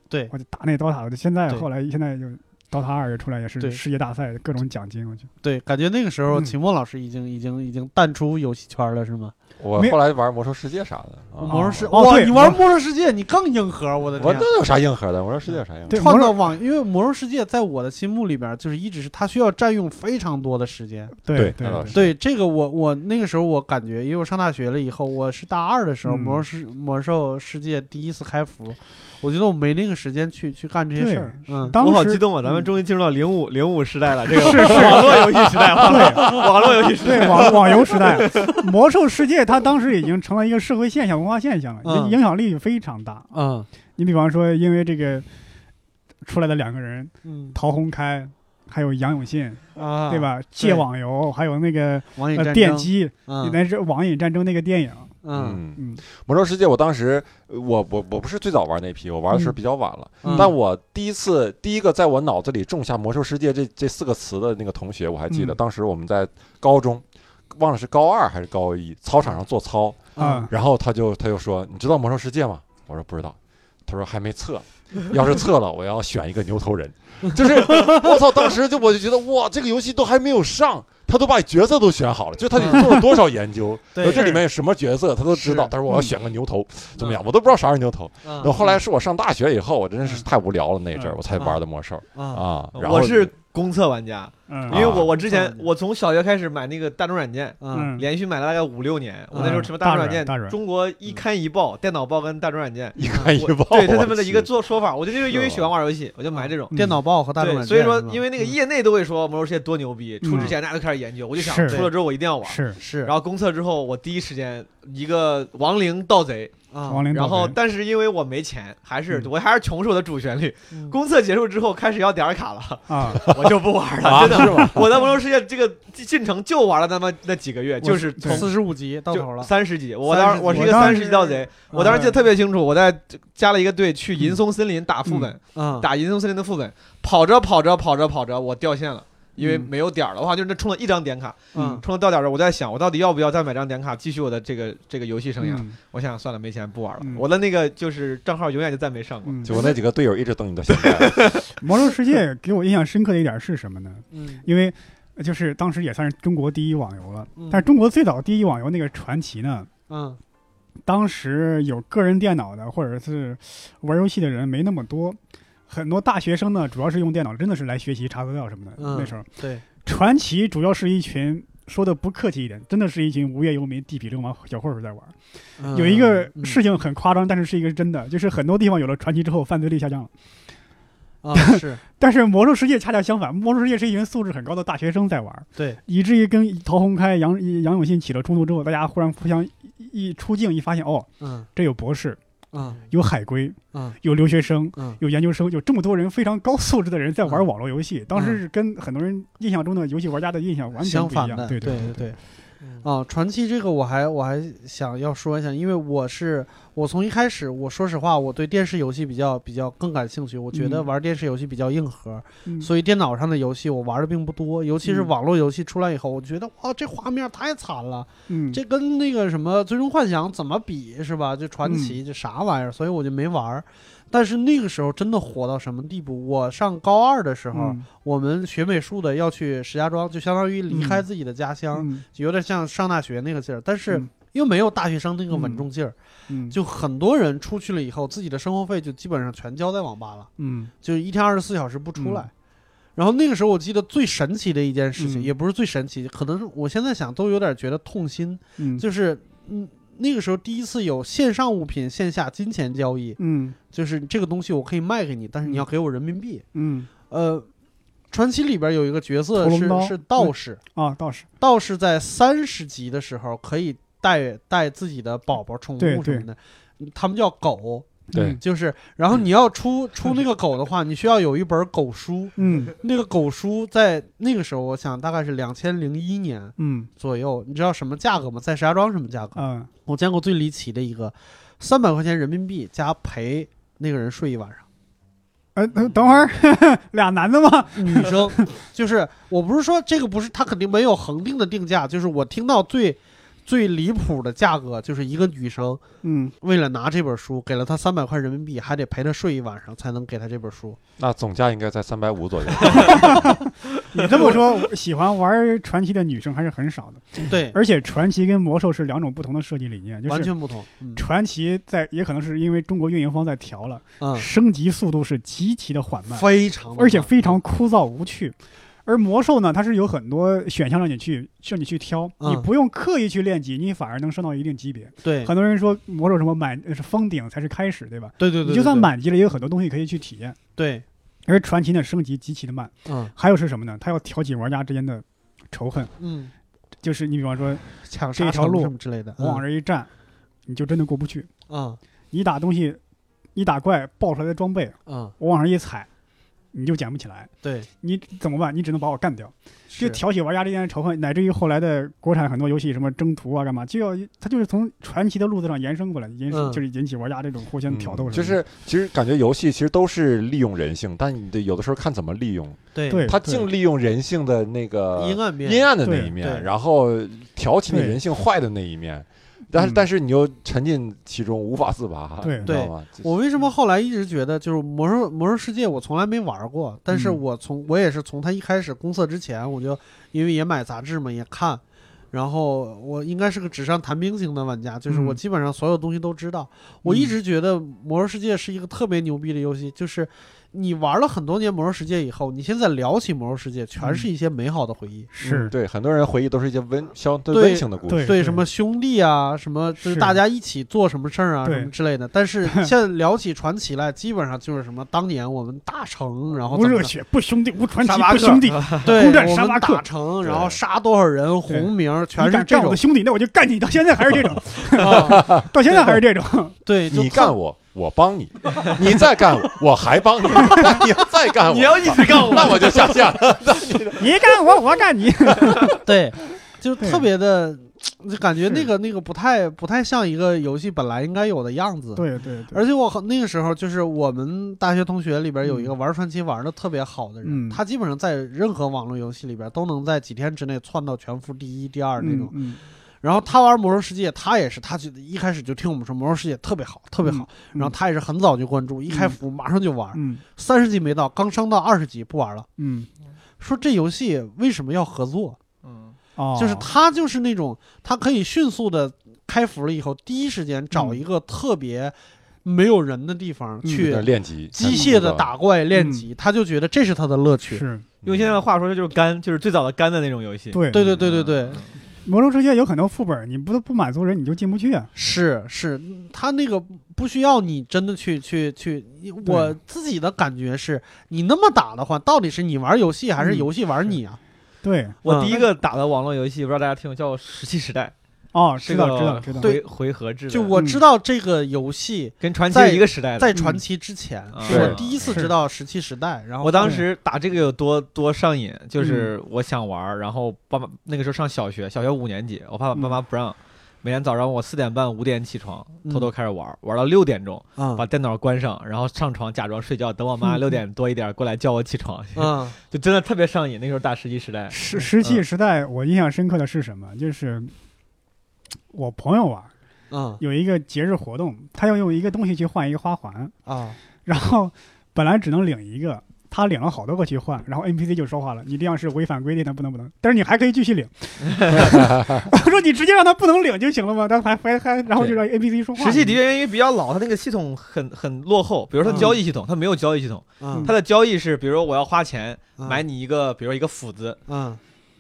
[SPEAKER 2] 对
[SPEAKER 1] 我就打那 DOTA，我就现在
[SPEAKER 2] 对
[SPEAKER 1] 后来现在就 DOTA 二也出来，也是
[SPEAKER 2] 对
[SPEAKER 1] 世界大赛各种奖金，我去，
[SPEAKER 2] 对，感觉那个时候
[SPEAKER 1] 嗯
[SPEAKER 2] 秦墨老师已经已经已经淡出游戏圈了，是吗？
[SPEAKER 3] 我
[SPEAKER 1] 没
[SPEAKER 3] 后来玩魔兽世界啥的，啊
[SPEAKER 2] 魔兽世，
[SPEAKER 1] 哦
[SPEAKER 2] 哇，
[SPEAKER 1] 对
[SPEAKER 2] 你玩魔兽世界，你更硬核，我的
[SPEAKER 3] 我
[SPEAKER 2] 天！
[SPEAKER 3] 那有啥硬核的？魔兽世界有啥硬核？
[SPEAKER 1] 对魔
[SPEAKER 2] 创造
[SPEAKER 1] 兽
[SPEAKER 2] 网，因为魔兽世界在我的心目里边，就是一直是它需要占用非常多的时间。
[SPEAKER 1] 对
[SPEAKER 3] 对
[SPEAKER 1] 对
[SPEAKER 3] 那倒
[SPEAKER 1] 对
[SPEAKER 2] 对这个我，我那个时候我感觉，因为我上大学了以后，我是大二的时候，
[SPEAKER 1] 嗯
[SPEAKER 2] 魔兽世魔兽世界第一次开服，我觉得我没那个时间去去干这些事儿。嗯，
[SPEAKER 1] 当
[SPEAKER 5] 我好
[SPEAKER 1] 时
[SPEAKER 5] 激动啊！咱们
[SPEAKER 1] 嗯
[SPEAKER 5] 终于进入到零五零五时代了，这个
[SPEAKER 1] 是是
[SPEAKER 5] 网络游戏时代，网络 游戏时代。
[SPEAKER 1] 对网网游时代，魔兽世界它当时已经成了一个社会现象、文化现象了，
[SPEAKER 2] 嗯
[SPEAKER 1] 影影响力非常大。
[SPEAKER 2] 嗯
[SPEAKER 1] 你比方说，因为这个出来的两个人，
[SPEAKER 2] 嗯
[SPEAKER 1] 陶虹开。还有杨永信，
[SPEAKER 2] 啊，
[SPEAKER 1] 嗯对？吧？戒网游，还有那个
[SPEAKER 2] 网瘾
[SPEAKER 1] 呃
[SPEAKER 2] 战
[SPEAKER 1] 电
[SPEAKER 2] 争，
[SPEAKER 1] 击，
[SPEAKER 2] 嗯
[SPEAKER 1] 那是《网瘾战争》那个电影，
[SPEAKER 2] 嗯
[SPEAKER 1] 嗯
[SPEAKER 3] 嗯，魔兽世界，我当时呃我我我不是最早玩那批，我玩的时候
[SPEAKER 1] 嗯
[SPEAKER 3] 比较晚了。
[SPEAKER 2] 嗯
[SPEAKER 3] 但我第一次第一个在我脑子里种下“魔兽世界这”这四个词的那个同学，我还记得，
[SPEAKER 1] 嗯
[SPEAKER 3] 当时我们在高中，忘了是高二还是高一，操场上做操，
[SPEAKER 1] 啊
[SPEAKER 3] 然后他就他就说：“你知道魔兽世界吗？”我说：“不知道。”他说：“还没测。”要是测了，我要选一个牛头人。就是我操，当时就我就觉得哇，这个游戏都还没有上，他都把角色都选好了，就他得做了多少研
[SPEAKER 5] 嗯
[SPEAKER 3] 究，
[SPEAKER 2] 对
[SPEAKER 3] 这里面有什么角色他都知道。
[SPEAKER 2] 是
[SPEAKER 3] 但是我要选个牛头，
[SPEAKER 5] 嗯
[SPEAKER 3] 怎么样？我都不知道啥是牛头。
[SPEAKER 2] 嗯
[SPEAKER 3] 等后来是我上大学以后，我真是太无聊了那一阵儿，
[SPEAKER 1] 嗯
[SPEAKER 3] 我才玩的魔兽
[SPEAKER 2] 啊
[SPEAKER 3] 啊。然后
[SPEAKER 5] 嗯我是公测玩家，
[SPEAKER 1] 嗯
[SPEAKER 5] 因为
[SPEAKER 3] 啊
[SPEAKER 5] 我我之前
[SPEAKER 2] 嗯
[SPEAKER 5] 我从小学开始买那个大众软件，
[SPEAKER 2] 嗯
[SPEAKER 1] 嗯
[SPEAKER 5] 连续买了大概五六年。我
[SPEAKER 2] 嗯
[SPEAKER 5] 那时候什么
[SPEAKER 1] 大
[SPEAKER 5] 众
[SPEAKER 1] 软
[SPEAKER 5] 软件
[SPEAKER 1] 大软，
[SPEAKER 5] 中国一刊一报，电脑报跟大众软件，
[SPEAKER 3] 一 看一
[SPEAKER 5] 我
[SPEAKER 3] 爆，
[SPEAKER 5] 对他
[SPEAKER 3] 我
[SPEAKER 5] 他们的一个
[SPEAKER 3] 去
[SPEAKER 5] 做说法，我就就是因为喜欢玩游戏，我就买这种。
[SPEAKER 1] 嗯
[SPEAKER 2] 电脑报和大众
[SPEAKER 5] 对，
[SPEAKER 2] 软件，
[SPEAKER 5] 所以说
[SPEAKER 2] 是吧嗯
[SPEAKER 5] 因为那个业内都会说《魔兽世界》多牛逼，出之
[SPEAKER 1] 嗯
[SPEAKER 5] 前大家都开始研究，我就想
[SPEAKER 1] 是
[SPEAKER 5] 出了之后我一定要玩。
[SPEAKER 1] 是
[SPEAKER 2] 是，
[SPEAKER 5] 然后公测之后，我第一时间一个亡灵盗贼，
[SPEAKER 2] 啊
[SPEAKER 1] 亡灵
[SPEAKER 5] 然后
[SPEAKER 1] 宝
[SPEAKER 5] 但是因为我没钱，还是
[SPEAKER 1] 嗯
[SPEAKER 5] 我还是穷是我的主旋律。
[SPEAKER 2] 嗯
[SPEAKER 5] 公测结束之后开始要点儿 卡了，
[SPEAKER 1] 贝啊，
[SPEAKER 5] 我就不玩了，
[SPEAKER 3] 啊，
[SPEAKER 5] 真的。
[SPEAKER 3] 是 吗？
[SPEAKER 5] 我在魔兽世界这个进程就玩了他妈那几个月，
[SPEAKER 2] 我
[SPEAKER 5] 就是从
[SPEAKER 2] 四十五级到头
[SPEAKER 5] 就
[SPEAKER 2] 了，
[SPEAKER 5] 三十级，我
[SPEAKER 2] 30
[SPEAKER 5] 当时我是一个
[SPEAKER 1] 我当
[SPEAKER 5] 三
[SPEAKER 1] 时
[SPEAKER 5] 十级盗贼，我当时记得特别清楚，我在加了一个队去银松森林打副本，
[SPEAKER 2] 啊
[SPEAKER 5] 打银松森林的副本，跑着跑着跑着跑着我掉线了。因为
[SPEAKER 1] 嗯
[SPEAKER 5] 没有点儿了，我好像就是充了一张点卡，
[SPEAKER 2] 嗯
[SPEAKER 5] 充了到点儿了，我在想，我到底要不要再买张点卡继续我的这个这个游戏生涯？
[SPEAKER 1] 嗯
[SPEAKER 5] 我想算了，没钱不玩了。
[SPEAKER 1] 嗯
[SPEAKER 5] 我的那个就是账号永远就再没上过。
[SPEAKER 1] 嗯
[SPEAKER 3] 就我那几个队友一直等你到现 在，
[SPEAKER 1] 魔兽世界给我印象深刻的一点是什么呢？
[SPEAKER 2] 嗯
[SPEAKER 1] 因为呃就是当时也算是中国第一网游了
[SPEAKER 2] 嗯，
[SPEAKER 1] 但是中国最早第一网游那个传奇呢，
[SPEAKER 2] 嗯
[SPEAKER 1] 当时有个人电脑的或者是玩游戏的人没那么多，很多大学生呢主要是用电脑，真的是来学习查资料什么的。
[SPEAKER 2] 嗯
[SPEAKER 1] 那时候
[SPEAKER 2] 对
[SPEAKER 1] 传奇主要是一群。说的不客气一点，真的是一群无业游民、地痞流氓小混混在玩。有一个
[SPEAKER 2] 嗯
[SPEAKER 1] 事情很夸张，但是是一个真的，就是很多地方有了传奇之后，犯罪率下降了。
[SPEAKER 2] 啊是
[SPEAKER 1] 但是魔兽世界恰恰相反，魔兽世界是一群素质很高的大学生在玩儿，
[SPEAKER 2] 对
[SPEAKER 1] 以至于跟陶宏开、杨杨永信起了冲突之后，大家忽然互相一一出镜一发现，哦，
[SPEAKER 2] 嗯
[SPEAKER 1] 这有博士，
[SPEAKER 2] 嗯
[SPEAKER 1] 有海归，
[SPEAKER 2] 嗯
[SPEAKER 1] 有留学生，
[SPEAKER 2] 嗯
[SPEAKER 1] 有研究生，有这么多人非常高素质的人在玩网络游戏，当时是跟很多人印象中的游戏玩家的印象完全
[SPEAKER 2] 相
[SPEAKER 1] 不一
[SPEAKER 2] 反
[SPEAKER 1] 样
[SPEAKER 2] 的，，
[SPEAKER 1] 对
[SPEAKER 2] 对
[SPEAKER 1] 对
[SPEAKER 2] 对。
[SPEAKER 5] 嗯
[SPEAKER 2] 啊，传奇这个我还我还想要说一下，因为我是我从一开始，我说实话，我对电视游戏比较比较更感兴趣，我觉得
[SPEAKER 1] 嗯
[SPEAKER 2] 玩电视游戏比较硬核，
[SPEAKER 1] 嗯
[SPEAKER 2] 所以电脑上的游戏我玩的并不多，尤其是
[SPEAKER 1] 嗯
[SPEAKER 2] 网络游戏出来以后，我觉得哇，这画面太惨了，
[SPEAKER 1] 嗯，
[SPEAKER 2] 这跟那个什么《最终幻想》怎么比是吧？这传
[SPEAKER 1] 嗯
[SPEAKER 2] 奇这啥玩意儿，所以我就没玩儿。但是那个时候真的火到什么地步？我上高二的时候，
[SPEAKER 1] 嗯
[SPEAKER 2] 我们学美术的要去石家庄，就相当于离开自己的家乡，
[SPEAKER 1] 嗯
[SPEAKER 2] 有点像上大学那个劲儿，但是
[SPEAKER 1] 嗯
[SPEAKER 2] 又没有大学生那个稳重劲儿。
[SPEAKER 1] 嗯
[SPEAKER 2] 就很多人出去了以后，自己的生活费就基本上全交在网吧了，
[SPEAKER 1] 嗯
[SPEAKER 2] 就一天二十四小时不出来。然后那个时候，我记得最神奇的一件事情，
[SPEAKER 1] 嗯
[SPEAKER 2] 也不是最神奇，可能是我现在想都有点觉得痛心，
[SPEAKER 1] 嗯
[SPEAKER 2] 就是嗯，那个时候第一次有线上物品、线下金钱交易，
[SPEAKER 1] 嗯
[SPEAKER 2] 就是这个东西我可以卖给你，但是你要给我人民币。
[SPEAKER 1] 嗯
[SPEAKER 2] 呃，传奇里边有一个角色
[SPEAKER 1] 屠龙
[SPEAKER 2] 是
[SPEAKER 1] 刀
[SPEAKER 2] 是道
[SPEAKER 1] 啊，
[SPEAKER 2] 士，
[SPEAKER 1] 倒是
[SPEAKER 2] 道士在三十级的时候可以带带自己的宝宝、宠
[SPEAKER 1] 对
[SPEAKER 2] 物什
[SPEAKER 1] 对
[SPEAKER 2] 么的，他们叫狗，
[SPEAKER 3] 对，
[SPEAKER 2] 就是，然后你 要出出那个狗的话，你需要有一本狗书，
[SPEAKER 1] 嗯
[SPEAKER 2] 那个狗书在那个时候，我想大概是两千零一年
[SPEAKER 1] 嗯
[SPEAKER 2] 左右，你知道什么价格吗？在石家庄什么价格？
[SPEAKER 1] 啊
[SPEAKER 2] 我见过最离奇的一个，三百块钱人民币加陪那个人睡一晚上。
[SPEAKER 1] 呃，等等会儿， 俩男的吗？
[SPEAKER 2] 女生，就是我不是说这个不是，它肯定没有恒定的定价，就是我听到最最离谱的价格，就是一个女生
[SPEAKER 1] 嗯
[SPEAKER 2] 为了拿这本书，给了她三百块人民币，还得陪她睡一晚上才能给她这本书。
[SPEAKER 3] 那总价应该在三百五左右。
[SPEAKER 1] 你这么说， 我喜欢玩传奇的女生还是很少的。
[SPEAKER 2] 对，
[SPEAKER 1] 而且传奇跟魔兽是两种不同的设计理念，就
[SPEAKER 2] 完
[SPEAKER 1] 是
[SPEAKER 2] 全不同。嗯
[SPEAKER 1] 传奇在也可能是因为中国运营方在调了，
[SPEAKER 2] 嗯，
[SPEAKER 1] 升级速度是极其的缓慢，
[SPEAKER 2] 非常不同，
[SPEAKER 1] 而且非常枯燥无趣。而魔兽呢，它是有很多选项让你去让你去挑，
[SPEAKER 2] 嗯
[SPEAKER 1] 你不用刻意去练级，你反而能升到一定级别。
[SPEAKER 2] 对，
[SPEAKER 1] 很多人说魔兽什么满呃是封顶才是开始，对吧？
[SPEAKER 2] 对对对，
[SPEAKER 1] 你就算
[SPEAKER 2] 对，
[SPEAKER 1] 满级了，也有很多东西可以去体验。
[SPEAKER 2] 对，
[SPEAKER 1] 而传奇呢，升级极其的慢。
[SPEAKER 2] 嗯
[SPEAKER 1] 还有是什么呢？它要挑起玩家之间的仇恨，
[SPEAKER 2] 嗯，
[SPEAKER 1] 就是你比方说
[SPEAKER 2] 抢
[SPEAKER 1] 这
[SPEAKER 2] 杀
[SPEAKER 1] 条
[SPEAKER 2] 城
[SPEAKER 1] 路
[SPEAKER 2] 什么之类的，
[SPEAKER 1] 我往这一站，你就真的过不去。
[SPEAKER 2] 嗯
[SPEAKER 1] 你打东西，你打怪爆出来的装备，
[SPEAKER 2] 嗯，
[SPEAKER 1] 我往上一踩，你就捡不起来，
[SPEAKER 2] 对，
[SPEAKER 1] 你怎么办？你只能把我干掉，就是挑起玩家之间的仇恨，乃至于后来的国产很多游戏，什么征途啊，干嘛，就要它就是从传奇的路子上延伸过来，引
[SPEAKER 2] 嗯
[SPEAKER 1] 就是引起玩家这种互相挑逗
[SPEAKER 3] 嗯
[SPEAKER 1] 什么
[SPEAKER 3] 就
[SPEAKER 1] 的，
[SPEAKER 3] 是其实感觉游戏其实都是利用人性，但你的有的时候看怎么利用，
[SPEAKER 2] 对
[SPEAKER 1] 对，
[SPEAKER 3] 它
[SPEAKER 1] 对
[SPEAKER 3] 净利用人性的那个
[SPEAKER 2] 呃阴暗面，
[SPEAKER 3] 阴暗的那
[SPEAKER 1] 对
[SPEAKER 3] 一面，
[SPEAKER 2] 对
[SPEAKER 3] 然后挑起你
[SPEAKER 1] 对
[SPEAKER 3] 人性坏的那一面，但是
[SPEAKER 1] 嗯
[SPEAKER 3] 但是你又沉浸其中无法自拔，
[SPEAKER 1] 对
[SPEAKER 3] 你知道吗？
[SPEAKER 2] 我为什么后来一直觉得就是魔兽魔兽世界我从来没玩过，但是
[SPEAKER 1] 嗯
[SPEAKER 2] 我从我也是从它一开始公测之前，我就因为也买杂志嘛也看，然后我应该是个纸上谈兵型的玩家，就是我
[SPEAKER 1] 嗯
[SPEAKER 2] 基本上所有东西都知道。我一
[SPEAKER 1] 嗯
[SPEAKER 2] 直觉得魔兽世界是一个特别牛逼的游戏，就是你玩了很多年魔兽世界以后，你现在聊起魔兽世界，全是一些美好的回忆。
[SPEAKER 1] 是，
[SPEAKER 3] 对很多人回忆都是一些温相对
[SPEAKER 2] 对
[SPEAKER 3] 温情的故事，
[SPEAKER 1] 对
[SPEAKER 2] 嗯对什么兄弟啊，什么就是
[SPEAKER 1] 是
[SPEAKER 2] 大家一起做什么事儿啊，
[SPEAKER 1] 对
[SPEAKER 2] 什么之类的。但是现在聊起传奇来，基本上就是什么当年我们大成，然后
[SPEAKER 1] 无
[SPEAKER 2] 怎么
[SPEAKER 1] 热
[SPEAKER 2] 的
[SPEAKER 1] 血不兄弟，无传奇
[SPEAKER 5] 沙巴
[SPEAKER 1] 不
[SPEAKER 5] 克
[SPEAKER 1] 兄弟，
[SPEAKER 2] 对
[SPEAKER 1] 攻占
[SPEAKER 2] 我
[SPEAKER 1] 沙
[SPEAKER 2] 们
[SPEAKER 1] 巴克
[SPEAKER 2] 大成，然后
[SPEAKER 3] 对
[SPEAKER 2] 杀多少人，
[SPEAKER 1] 对
[SPEAKER 2] 红名儿全
[SPEAKER 1] 你
[SPEAKER 2] 是
[SPEAKER 1] 敢
[SPEAKER 2] 这
[SPEAKER 1] 干我
[SPEAKER 2] 种
[SPEAKER 1] 的。兄弟，那我就干你，到现在还是这种，
[SPEAKER 2] 啊
[SPEAKER 1] 到现在还是这种，
[SPEAKER 2] 对，就
[SPEAKER 3] 你
[SPEAKER 2] 特
[SPEAKER 3] 干我，我帮你，你再干我，我 还帮你，你要再干
[SPEAKER 5] 你
[SPEAKER 3] 我，
[SPEAKER 5] 要一直干我，
[SPEAKER 3] 那我就下 线了。
[SPEAKER 1] 你干我，我干你，
[SPEAKER 2] 对，就特
[SPEAKER 1] 对
[SPEAKER 2] 别的，就感觉那
[SPEAKER 1] 是
[SPEAKER 2] 个那个不太不太像一个游戏本来应该有的样子。
[SPEAKER 1] 对对对，
[SPEAKER 2] 而且我很那个时候，就是我们大学同学里边有一个玩传奇玩的特别好的人，
[SPEAKER 1] 嗯
[SPEAKER 2] 他基本上在任何网络游戏里边都能在几天之内窜到全服第一、第二那种。
[SPEAKER 1] 嗯，
[SPEAKER 2] 然后他玩魔兽世界，他也是，他就一开始就听我们说魔兽世界特别好，特别好。
[SPEAKER 1] 嗯
[SPEAKER 2] 然后他也是很早就关注，一开服马上就玩，
[SPEAKER 1] 嗯
[SPEAKER 2] 三十级没到，刚升到二十级不玩了。
[SPEAKER 1] 嗯，
[SPEAKER 2] 说这游戏为什么要合作？
[SPEAKER 5] 嗯
[SPEAKER 1] 哦，
[SPEAKER 2] 就是他就是那种他可以迅速的开服了以后，第一时间找一个特别没有人的地方
[SPEAKER 1] 嗯
[SPEAKER 2] 去
[SPEAKER 3] 练级，嗯
[SPEAKER 2] 机械的打怪练级，他就觉得这是他的乐趣。
[SPEAKER 1] 是
[SPEAKER 5] 用
[SPEAKER 3] 嗯
[SPEAKER 5] 现在的话说，这就是干，就是最早的干的那种游戏。嗯
[SPEAKER 1] 对
[SPEAKER 2] 对对对对对，
[SPEAKER 1] 魔兽世界有很多副本，你不不满足人你就进不去啊，
[SPEAKER 2] 是是，他那个不需要你真的去去去。我自己的感觉是，你那么打的话，到底是你玩游戏还是
[SPEAKER 1] 嗯
[SPEAKER 2] 游戏玩你啊？
[SPEAKER 1] 对，
[SPEAKER 5] 我
[SPEAKER 2] 嗯
[SPEAKER 5] 第一个打的网络游戏，不知道大家听没，叫《石器时代》，
[SPEAKER 1] 哦，
[SPEAKER 5] 是
[SPEAKER 1] 知道
[SPEAKER 5] 啊个
[SPEAKER 1] 知道知道，
[SPEAKER 5] 回回合制的，
[SPEAKER 2] 就我
[SPEAKER 1] 嗯
[SPEAKER 2] 知道这个游戏
[SPEAKER 5] 跟传奇
[SPEAKER 2] 在
[SPEAKER 5] 是一个时代的。
[SPEAKER 2] 在传奇之前，
[SPEAKER 5] 嗯
[SPEAKER 2] 是我
[SPEAKER 3] 对
[SPEAKER 2] 第一次
[SPEAKER 1] 是
[SPEAKER 2] 知道石器时代，然后
[SPEAKER 5] 我当时打这个有多多上瘾，就是我想玩儿，然后爸妈那个时候上小学，小学五年级，我爸爸
[SPEAKER 1] 嗯
[SPEAKER 5] 妈妈不让，每天早上我四点半五点起床，
[SPEAKER 2] 嗯
[SPEAKER 5] 偷偷开始玩儿，玩到六点钟，
[SPEAKER 2] 啊
[SPEAKER 5] 把电脑关上，然后上床假装睡觉，等我妈
[SPEAKER 1] 嗯
[SPEAKER 5] 六点多一点过来叫我起床，
[SPEAKER 2] 嗯
[SPEAKER 5] 就真的特别上瘾。那个时候打《石器时代》，
[SPEAKER 1] 石石
[SPEAKER 5] 嗯
[SPEAKER 1] 器时代，我印象深刻的是什么？就是我朋友玩儿
[SPEAKER 2] 嗯
[SPEAKER 1] 有一个节日活动，他要用一个东西去换一个花环，
[SPEAKER 2] 啊
[SPEAKER 1] 然后本来只能领一个，他领了好多个去换，然后 NPC 就说话了：“你这样是违反规定的，不能不能。”但是你还可以继续 领。我说你直接让他不能领就行了嘛，但还还还，然后就让 NPC 说话。
[SPEAKER 5] 石器的确因为比较老，它那个系统很很落后，比如说
[SPEAKER 2] 嗯
[SPEAKER 5] 它交易系统，它没有交易系统，
[SPEAKER 2] 嗯
[SPEAKER 5] 它的交易是，比如说我要花钱
[SPEAKER 2] 嗯
[SPEAKER 5] 买你一个，比如一个斧子，
[SPEAKER 2] 嗯，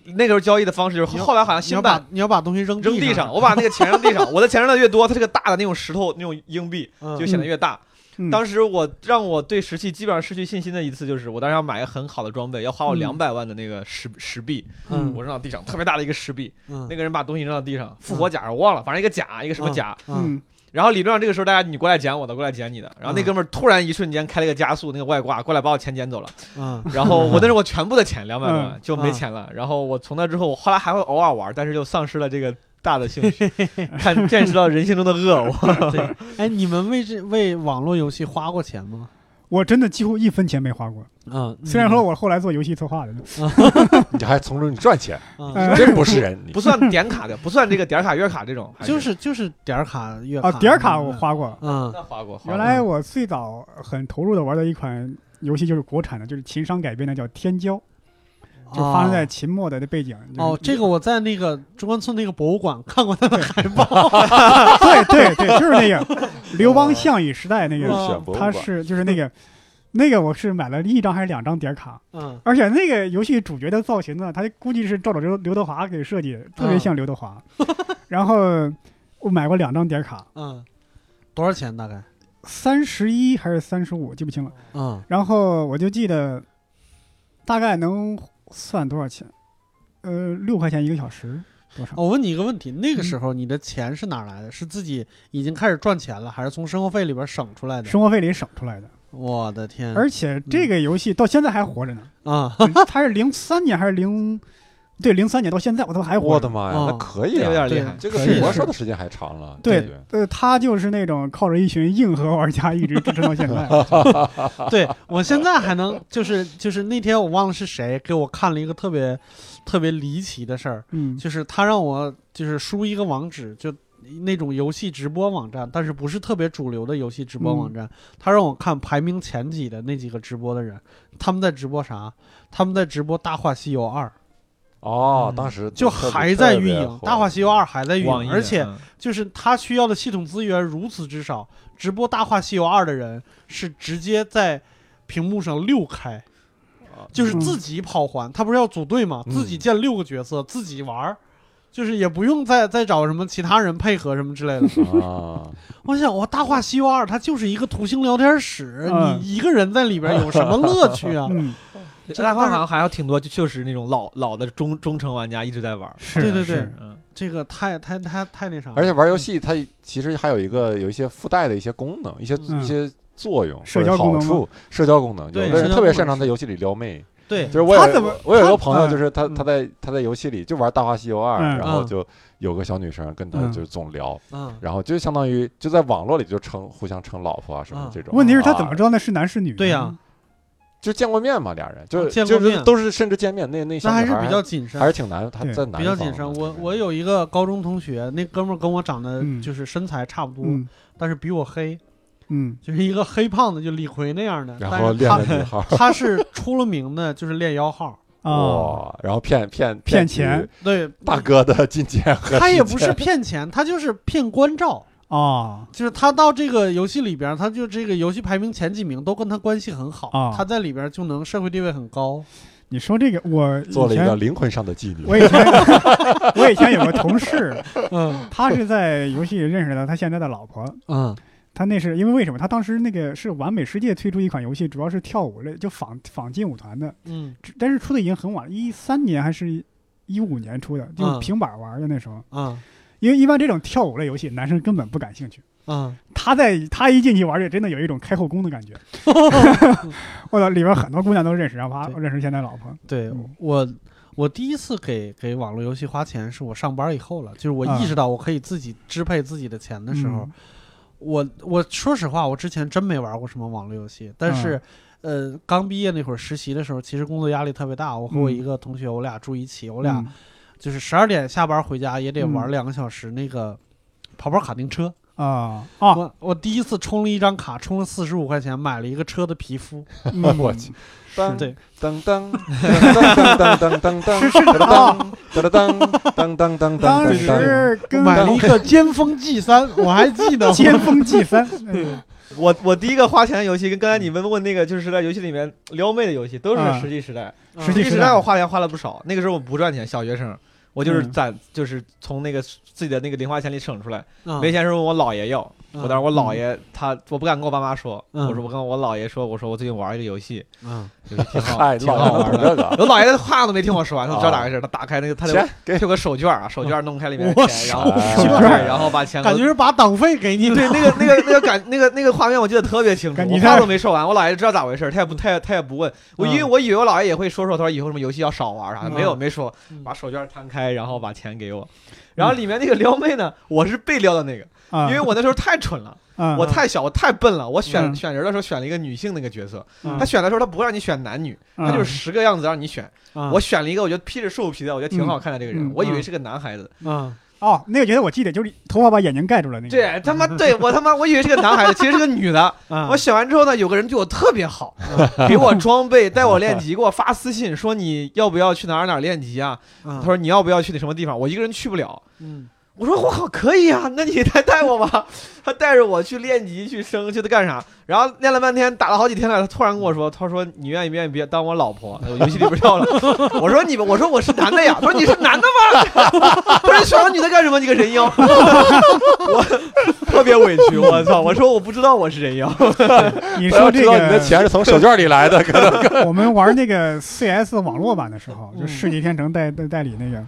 [SPEAKER 5] 那个时候交易的方式就是
[SPEAKER 2] 你要
[SPEAKER 5] 后来好像
[SPEAKER 2] 你要
[SPEAKER 5] 新版
[SPEAKER 2] 把你要把东西扔
[SPEAKER 5] 扔地
[SPEAKER 2] 上啊
[SPEAKER 5] 上，，我把那个钱扔地上，我的钱扔的越多，它这个大的那种石头那种硬币
[SPEAKER 2] 嗯
[SPEAKER 5] 就显得越大。
[SPEAKER 1] 嗯
[SPEAKER 5] 当时我让我对石器基本上失去信心的一次，就是我当时要买个很好的装备，要花我
[SPEAKER 1] 嗯
[SPEAKER 5] 两百万的那个石石币，
[SPEAKER 1] 嗯
[SPEAKER 5] 我扔到地上，特别大的一个石币，
[SPEAKER 2] 嗯
[SPEAKER 5] 那个人把东西扔到地上，复活甲我忘了，反正一个甲一个什么甲，
[SPEAKER 2] 嗯
[SPEAKER 1] 嗯
[SPEAKER 5] 然后理论上这个时候大家你过来捡我的，过来捡你的，然后那哥们儿突然一瞬间开了个加速，那个外挂过来把我钱捡走了，
[SPEAKER 2] 嗯
[SPEAKER 5] 然后我那是我全部的钱两百多万
[SPEAKER 1] 嗯
[SPEAKER 5] 就没钱了，然后我从那之后，我后来还会偶尔玩，但是就丧失了这个大的兴 趣，看见识到人性中的恶，我
[SPEAKER 2] 哎，你们为这为网络游戏花过钱吗？
[SPEAKER 1] 我真的几乎一分钱没花过，
[SPEAKER 2] 嗯，
[SPEAKER 1] 虽然说我后来做游戏策划的呢，
[SPEAKER 3] 你还从中你赚钱，
[SPEAKER 2] 嗯
[SPEAKER 1] 哎
[SPEAKER 3] 真不是人。你
[SPEAKER 5] 不算点卡的，不算这个点卡月卡这种，还
[SPEAKER 2] 就是就是点儿卡月
[SPEAKER 1] 啊，点儿卡我花过。
[SPEAKER 2] 嗯
[SPEAKER 5] 那花过，花过
[SPEAKER 1] 原来我最早很投入的玩的一款游戏就是国产的，就是秦商改编的，叫《天骄》，就发生在秦末的背景。就是
[SPEAKER 2] 哦，这个我在那个中关村那个博物馆看过他的海报，
[SPEAKER 1] 对对对，就是那 个刘邦项羽时代那
[SPEAKER 3] 入
[SPEAKER 2] 哦
[SPEAKER 1] 个，
[SPEAKER 3] 选博物
[SPEAKER 1] 他
[SPEAKER 3] 馆，
[SPEAKER 1] 是就是那个。那个我是买了一张还是两张点卡，
[SPEAKER 2] 嗯
[SPEAKER 1] 而且那个游戏主角的造型呢，他估计是照着刘刘德华给设计的，特别像刘德华。
[SPEAKER 2] 哦
[SPEAKER 1] 然后我买过两张点卡，
[SPEAKER 2] 嗯，多少钱大概？
[SPEAKER 1] 三十一还是三十五，记不清了。
[SPEAKER 2] 嗯
[SPEAKER 1] 然后我就记得大概能算多少钱，呃，六块钱一个小时，多
[SPEAKER 3] 哦
[SPEAKER 1] 少？
[SPEAKER 2] 我问你一个问题，
[SPEAKER 1] 嗯
[SPEAKER 2] 那个时候你的钱是哪儿来的？是自己已经开始赚钱了，还是从生活费里边省出来的？
[SPEAKER 1] 生活费里省出来的。
[SPEAKER 2] 我的天！
[SPEAKER 3] 嗯
[SPEAKER 1] 而且这个游戏到现在还活着呢，嗯
[SPEAKER 2] 啊，
[SPEAKER 1] 它是零三年还是零？对，零三年到现哎在我都还活
[SPEAKER 3] 我
[SPEAKER 1] 着
[SPEAKER 3] 的。妈呀，
[SPEAKER 2] 哦
[SPEAKER 3] 那可以
[SPEAKER 5] 这有
[SPEAKER 3] 啊！
[SPEAKER 5] 点厉害，
[SPEAKER 3] 这个
[SPEAKER 1] 可以
[SPEAKER 3] 比魔
[SPEAKER 1] 是
[SPEAKER 3] 兽的时间还长了。
[SPEAKER 1] 对
[SPEAKER 3] 不，
[SPEAKER 1] 呃，他就是那种靠着一群硬核玩家一直支撑到现 在。
[SPEAKER 2] 对我现在还能就是就是那天我忘了是谁给我看了一个特别特别离奇的事儿，
[SPEAKER 1] 嗯
[SPEAKER 2] 就是他让我就是输一个网址，就那种游戏直播网站，但是不是特别主流的游戏直播
[SPEAKER 5] 嗯
[SPEAKER 2] 网站。他让我看排名前几的那几个直播的人，他们在直播啥？他们在直播《大话西游二
[SPEAKER 3] 哦，
[SPEAKER 5] 嗯
[SPEAKER 3] 当时》，
[SPEAKER 2] 就还在运营，
[SPEAKER 3] 《
[SPEAKER 2] 《大话西游二》还在运
[SPEAKER 5] 网易
[SPEAKER 2] 营，
[SPEAKER 5] 的
[SPEAKER 1] 啊
[SPEAKER 2] 而且
[SPEAKER 5] 嗯
[SPEAKER 2] 就是他需要的系统资源如此之少，直播《大话西游二》的人是直接在屏幕上六开，就是自己跑环，他不是要组队嘛，
[SPEAKER 3] 嗯
[SPEAKER 2] 自己建六个角色，自己玩儿，就是也不用再再找什么其他人配合什么之 类的。
[SPEAKER 3] 啊，
[SPEAKER 2] 我想，我《大话西游二》它就是一个图形聊天室，
[SPEAKER 1] 嗯
[SPEAKER 2] 你一个人在里边有什么乐趣啊？
[SPEAKER 1] 嗯，
[SPEAKER 5] 这大话好像还有挺多，就就是那种老老的忠忠诚玩家一直在玩儿。
[SPEAKER 1] 是
[SPEAKER 2] 对对对
[SPEAKER 1] 是
[SPEAKER 5] 嗯，
[SPEAKER 2] 这个太太太太那啥了，
[SPEAKER 3] 而且玩游戏它其实还有一个有一些附带的一些功能，一些
[SPEAKER 1] 嗯
[SPEAKER 3] 一些作用、
[SPEAKER 1] 社交功
[SPEAKER 3] 好
[SPEAKER 1] 能吗
[SPEAKER 3] 处、社交功能。有
[SPEAKER 2] 对社
[SPEAKER 3] 的人
[SPEAKER 2] 交
[SPEAKER 3] 特
[SPEAKER 2] 功
[SPEAKER 3] 别
[SPEAKER 2] 能
[SPEAKER 3] 擅长在游戏里撩妹，
[SPEAKER 2] 对
[SPEAKER 3] 就，是我有
[SPEAKER 1] 他怎么
[SPEAKER 3] 我有一
[SPEAKER 1] 他
[SPEAKER 3] 个朋友，
[SPEAKER 1] 嗯
[SPEAKER 3] 就是他
[SPEAKER 2] 嗯
[SPEAKER 3] 他在他在游戏里就玩《大话西游二》，
[SPEAKER 1] 嗯
[SPEAKER 3] 然后
[SPEAKER 2] 嗯
[SPEAKER 3] 就有个小女生跟他
[SPEAKER 1] 嗯
[SPEAKER 3] 就总聊，
[SPEAKER 2] 嗯，
[SPEAKER 3] 然后就相当于就在网络里就称互相称老婆啊什么
[SPEAKER 2] 嗯
[SPEAKER 3] 这种。
[SPEAKER 1] 问题是他
[SPEAKER 3] 啊
[SPEAKER 1] 怎么知道那是男是女？
[SPEAKER 2] 对呀，
[SPEAKER 3] 就见过面嘛，俩人就
[SPEAKER 2] 啊见
[SPEAKER 3] 就
[SPEAKER 2] 过
[SPEAKER 3] 是
[SPEAKER 2] 面
[SPEAKER 3] 都是甚至见面，那那小
[SPEAKER 2] 那还
[SPEAKER 3] 女
[SPEAKER 2] 是
[SPEAKER 3] 孩
[SPEAKER 2] 比较谨慎
[SPEAKER 3] 还。是挺难，他
[SPEAKER 1] 对
[SPEAKER 3] 在南
[SPEAKER 2] 比较
[SPEAKER 3] 方
[SPEAKER 2] 谨慎，
[SPEAKER 3] 嘛
[SPEAKER 2] 我
[SPEAKER 3] 对
[SPEAKER 2] 我有一个高中同学，那哥们儿跟我长得
[SPEAKER 1] 嗯
[SPEAKER 2] 就是身材差不多，
[SPEAKER 1] 嗯
[SPEAKER 2] 但是比我黑，
[SPEAKER 1] 嗯
[SPEAKER 2] 就是一个黑胖子，就李逵那样的。
[SPEAKER 3] 然后练
[SPEAKER 2] 但
[SPEAKER 3] 了
[SPEAKER 2] 是
[SPEAKER 3] 女号，
[SPEAKER 2] 他他是出了名的，就是练腰号。
[SPEAKER 1] 啊，
[SPEAKER 3] 哇，然后骗骗
[SPEAKER 1] 骗
[SPEAKER 3] 取
[SPEAKER 1] 钱
[SPEAKER 2] 对，
[SPEAKER 3] 大哥的金钱和
[SPEAKER 2] 他也
[SPEAKER 3] 时
[SPEAKER 2] 不
[SPEAKER 3] 间
[SPEAKER 2] 是骗钱，他就是骗关照。
[SPEAKER 1] 哦
[SPEAKER 2] 就是他到这个游戏里边儿，他就这个游戏排名前几名都跟他关系很好，
[SPEAKER 1] 啊
[SPEAKER 2] 他在里边儿就能社会地位很 高。
[SPEAKER 1] 你说这个，我以
[SPEAKER 3] 做了一
[SPEAKER 1] 前
[SPEAKER 3] 个灵魂上的妓女
[SPEAKER 1] 我。以前我以前有个同事，
[SPEAKER 2] 嗯
[SPEAKER 1] 他是在游戏认识的他现在的老婆。
[SPEAKER 2] 嗯
[SPEAKER 1] 他那是因为为什么？他当时那个是完美世界推出一款游戏，主要是跳舞类，就仿仿劲舞团的，
[SPEAKER 2] 嗯
[SPEAKER 1] 只但是出的已经很晚了，一三年还是一五年出的，就是
[SPEAKER 2] 嗯
[SPEAKER 1] 平板玩的那时候。
[SPEAKER 2] 嗯
[SPEAKER 1] 因为一般这种跳舞类游戏，男生根本不感兴趣。
[SPEAKER 2] 嗯
[SPEAKER 1] 他在他一进去玩儿，这真的有一种开后宫的 感觉。我操，里边很多姑娘都认识，然后他
[SPEAKER 2] 对
[SPEAKER 1] 认识现在老婆。
[SPEAKER 2] 对
[SPEAKER 1] 嗯
[SPEAKER 2] 我，我第一次给给网络游戏花钱是我上班以后了，就是我
[SPEAKER 1] 啊
[SPEAKER 2] 意识到我可以自己支配自己的钱的时候，
[SPEAKER 1] 嗯
[SPEAKER 2] 我我说实话，我之前真没玩过什么网络游戏，但
[SPEAKER 1] 啊
[SPEAKER 2] 是。呃，刚毕业那会儿实习的时候，其实工作压力特别大。我和我
[SPEAKER 1] 嗯
[SPEAKER 2] 一个同学，我俩住一起，我
[SPEAKER 1] 我
[SPEAKER 2] 俩就是十二点下班回家也得
[SPEAKER 1] 嗯
[SPEAKER 2] 玩两个小时那个跑跑卡丁车。
[SPEAKER 1] 啊啊，
[SPEAKER 2] 我我第一次充了一张卡，充了四十五块钱，买了一个车的皮肤。
[SPEAKER 1] 嗯
[SPEAKER 3] 我去，
[SPEAKER 1] 是
[SPEAKER 2] 对，
[SPEAKER 3] 噔噔
[SPEAKER 1] 当
[SPEAKER 3] 噔噔噔噔噔噔噔噔噔噔噔噔噔 噔噔。
[SPEAKER 1] 时跟
[SPEAKER 2] 买了一个尖峰 G 三，我还记 得。
[SPEAKER 1] 尖峰祭三，嗯
[SPEAKER 5] 我我第一个花钱的游戏跟刚才你问问那个，就是在游戏里面撩妹的游戏，都是
[SPEAKER 1] 嗯
[SPEAKER 5] 实际时代。
[SPEAKER 1] 实际
[SPEAKER 5] 实际时代我花钱花了不少，那个时候我不赚钱，小学生，我就是
[SPEAKER 1] 嗯
[SPEAKER 5] 攒，就是从那个自己的那个零花钱里省出来，
[SPEAKER 2] 嗯
[SPEAKER 5] 没钱时候我姥爷要，
[SPEAKER 2] 嗯
[SPEAKER 5] 我当时我姥爷他我不敢跟我爸妈说，
[SPEAKER 2] 嗯
[SPEAKER 5] 我说我跟我姥爷说，我说我最近玩一个游戏，
[SPEAKER 2] 嗯
[SPEAKER 5] 游戏挺好，
[SPEAKER 3] 嗨，
[SPEAKER 5] 挺好
[SPEAKER 3] 老
[SPEAKER 5] 玩
[SPEAKER 3] 玩
[SPEAKER 5] 的。
[SPEAKER 3] 这个，
[SPEAKER 5] 我姥爷的话都没听我说完，他
[SPEAKER 2] 哦
[SPEAKER 5] 不知道咋回事，他打开那个他的
[SPEAKER 3] 钱给
[SPEAKER 5] 他有个手绢啊，手绢弄开里面
[SPEAKER 2] 我
[SPEAKER 5] 的钱，然后
[SPEAKER 3] 手
[SPEAKER 5] 手
[SPEAKER 3] 绢
[SPEAKER 5] 绢，然后把钱
[SPEAKER 2] 感觉是把党费给你了。
[SPEAKER 5] 对，那个那个那个感那个那个画面我记得特别清楚，
[SPEAKER 1] 感觉
[SPEAKER 5] 我
[SPEAKER 1] 你
[SPEAKER 5] 话
[SPEAKER 1] 看
[SPEAKER 5] 都没说完，我姥爷知道咋回事，他也不他也他也不问我，
[SPEAKER 2] 嗯
[SPEAKER 5] 因为我以为我姥爷也会说说，他说以后什么游戏要少玩啥的，
[SPEAKER 2] 嗯
[SPEAKER 5] 没有没说
[SPEAKER 2] 嗯，
[SPEAKER 5] 把手绢摊开，然后把钱给我，然后里面那个撩妹呢，我是被撩的那个，
[SPEAKER 1] 啊，
[SPEAKER 5] 因为我那时候太蠢了，
[SPEAKER 1] 啊
[SPEAKER 5] 我太小，我太笨了，我选
[SPEAKER 1] 嗯
[SPEAKER 5] 选人的时候选了一个女性那个角色，
[SPEAKER 1] 嗯
[SPEAKER 5] 他选的时候他不让你选男女，他就是十个样子让你选，
[SPEAKER 2] 啊
[SPEAKER 5] 我选了一个我觉得披着兽皮的，我觉得挺好看的这个
[SPEAKER 1] 嗯
[SPEAKER 5] 人
[SPEAKER 1] 嗯，
[SPEAKER 5] 我以为是个男孩子，
[SPEAKER 2] 啊
[SPEAKER 1] 哦，那个角色我记得就是头发把眼睛盖住了那个，
[SPEAKER 5] 对他妈对我他妈我以为是个男孩子，其实是个女的。
[SPEAKER 2] 啊！
[SPEAKER 5] 我选完之后呢，有个人对我特别好， 给我装备，带我练级，给我发私信说你要不要去哪儿哪儿练级啊？
[SPEAKER 2] 他
[SPEAKER 5] 他说你要不要去那什么地方？我一个人去不了。
[SPEAKER 2] 嗯
[SPEAKER 5] 我说我靠，可以啊，那你来带我吧。 他带着我去练级、去升、去干啥？然后练了半天，打了好几天了。他突然跟我说：“他说你愿意不愿意别当我老婆？”我游戏里边叫了。 我说你们，我说我是男的呀。他说你是男的吗？ 不是选个女的干什么？你个人妖！ 我特别委屈，我操！我说我不知道我是人妖。
[SPEAKER 1] 你
[SPEAKER 3] 我要
[SPEAKER 1] 说
[SPEAKER 3] 知
[SPEAKER 1] 这
[SPEAKER 3] 道你的
[SPEAKER 1] 个，
[SPEAKER 3] 钱是从手绢里来的，可 能
[SPEAKER 1] 我们玩那个 CS 网络版的时候，
[SPEAKER 2] 嗯
[SPEAKER 1] 就《世纪天成代》代代理那个，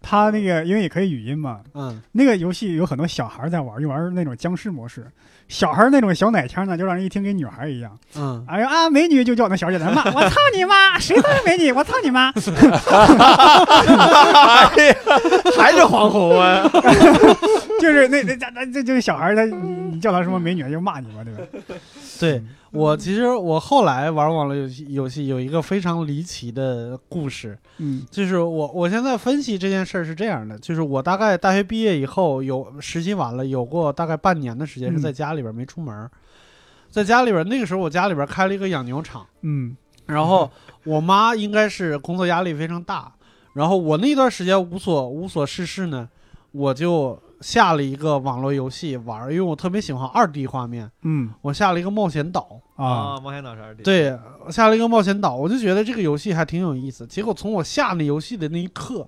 [SPEAKER 1] 他那个因为也可以语音嘛，
[SPEAKER 2] 嗯
[SPEAKER 1] 那个游戏有很多小孩在玩，就玩那种僵尸模式，小孩那种小奶腔呢，就让人一听跟女孩一样。
[SPEAKER 2] 嗯，
[SPEAKER 1] 哎呀啊，美女就叫那小姐 来骂我操你妈，谁他妈美女，我操你妈！
[SPEAKER 5] 还是黄宏啊？
[SPEAKER 1] 就是那那那那这这个小孩他，你你叫他什么美女，他就骂你嘛，对吧？
[SPEAKER 2] 对
[SPEAKER 1] 嗯
[SPEAKER 2] 我其实我后来玩网络游戏游戏有一个非常离奇的故事，
[SPEAKER 1] 嗯
[SPEAKER 2] 就是我我现在分析这件事儿是这样的，就是我大概大学毕业以后有实习完了，有过大概半年的时间是
[SPEAKER 5] 嗯
[SPEAKER 2] 在家里边没出门儿，在家里边那个时候我家里边开了一个养牛场，
[SPEAKER 1] 嗯
[SPEAKER 2] 然后我妈应该是工作压力非常大，然后我那段时间无所无所事事呢，我就下了一个网络游戏玩儿，因为我特别喜欢二 D 画面，
[SPEAKER 1] 嗯
[SPEAKER 2] 我下了一个冒险岛，
[SPEAKER 1] 啊
[SPEAKER 5] 啊，冒险岛是二 D，，
[SPEAKER 2] 对，下了一个冒险岛，我就觉得这个游戏还挺有意思。结果从我下那游戏的那一刻，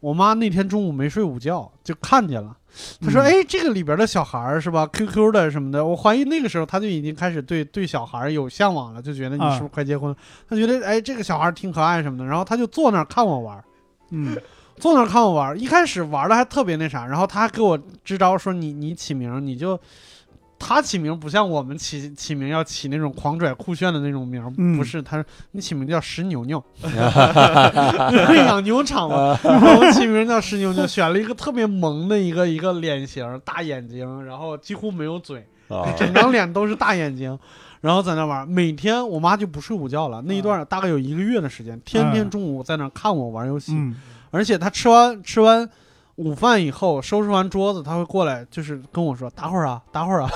[SPEAKER 2] 我妈那天中午没睡午觉就看见了，她说：“
[SPEAKER 1] 嗯
[SPEAKER 2] 哎，这个里边的小孩儿是吧，QQ 的什么的。”我怀疑那个时候她就已经开始对对小孩儿有向往了，就觉得你
[SPEAKER 1] 啊
[SPEAKER 2] 是不是快结婚了？她觉得哎，这个小孩儿挺可爱什么的，然后她就坐那儿看我玩儿。
[SPEAKER 1] 嗯
[SPEAKER 2] 坐那儿看我玩儿，一开始玩的还特别那啥，然后他还给我支招说你你起名儿你就，他起名不像我们起起名要起那种狂拽酷炫的那种名儿，
[SPEAKER 1] 嗯
[SPEAKER 2] 不是，他说你起名叫石牛牛，养牛场嘛，我们起名叫石牛牛，选了一个特别萌的一个 一个脸型，大眼睛，然后几乎没有嘴，
[SPEAKER 3] 啊
[SPEAKER 2] 整张脸都是大眼睛，然后在那玩儿，每天我妈就不睡午觉了，那一段儿大概有一个月的时间，天天中午在那儿看我玩儿游戏。
[SPEAKER 1] 嗯
[SPEAKER 2] 而且他吃完吃完午饭以后，收拾完桌子，他会过来，就是跟我说：“打会儿啊，打会儿啊。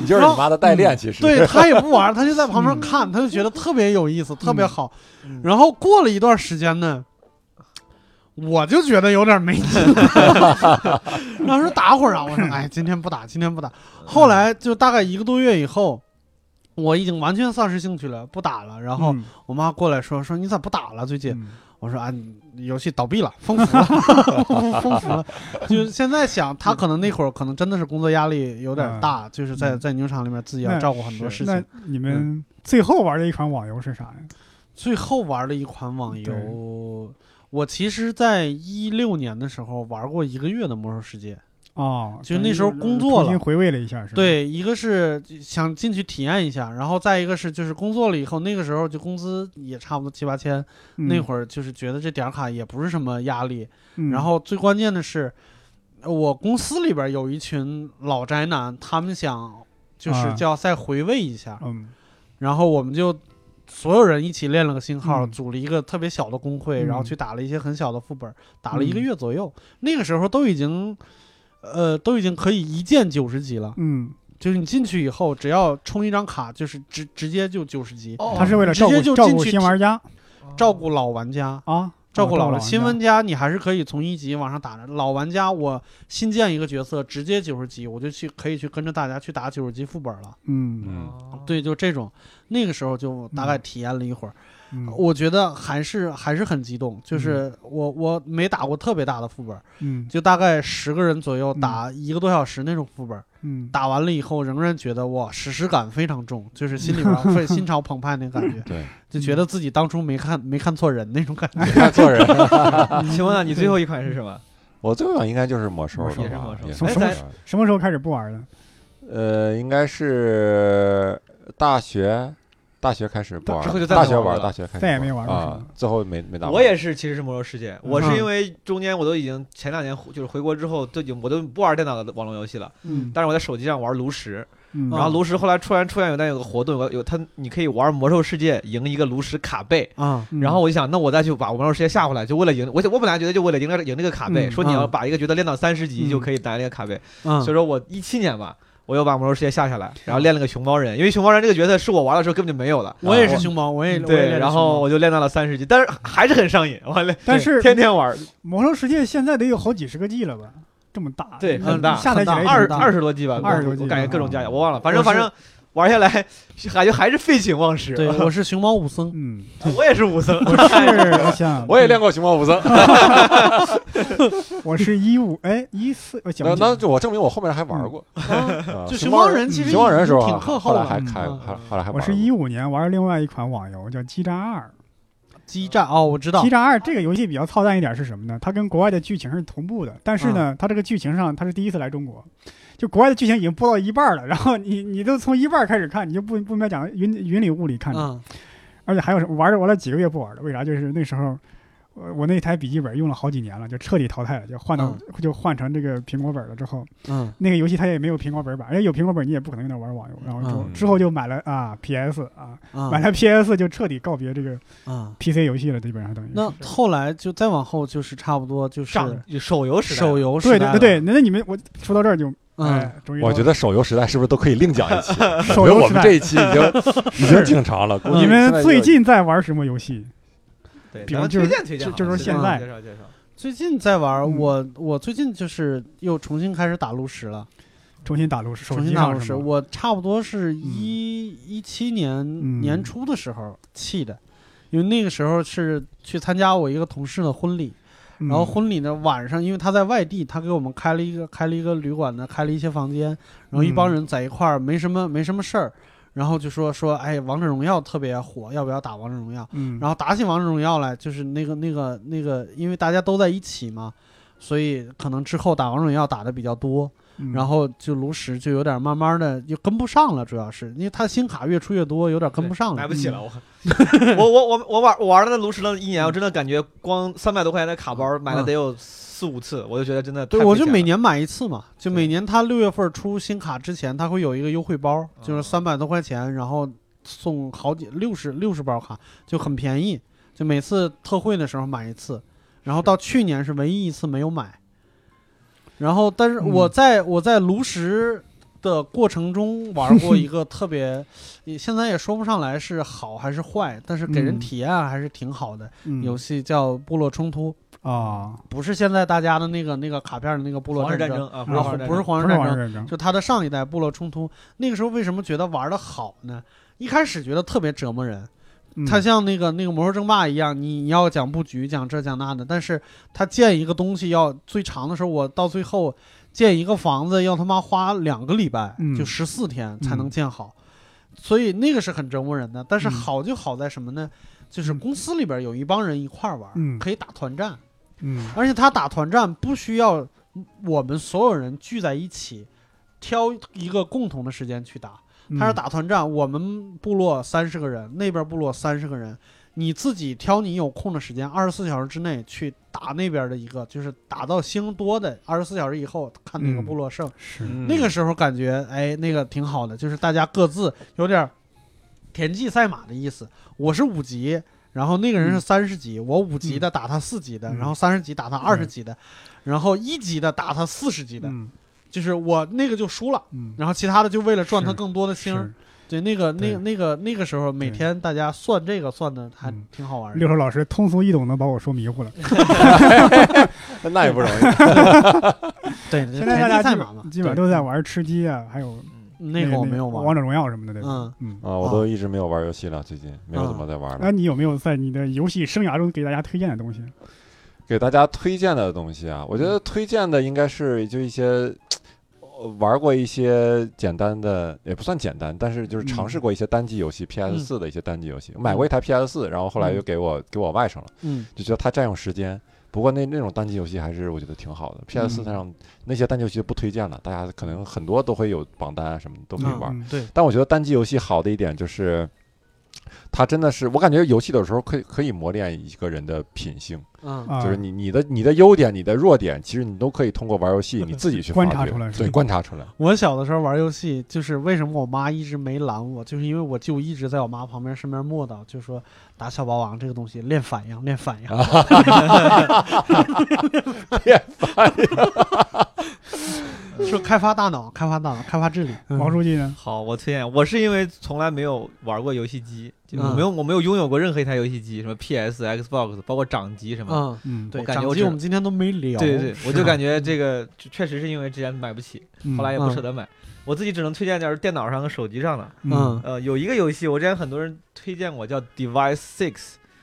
[SPEAKER 3] 你就是你妈的代练，其”实
[SPEAKER 2] 对他也不玩，他就在旁边看，他就觉得特别有意思，特别好。
[SPEAKER 5] 嗯
[SPEAKER 2] 然后过了一段时间呢，我就觉得有点没劲， 然后说打会儿啊，我说哎，今天不打，今天不打。后来就大概一个多月以后。我已经完全丧失兴趣了，不打了。然后
[SPEAKER 1] 嗯
[SPEAKER 2] 我妈过来说：“说你咋不打了？最近？”
[SPEAKER 1] 嗯
[SPEAKER 2] 我说啊，你游戏倒闭了，封服了， 封服了。就是现在想，他可能那会儿可能真的是工作压力有点大，就是在
[SPEAKER 1] 嗯
[SPEAKER 2] 在牛场里面自己要
[SPEAKER 1] 那
[SPEAKER 2] 照顾很多事
[SPEAKER 1] 那
[SPEAKER 2] 情。嗯
[SPEAKER 1] 你们最后玩的一款网游是啥呀？
[SPEAKER 2] 最后玩了一款网游，我其实，在一六年的时候玩过一个月的《魔兽世界》，
[SPEAKER 1] 哦，
[SPEAKER 2] 就那时候工作了
[SPEAKER 1] 重新回味了一下，是吧？，
[SPEAKER 2] 对，一个是想进去体验一下，然后再一个是就是工作了以后，那个时候就工资也差不多七八千，那
[SPEAKER 1] 儿，
[SPEAKER 2] 会儿就是觉得这点儿卡也不是什么压力，
[SPEAKER 1] 嗯
[SPEAKER 2] 然后最关键的是，呃我公司里边有一群老宅男，他们想就是
[SPEAKER 1] 啊
[SPEAKER 2] 叫再回味一下，
[SPEAKER 1] 嗯
[SPEAKER 2] 然后我们就所有人一起练了个新号，
[SPEAKER 1] 嗯
[SPEAKER 2] 组了一个特别小的工会，然后
[SPEAKER 1] 嗯
[SPEAKER 2] 去打了一些很小的副本，打了一个
[SPEAKER 1] 嗯
[SPEAKER 2] 月左右。那个时候都已经，呃，都已经可以一键九十级了，
[SPEAKER 1] 嗯，
[SPEAKER 2] 就是你进去以后，只要充一张卡，就是直直接就九十级，
[SPEAKER 5] 哦
[SPEAKER 1] 他是为了照
[SPEAKER 2] 直接
[SPEAKER 1] 顾
[SPEAKER 2] 就
[SPEAKER 1] 照
[SPEAKER 2] 进
[SPEAKER 1] 顾
[SPEAKER 2] 去
[SPEAKER 1] 新玩家
[SPEAKER 2] 照顾老玩家。
[SPEAKER 1] 啊，
[SPEAKER 2] 哦照顾老
[SPEAKER 1] 了
[SPEAKER 2] 人，新玩家你还是可以从一级往上打的。老玩家，我新建一个角色，直接九十级，我就去可以去跟着大家去打九十级副本了。
[SPEAKER 1] 嗯
[SPEAKER 3] 嗯，
[SPEAKER 5] 哦
[SPEAKER 2] 对，就这种，那个时候就大概体验了一会儿，
[SPEAKER 1] 嗯
[SPEAKER 2] 我觉得还是还是很激动。就是我我没打过特别大的副本，
[SPEAKER 1] 嗯
[SPEAKER 2] 就大概十个人左右打一个多小时那种副本，
[SPEAKER 1] 嗯，
[SPEAKER 2] 打完了以后仍然觉得哇，史诗感非常重，就是心里 边儿会心潮澎湃那感觉，
[SPEAKER 3] 对，
[SPEAKER 2] 就觉得自己当初没看没看错人那种感觉。
[SPEAKER 3] 你看做人，
[SPEAKER 5] 请问啊，你最后一款是什么？
[SPEAKER 3] 我最后应该就是魔兽了吧，
[SPEAKER 5] 也是魔
[SPEAKER 1] 从什
[SPEAKER 3] 也是
[SPEAKER 5] 兽么
[SPEAKER 3] 魔兽
[SPEAKER 1] 什么时候开始不玩
[SPEAKER 2] 嗯
[SPEAKER 1] 的？
[SPEAKER 3] 呃，应该是大学，大学开始不玩
[SPEAKER 5] 之后就
[SPEAKER 3] 了，
[SPEAKER 5] 再没
[SPEAKER 3] 大学
[SPEAKER 5] 玩
[SPEAKER 3] 玩，
[SPEAKER 5] 了
[SPEAKER 3] 大学开始
[SPEAKER 1] 再也
[SPEAKER 3] 不
[SPEAKER 1] 没玩过是
[SPEAKER 3] 啊
[SPEAKER 1] 吗，
[SPEAKER 3] 最后没
[SPEAKER 2] 嗯
[SPEAKER 3] 没打过。
[SPEAKER 5] 我也是，其实是魔兽世界。我是
[SPEAKER 1] 嗯
[SPEAKER 5] 因为中间我都已经前两年回就是回国之后，都已经我都不玩电脑的网络游戏了，
[SPEAKER 1] 嗯，
[SPEAKER 5] 但是我在手机上玩炉石，
[SPEAKER 1] 嗯
[SPEAKER 5] 然后炉石后来突然出现有但有个活动，有个有它你可以玩魔兽世界赢一个炉石卡背。
[SPEAKER 2] 啊、
[SPEAKER 1] 嗯
[SPEAKER 5] 然后我就想，那我再去把魔兽世界下回来，就为了赢。我我本来觉得就为了赢这赢这个卡背，
[SPEAKER 1] 嗯
[SPEAKER 5] 说你要
[SPEAKER 2] 嗯
[SPEAKER 5] 把一个角色练到三十级
[SPEAKER 1] 嗯
[SPEAKER 5] 就可以拿这个卡背。
[SPEAKER 2] 嗯，
[SPEAKER 5] 所以说我一七年吧，我又把魔兽世界下下来，然后练了个熊猫人，因为熊猫人这个角色是我玩的时候根本就没有的。
[SPEAKER 2] 我也是熊猫，我也我也练
[SPEAKER 5] 对，
[SPEAKER 2] 了
[SPEAKER 5] 然
[SPEAKER 2] 熊猫
[SPEAKER 5] 后我就练到了三十级，但是还是很上瘾，完了
[SPEAKER 1] 但是
[SPEAKER 5] 天天玩，
[SPEAKER 1] 魔兽世界现在得有好几十个 G 了吧？这么大，
[SPEAKER 5] 对，
[SPEAKER 1] 你
[SPEAKER 5] 很大，
[SPEAKER 1] 下载起来也
[SPEAKER 2] 很大
[SPEAKER 5] 二
[SPEAKER 1] 挺
[SPEAKER 5] 二十多 G 吧，
[SPEAKER 1] 20多嗯 G
[SPEAKER 5] 我感觉各种加
[SPEAKER 3] 啊
[SPEAKER 5] 油，我忘了，反正反正玩下来感觉还是废寝忘 食。
[SPEAKER 2] 对，我是熊猫武僧，
[SPEAKER 1] 嗯，
[SPEAKER 5] 我也是武僧，
[SPEAKER 1] 我是我想，
[SPEAKER 3] 我也练过熊猫武 僧，
[SPEAKER 1] 我是一五哎一四，我想
[SPEAKER 3] 那
[SPEAKER 1] 不起来
[SPEAKER 3] 那就我证明我后面还玩过。啊
[SPEAKER 2] 就熊
[SPEAKER 3] 熊猫
[SPEAKER 2] 猫
[SPEAKER 3] 人，
[SPEAKER 2] 人其实
[SPEAKER 3] 熊猫人时候啊
[SPEAKER 2] 挺靠后
[SPEAKER 3] 后来
[SPEAKER 2] 的。
[SPEAKER 3] 还
[SPEAKER 1] 嗯
[SPEAKER 3] 开，还后来还玩过。
[SPEAKER 1] 我是一五年玩了另外一款网游叫《激战二
[SPEAKER 2] 激战哦，我知》，
[SPEAKER 1] 《
[SPEAKER 2] 道
[SPEAKER 1] 激，战二》这个游戏比较操蛋一点是什么呢？它跟国外的剧情是同步的，但是呢，它这个剧情上它是第一次来中国，就国外的剧情已经播到一半了，然后你你都从一半开始看，你就不不明白讲云云里雾里看着，
[SPEAKER 2] 嗯
[SPEAKER 1] 而且还有什么玩着玩了几个月不玩了，为啥？就是那时候我我那台笔记本用了好几年了，就彻底淘汰了，就换到、就换成这个苹果本了。之后
[SPEAKER 2] 嗯
[SPEAKER 1] 那个游戏它也没有苹果本版，而且有苹果本你也不可能用它玩网游。然后之后、
[SPEAKER 3] 嗯
[SPEAKER 1] 之后就买了啊 PS 啊，
[SPEAKER 2] 啊
[SPEAKER 1] 买了 PS 就彻底告别这个
[SPEAKER 2] 啊。
[SPEAKER 1] PC 游戏了，基本上等于是。
[SPEAKER 2] 那后来就再往后就是差不多就是
[SPEAKER 5] 上手游时代，
[SPEAKER 2] 手游
[SPEAKER 1] 对
[SPEAKER 2] 时代
[SPEAKER 1] 对
[SPEAKER 2] 了，
[SPEAKER 1] 对，那那你们我说到这儿就，
[SPEAKER 2] 嗯，
[SPEAKER 1] 哎，终于
[SPEAKER 3] 我觉
[SPEAKER 1] 得
[SPEAKER 3] 得手游时代是不是都可以另讲一期？
[SPEAKER 1] 手
[SPEAKER 3] 因为
[SPEAKER 1] 游
[SPEAKER 3] 我
[SPEAKER 1] 时
[SPEAKER 3] 们这
[SPEAKER 1] 代，
[SPEAKER 3] 一期已经已经挺长了。估
[SPEAKER 2] 嗯
[SPEAKER 3] 计
[SPEAKER 1] 你
[SPEAKER 3] 现
[SPEAKER 1] 们
[SPEAKER 3] 在
[SPEAKER 1] 最
[SPEAKER 3] 就
[SPEAKER 1] 近在玩什么游戏？
[SPEAKER 5] 对，
[SPEAKER 1] 比
[SPEAKER 5] 咱
[SPEAKER 1] 如
[SPEAKER 5] 们
[SPEAKER 1] 就是
[SPEAKER 5] 推荐推荐
[SPEAKER 1] 就
[SPEAKER 5] 好
[SPEAKER 1] 就
[SPEAKER 5] 了
[SPEAKER 1] 说
[SPEAKER 5] 推
[SPEAKER 1] 现
[SPEAKER 5] 荐
[SPEAKER 1] 在
[SPEAKER 5] 介绍介绍，
[SPEAKER 2] 最近在玩儿
[SPEAKER 1] 嗯
[SPEAKER 2] 我，我最近就是又重新开始打炉石了，
[SPEAKER 1] 重新打炉石，手
[SPEAKER 2] 重
[SPEAKER 1] 机
[SPEAKER 2] 新打
[SPEAKER 1] 上
[SPEAKER 2] 炉
[SPEAKER 1] 是
[SPEAKER 2] 石，
[SPEAKER 1] 吗
[SPEAKER 2] 我差不多是一一七年
[SPEAKER 1] 嗯
[SPEAKER 2] 年初的时候气的，因为那个时候是去参加我一个同事的婚礼，
[SPEAKER 1] 嗯
[SPEAKER 2] 然后婚礼呢晚上，因为他在外地，他给我们开了一个开了一个旅馆呢，开了一些房间，然后一
[SPEAKER 1] 嗯
[SPEAKER 2] 帮人在一块儿，没什么没什么事儿，然后就说说，哎，王者荣耀特别火，要不要打王者荣耀？
[SPEAKER 1] 嗯，
[SPEAKER 2] 然后打起王者荣耀来，就是那个那个那个，因为大家都在一起嘛，所以可能之后打王者荣耀打的比较多，
[SPEAKER 1] 嗯
[SPEAKER 2] 然后就炉石就有点慢慢的就跟不上了，主要是因为它新卡越出越多，有点跟不上嗯
[SPEAKER 5] 买
[SPEAKER 2] 了
[SPEAKER 5] 不。起了我。 我我我我玩我玩了那炉石了一年，我真的感觉光三百多块钱的卡包买了得有四五次，我就觉得真的太
[SPEAKER 2] 嗯对，
[SPEAKER 5] 费
[SPEAKER 2] 我就
[SPEAKER 5] 钱
[SPEAKER 2] 每
[SPEAKER 5] 了
[SPEAKER 2] 年买一次嘛，就
[SPEAKER 5] 对
[SPEAKER 2] 每年它六月份出新卡之前，它会有一个优惠包，就是
[SPEAKER 5] 哦
[SPEAKER 2] 三百多块钱，然后送好几六十六十包卡，就很便宜。就每次特惠的时候买一次，然后到去年是唯一一次没有买。然后，但是
[SPEAKER 1] 嗯
[SPEAKER 2] 我在、我在炉石的过程中玩过一 个特别，也现在也说不上来是好还是坏，但是给人
[SPEAKER 1] 嗯
[SPEAKER 2] 体验还是挺好的。
[SPEAKER 1] 嗯
[SPEAKER 2] 游戏叫《部落冲突》，
[SPEAKER 1] 啊，
[SPEAKER 2] 不是现在大家的那个那个卡片的那个部落
[SPEAKER 5] 皇室战
[SPEAKER 2] 争
[SPEAKER 5] 争啊，
[SPEAKER 1] 然
[SPEAKER 5] 皇
[SPEAKER 1] 后
[SPEAKER 5] 室战
[SPEAKER 2] 不是
[SPEAKER 5] 争
[SPEAKER 2] 皇
[SPEAKER 1] 不
[SPEAKER 2] 室
[SPEAKER 1] 是
[SPEAKER 2] 战
[SPEAKER 1] 王
[SPEAKER 2] 争，
[SPEAKER 1] 者荣耀，
[SPEAKER 2] 就他的上一代部落冲突。那个时候为什么觉得玩的好呢？一开始觉得特别折磨人，
[SPEAKER 1] 嗯
[SPEAKER 2] 它像那个那个魔兽争霸一样，你你要讲布局，讲这讲那的，但是它建一个东西要最长的时候，我到最后建一个房子要他妈花两个礼拜，
[SPEAKER 1] 嗯
[SPEAKER 2] 就十四天才
[SPEAKER 1] 嗯
[SPEAKER 2] 能建好，所以那个是很折磨人的。但是
[SPEAKER 1] 嗯
[SPEAKER 2] 好就好在什么呢？就是公司里边有一帮人一块儿玩，
[SPEAKER 1] 嗯
[SPEAKER 2] 可以打团战，
[SPEAKER 1] 嗯
[SPEAKER 2] 而且他打团战不需要我们所有人聚在一起，挑一个共同的时间去打。
[SPEAKER 1] 嗯
[SPEAKER 2] 他是打团战，我们部落三十个人，那边部落三十个人，你自己挑你有空的时间，二十四小时之内去打那边的一个，就是打到星多的，二十四小时以后看哪个
[SPEAKER 1] 嗯
[SPEAKER 2] 部落胜。
[SPEAKER 1] 是
[SPEAKER 2] 那个时候感觉哎，那个挺好的，就是大家各自有点儿田忌赛马的意思。我是五级，然后那个人是
[SPEAKER 1] 嗯
[SPEAKER 2] 三十级，我五级的打他四级的，
[SPEAKER 1] 嗯
[SPEAKER 2] 然后三十级打他二十级的，然后一级的打他四十级的，
[SPEAKER 1] 嗯
[SPEAKER 2] 就是我那个就输了。
[SPEAKER 1] 嗯，
[SPEAKER 2] 然后其他的就为了赚他
[SPEAKER 1] 是
[SPEAKER 2] 更多的星儿，
[SPEAKER 1] 是
[SPEAKER 2] 对，那个那
[SPEAKER 1] 对
[SPEAKER 2] 个那个那个时候，每
[SPEAKER 1] 对
[SPEAKER 2] 天大家算这个算的还
[SPEAKER 1] 嗯
[SPEAKER 2] 挺好玩
[SPEAKER 1] 六
[SPEAKER 2] 的。
[SPEAKER 1] 叔老师通俗易懂的把我说迷糊了。
[SPEAKER 2] 呃
[SPEAKER 3] 那也不容 易。
[SPEAKER 2] 对，
[SPEAKER 1] 现在大家
[SPEAKER 2] 太
[SPEAKER 1] 基
[SPEAKER 2] 麻嘛
[SPEAKER 1] 本，基本
[SPEAKER 2] 对嗯
[SPEAKER 1] 都在玩吃鸡啊，还有
[SPEAKER 5] 嗯
[SPEAKER 2] 那个我没有玩
[SPEAKER 1] 王
[SPEAKER 2] 儿，
[SPEAKER 1] 者荣耀什么的，对吧？
[SPEAKER 2] 嗯，
[SPEAKER 1] 嗯，
[SPEAKER 3] 啊，我都一直没有玩游戏了，最近没有怎么在玩了。
[SPEAKER 1] 那你有没有在你的游戏生涯中给大家推荐的东西？
[SPEAKER 3] 给大家推荐的东西啊，我觉得推荐的应该是就一些。呃玩过一些简单的，也不算简单，但是就是尝试过一些单机游戏、p s 四的一些单机游戏。我买过一台 PS 四，然后后来又给我、给我外甥了，
[SPEAKER 2] 嗯
[SPEAKER 3] 就觉得它占用时间。不过那那种单机游戏还是我觉得挺好的。PS 四上那些单机游戏就不推荐了，大家可能很多都会有榜单啊什么的都可以
[SPEAKER 2] 嗯
[SPEAKER 3] 玩。
[SPEAKER 1] 嗯
[SPEAKER 2] 对，
[SPEAKER 3] 但我觉得单机游戏好的一点就是，它真的是我感觉游戏有时候可以可以磨练一个人的品性，
[SPEAKER 2] 嗯
[SPEAKER 1] 啊，
[SPEAKER 3] 就是你你的你的优点、你的弱点，其实你都可以通过玩游戏你自己去发
[SPEAKER 1] 观察
[SPEAKER 3] 掘
[SPEAKER 1] 出来是
[SPEAKER 3] 对，
[SPEAKER 1] 吧
[SPEAKER 3] 观察出来。
[SPEAKER 2] 我小的时候玩游戏，就是为什么我妈一直没拦我，就是因为我就一直在我妈旁边身边默叨，就说打小霸王这个东西练反应，练反应。
[SPEAKER 3] 练
[SPEAKER 2] 反应，说开发大脑，开发大脑，开发智力。嗯
[SPEAKER 1] 毛书记呢？
[SPEAKER 5] 好，我推荐，我是因为从来没有玩过游戏机，就我
[SPEAKER 2] 嗯
[SPEAKER 5] 没有我没有拥有过任何一台游戏机，什么 PS、Xbox，包括掌机什么的。
[SPEAKER 2] 嗯，
[SPEAKER 1] 嗯，
[SPEAKER 2] 对，
[SPEAKER 5] 我感觉
[SPEAKER 2] 掌
[SPEAKER 5] 我
[SPEAKER 2] 机
[SPEAKER 5] 只
[SPEAKER 2] 我们今天都没聊。
[SPEAKER 5] 对对对，我就感觉
[SPEAKER 2] 嗯
[SPEAKER 5] 这个就确实是因为之前买不起，
[SPEAKER 1] 嗯
[SPEAKER 5] 后来也不舍得买，我自己只能推荐点儿电脑上和手机上的。
[SPEAKER 2] 嗯
[SPEAKER 5] 呃，有一个游戏，我之前很多人推荐我叫 Device Six，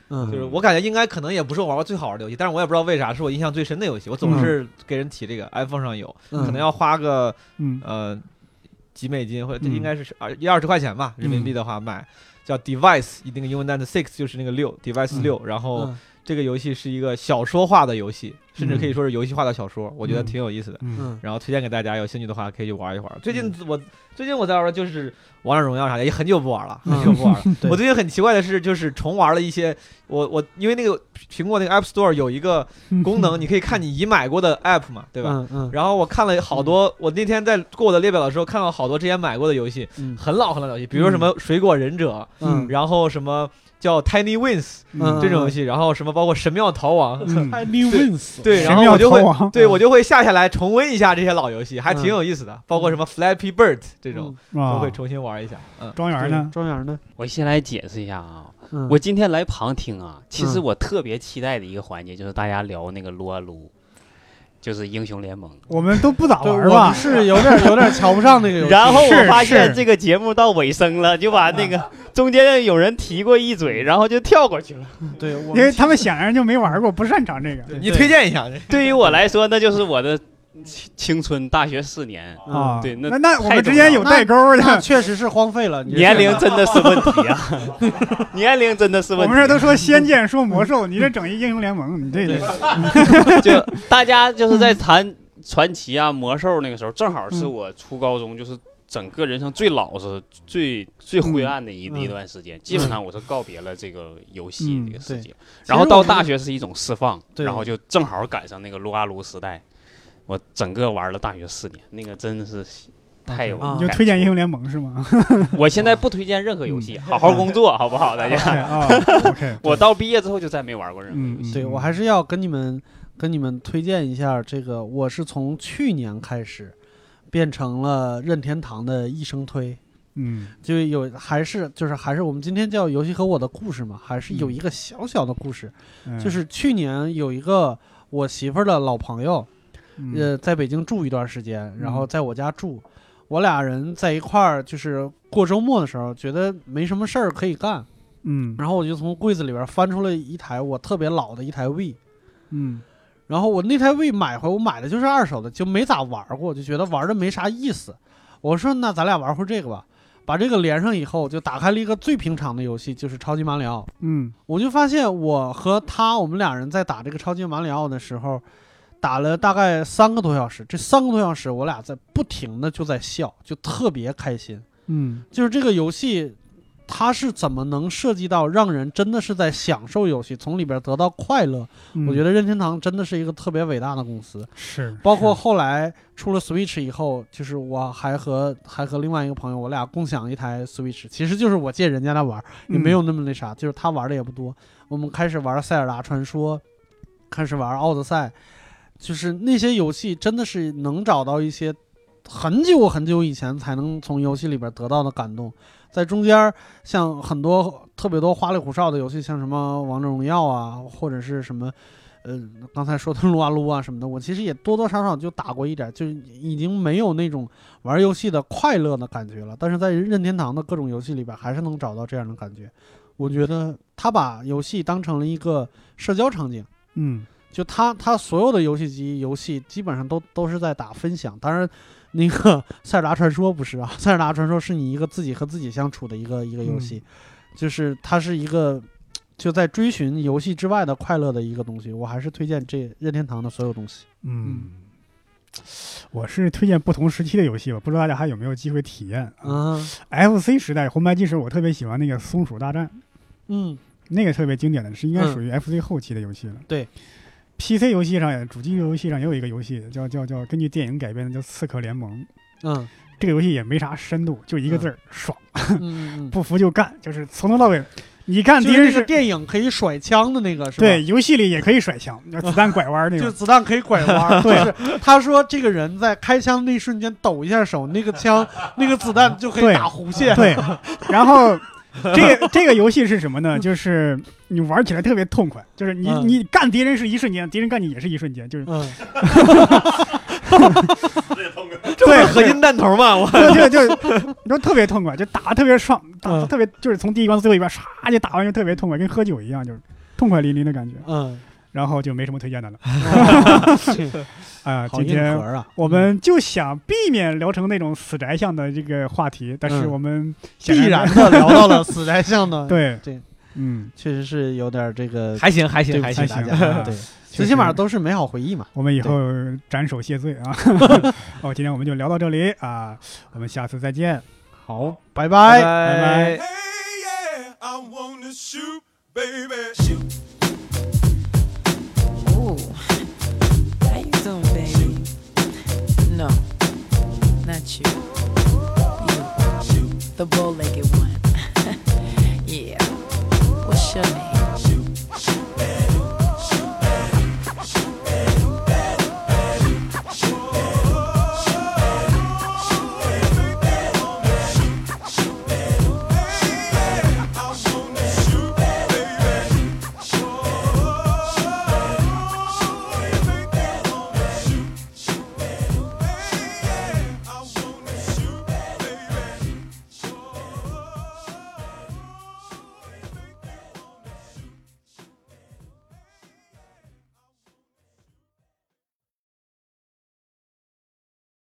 [SPEAKER 2] 嗯
[SPEAKER 5] 就是我感觉应该可能也不是我玩过最好玩的游戏，但是我也不知道为啥是我印象最深的游戏。我总是给人提这个，iPhone 上有，
[SPEAKER 2] 嗯
[SPEAKER 5] 可能要花个
[SPEAKER 1] 嗯
[SPEAKER 5] 呃几美金或者
[SPEAKER 1] 嗯
[SPEAKER 5] 应该是二一二十块钱吧，人民币的话买。叫 Device，那个英文单词 six 就是那个六，Device
[SPEAKER 1] 嗯
[SPEAKER 5] 六。然后
[SPEAKER 2] 嗯
[SPEAKER 5] 这个游戏是一个小说化的游戏，甚至可以说是游戏化的小说，我觉得
[SPEAKER 1] 嗯
[SPEAKER 5] 挺有意思的。
[SPEAKER 1] 嗯，
[SPEAKER 2] 嗯
[SPEAKER 5] 然后推荐给大家，有兴趣的话可以去玩一玩。最近我最近我在玩就是《王者荣耀》啥的，也很久不玩了，
[SPEAKER 2] 嗯
[SPEAKER 5] 很久不玩了。
[SPEAKER 2] 对
[SPEAKER 5] 我最近很奇怪的是，就是重玩了一些我我因为那个苹果那个 App Store 有一个 功能，你可以看你已买过的 App 嘛，对吧？
[SPEAKER 2] 嗯嗯，
[SPEAKER 5] 然后我看了好多，我那天在过我的列表的时候，看到好多之前买过的游戏，
[SPEAKER 2] 嗯
[SPEAKER 5] 很老很老的游戏，比如说什么《水果忍者》，
[SPEAKER 2] 嗯
[SPEAKER 5] 然后什么叫 Tiny Wins
[SPEAKER 2] 嗯
[SPEAKER 5] 这种游戏，然后什么包括《神庙逃亡》，
[SPEAKER 1] 嗯，
[SPEAKER 2] 还 New Wins，
[SPEAKER 5] 对，然
[SPEAKER 1] 神
[SPEAKER 5] 后我
[SPEAKER 1] 庙
[SPEAKER 5] 就
[SPEAKER 1] 逃
[SPEAKER 5] 会
[SPEAKER 1] 亡，
[SPEAKER 5] 对，我就会下下来重温一下这些老游戏，还挺有意思的，包括什么 Flappy Bird 这种，都
[SPEAKER 1] 啊
[SPEAKER 5] 会，重新玩一下。嗯，
[SPEAKER 1] 庄园呢？
[SPEAKER 2] 庄园呢？
[SPEAKER 4] 我先来解释一下啊，
[SPEAKER 2] 嗯
[SPEAKER 4] 我今天来旁听啊，其实
[SPEAKER 2] 嗯
[SPEAKER 4] 我特别期待的一个环节就是大家聊那个撸啊撸，就是英雄联盟。
[SPEAKER 1] 我们都不咋
[SPEAKER 2] 对
[SPEAKER 1] 玩
[SPEAKER 2] 我
[SPEAKER 1] 吧
[SPEAKER 2] 们？是有点有点瞧不上那个游戏，
[SPEAKER 7] 然后
[SPEAKER 1] 是
[SPEAKER 7] 我发现
[SPEAKER 1] 是
[SPEAKER 7] 这个节目到尾声了，就把那
[SPEAKER 4] 啊
[SPEAKER 7] 个中间有人提过一嘴，然后就跳过去了。
[SPEAKER 2] 对，我
[SPEAKER 1] 因为他们显然就没玩过，不擅长这个
[SPEAKER 5] 你推荐一下，
[SPEAKER 4] 对于我来说，那就是我的青青春，大学四年，
[SPEAKER 2] 嗯
[SPEAKER 1] 啊。
[SPEAKER 4] 对那
[SPEAKER 1] 那那我们
[SPEAKER 4] 太
[SPEAKER 1] 之
[SPEAKER 4] 重
[SPEAKER 1] 间
[SPEAKER 4] 要
[SPEAKER 1] 有代沟
[SPEAKER 2] 那
[SPEAKER 1] 的，
[SPEAKER 2] 确 实是荒废了你这
[SPEAKER 4] 年龄真的是问题啊， 年龄真的是
[SPEAKER 1] 我
[SPEAKER 4] 问
[SPEAKER 1] 们这
[SPEAKER 4] 题。
[SPEAKER 1] 都说仙剑说魔兽，你这整一英雄联盟，你这
[SPEAKER 2] 对
[SPEAKER 4] 就大家就是在谈传奇啊、魔兽那个时候，正好是我初高中，就是整个人生最老实、最最灰暗的一
[SPEAKER 2] 嗯
[SPEAKER 4] 一段时间。基本上我是告别了这个游戏
[SPEAKER 1] 嗯
[SPEAKER 4] 这个世
[SPEAKER 2] 其
[SPEAKER 4] 界，
[SPEAKER 2] 实
[SPEAKER 4] 然后到
[SPEAKER 2] 我觉得
[SPEAKER 4] 大学是一种释放，
[SPEAKER 2] 对
[SPEAKER 4] 然后就正好赶上那个撸啊撸时代，我整个玩了大学四年，那个真的是 太有
[SPEAKER 2] 啊
[SPEAKER 1] 你就推荐英雄联盟是吗
[SPEAKER 2] 嗯
[SPEAKER 4] 我现在不推荐任何游戏，好好工作，好不好，大
[SPEAKER 1] ？OK
[SPEAKER 4] 家？
[SPEAKER 1] 啊，OK，
[SPEAKER 4] 我到毕业之后就再没玩过任何
[SPEAKER 1] 嗯
[SPEAKER 4] 游戏。，
[SPEAKER 2] 对我还是要跟你们跟你们推荐一下这个，我是从去年开始变成了任天堂的一生推，
[SPEAKER 1] 嗯
[SPEAKER 2] 就有还是就是还是我们今天叫游戏和我的故事嘛，还是有一个小小的故事，
[SPEAKER 1] 嗯，
[SPEAKER 2] 就是去年有一个我媳妇儿的老朋友，
[SPEAKER 1] 嗯
[SPEAKER 2] 呃，在北京住一段时间，然后
[SPEAKER 1] 嗯
[SPEAKER 2] 在我家住，我俩人在一块儿就是过周末的时候，觉得没什么事儿可以干，
[SPEAKER 1] 嗯
[SPEAKER 2] 然后我就从柜子里边翻出了一台我特别老的一台 V。
[SPEAKER 1] 嗯
[SPEAKER 2] 然后我那台 V 买回，我买的就是二手的，就没咋玩过，就觉得玩的没啥意思。我说那咱俩玩会儿这个吧，把这个连上以后，就打开了一个最平常的游戏，就是超级马里奥。
[SPEAKER 1] 嗯
[SPEAKER 2] 我就发现我和他，我们俩人在打这个超级马里奥的时候，打了大概三个多小时。这三个多小时，我俩在不停的就在笑，就特别开心。
[SPEAKER 1] 嗯
[SPEAKER 2] 就是这个游戏，它是怎么能设计到让人真的是在享受游戏，从里边得到快乐？
[SPEAKER 1] 嗯，
[SPEAKER 2] 我觉得任天堂真的是一个特别伟大的公司，
[SPEAKER 1] 是，
[SPEAKER 2] 包括后来出了 Switch 以后，就是我还和还和另外一个朋友，我俩共享一台 Switch，其实就是我借人家的玩儿，也
[SPEAKER 1] 嗯
[SPEAKER 2] 没有那么那啥，就是他玩的也不多。我们开始玩《塞尔达传说》，开始玩《奥德赛》，就是那些游戏真的是能找到一些很久很久以前才能从游戏里边得到的感动。在中间儿，像很多特别多花里胡哨的游戏，像什么《王者荣耀》啊，或者是什么，呃，刚才说的撸啊撸啊什么的，我其实也多多少少就打过一点儿，就是已经没有那种玩游戏的快乐的感觉了。但是在任天堂的各种游戏里边，还是能找到这样的感觉。我觉得他把游戏当成了一个社交场景。
[SPEAKER 1] 嗯
[SPEAKER 2] 就他他所有的游戏机游戏基本上都都是在打分享，当然那个《塞尔达传说》不是啊，《 塞尔达传说》是你一个自己和自己相处的一个一个游戏，就是它是一个就在追寻游戏之外的快乐的一个东西。我还是推荐这任天堂的所有东西。
[SPEAKER 1] 嗯。我是推荐不同时期的游戏吧，不知道大家还有没有机会体验啊
[SPEAKER 2] 嗯
[SPEAKER 1] FC 时代红白机时，我特别喜欢那个《松鼠大战》，
[SPEAKER 2] 嗯
[SPEAKER 1] 那个特别经典的是应该
[SPEAKER 2] 嗯
[SPEAKER 1] 属于 FC 后期的游戏了。
[SPEAKER 2] 对
[SPEAKER 1] ，PC 游戏上也，主机游戏上也有一个游戏叫叫叫根据电影改编的叫《刺客联盟》，
[SPEAKER 2] 嗯
[SPEAKER 1] 这个游戏也没啥深度，就一个字儿、爽，
[SPEAKER 2] 嗯嗯，
[SPEAKER 1] 不服就干，就是从头到尾。你看敌
[SPEAKER 2] 就是
[SPEAKER 1] 人
[SPEAKER 2] 那
[SPEAKER 1] 是
[SPEAKER 2] 个电影可以甩枪的那个是吧？
[SPEAKER 1] 对，游戏里也可以甩枪，子弹拐 弯那
[SPEAKER 2] 就是
[SPEAKER 1] 种。
[SPEAKER 2] 子弹可以拐弯儿。
[SPEAKER 1] 对
[SPEAKER 2] 就是他说这个人在开枪那一瞬间抖一下手，那个枪那个子弹就可以
[SPEAKER 1] 对
[SPEAKER 2] 打弧线。
[SPEAKER 1] 对，然后这个这个游戏是什么呢？就是你玩起来特别痛快，就是你、
[SPEAKER 2] 嗯
[SPEAKER 1] 你干敌人是一瞬间，敌人干你也是一瞬间，就是
[SPEAKER 2] 嗯，
[SPEAKER 5] 这不是
[SPEAKER 1] 对
[SPEAKER 5] 合金弹头 嘛，我
[SPEAKER 1] 对，就是你说特别痛快，就打得特别爽，打得
[SPEAKER 2] 嗯
[SPEAKER 1] 特别就是从第一关到最后一关，唰就打完就特别痛快，跟喝酒一样，就是痛快淋漓的感觉。
[SPEAKER 2] 嗯，
[SPEAKER 1] 然后就没什么推荐的了
[SPEAKER 2] 这
[SPEAKER 1] 啊、
[SPEAKER 2] 好
[SPEAKER 1] 今
[SPEAKER 2] 硬
[SPEAKER 1] 天
[SPEAKER 2] 核啊！
[SPEAKER 1] 我们就想避免聊成那种死宅向的这个话题，但是
[SPEAKER 2] 嗯
[SPEAKER 1] 我们显
[SPEAKER 2] 必然的聊到了死宅巷呢，，
[SPEAKER 1] 对
[SPEAKER 2] 对，
[SPEAKER 1] 嗯。
[SPEAKER 2] 确实是有点这个，
[SPEAKER 5] 还行还
[SPEAKER 2] 对
[SPEAKER 5] 行
[SPEAKER 2] 不
[SPEAKER 5] 还
[SPEAKER 2] 起
[SPEAKER 5] 行，
[SPEAKER 1] 还
[SPEAKER 2] 大
[SPEAKER 1] 行
[SPEAKER 2] 家。对，最起码都是美好回忆嘛。
[SPEAKER 1] 我们以后斩首谢罪啊！ 哦，今天我们就聊到这里啊，我们下次再见，
[SPEAKER 2] 好，拜
[SPEAKER 5] 拜
[SPEAKER 2] 拜。
[SPEAKER 8] Hey,
[SPEAKER 5] 拜。
[SPEAKER 8] yeah, I wanna shoot, baby. Shoot.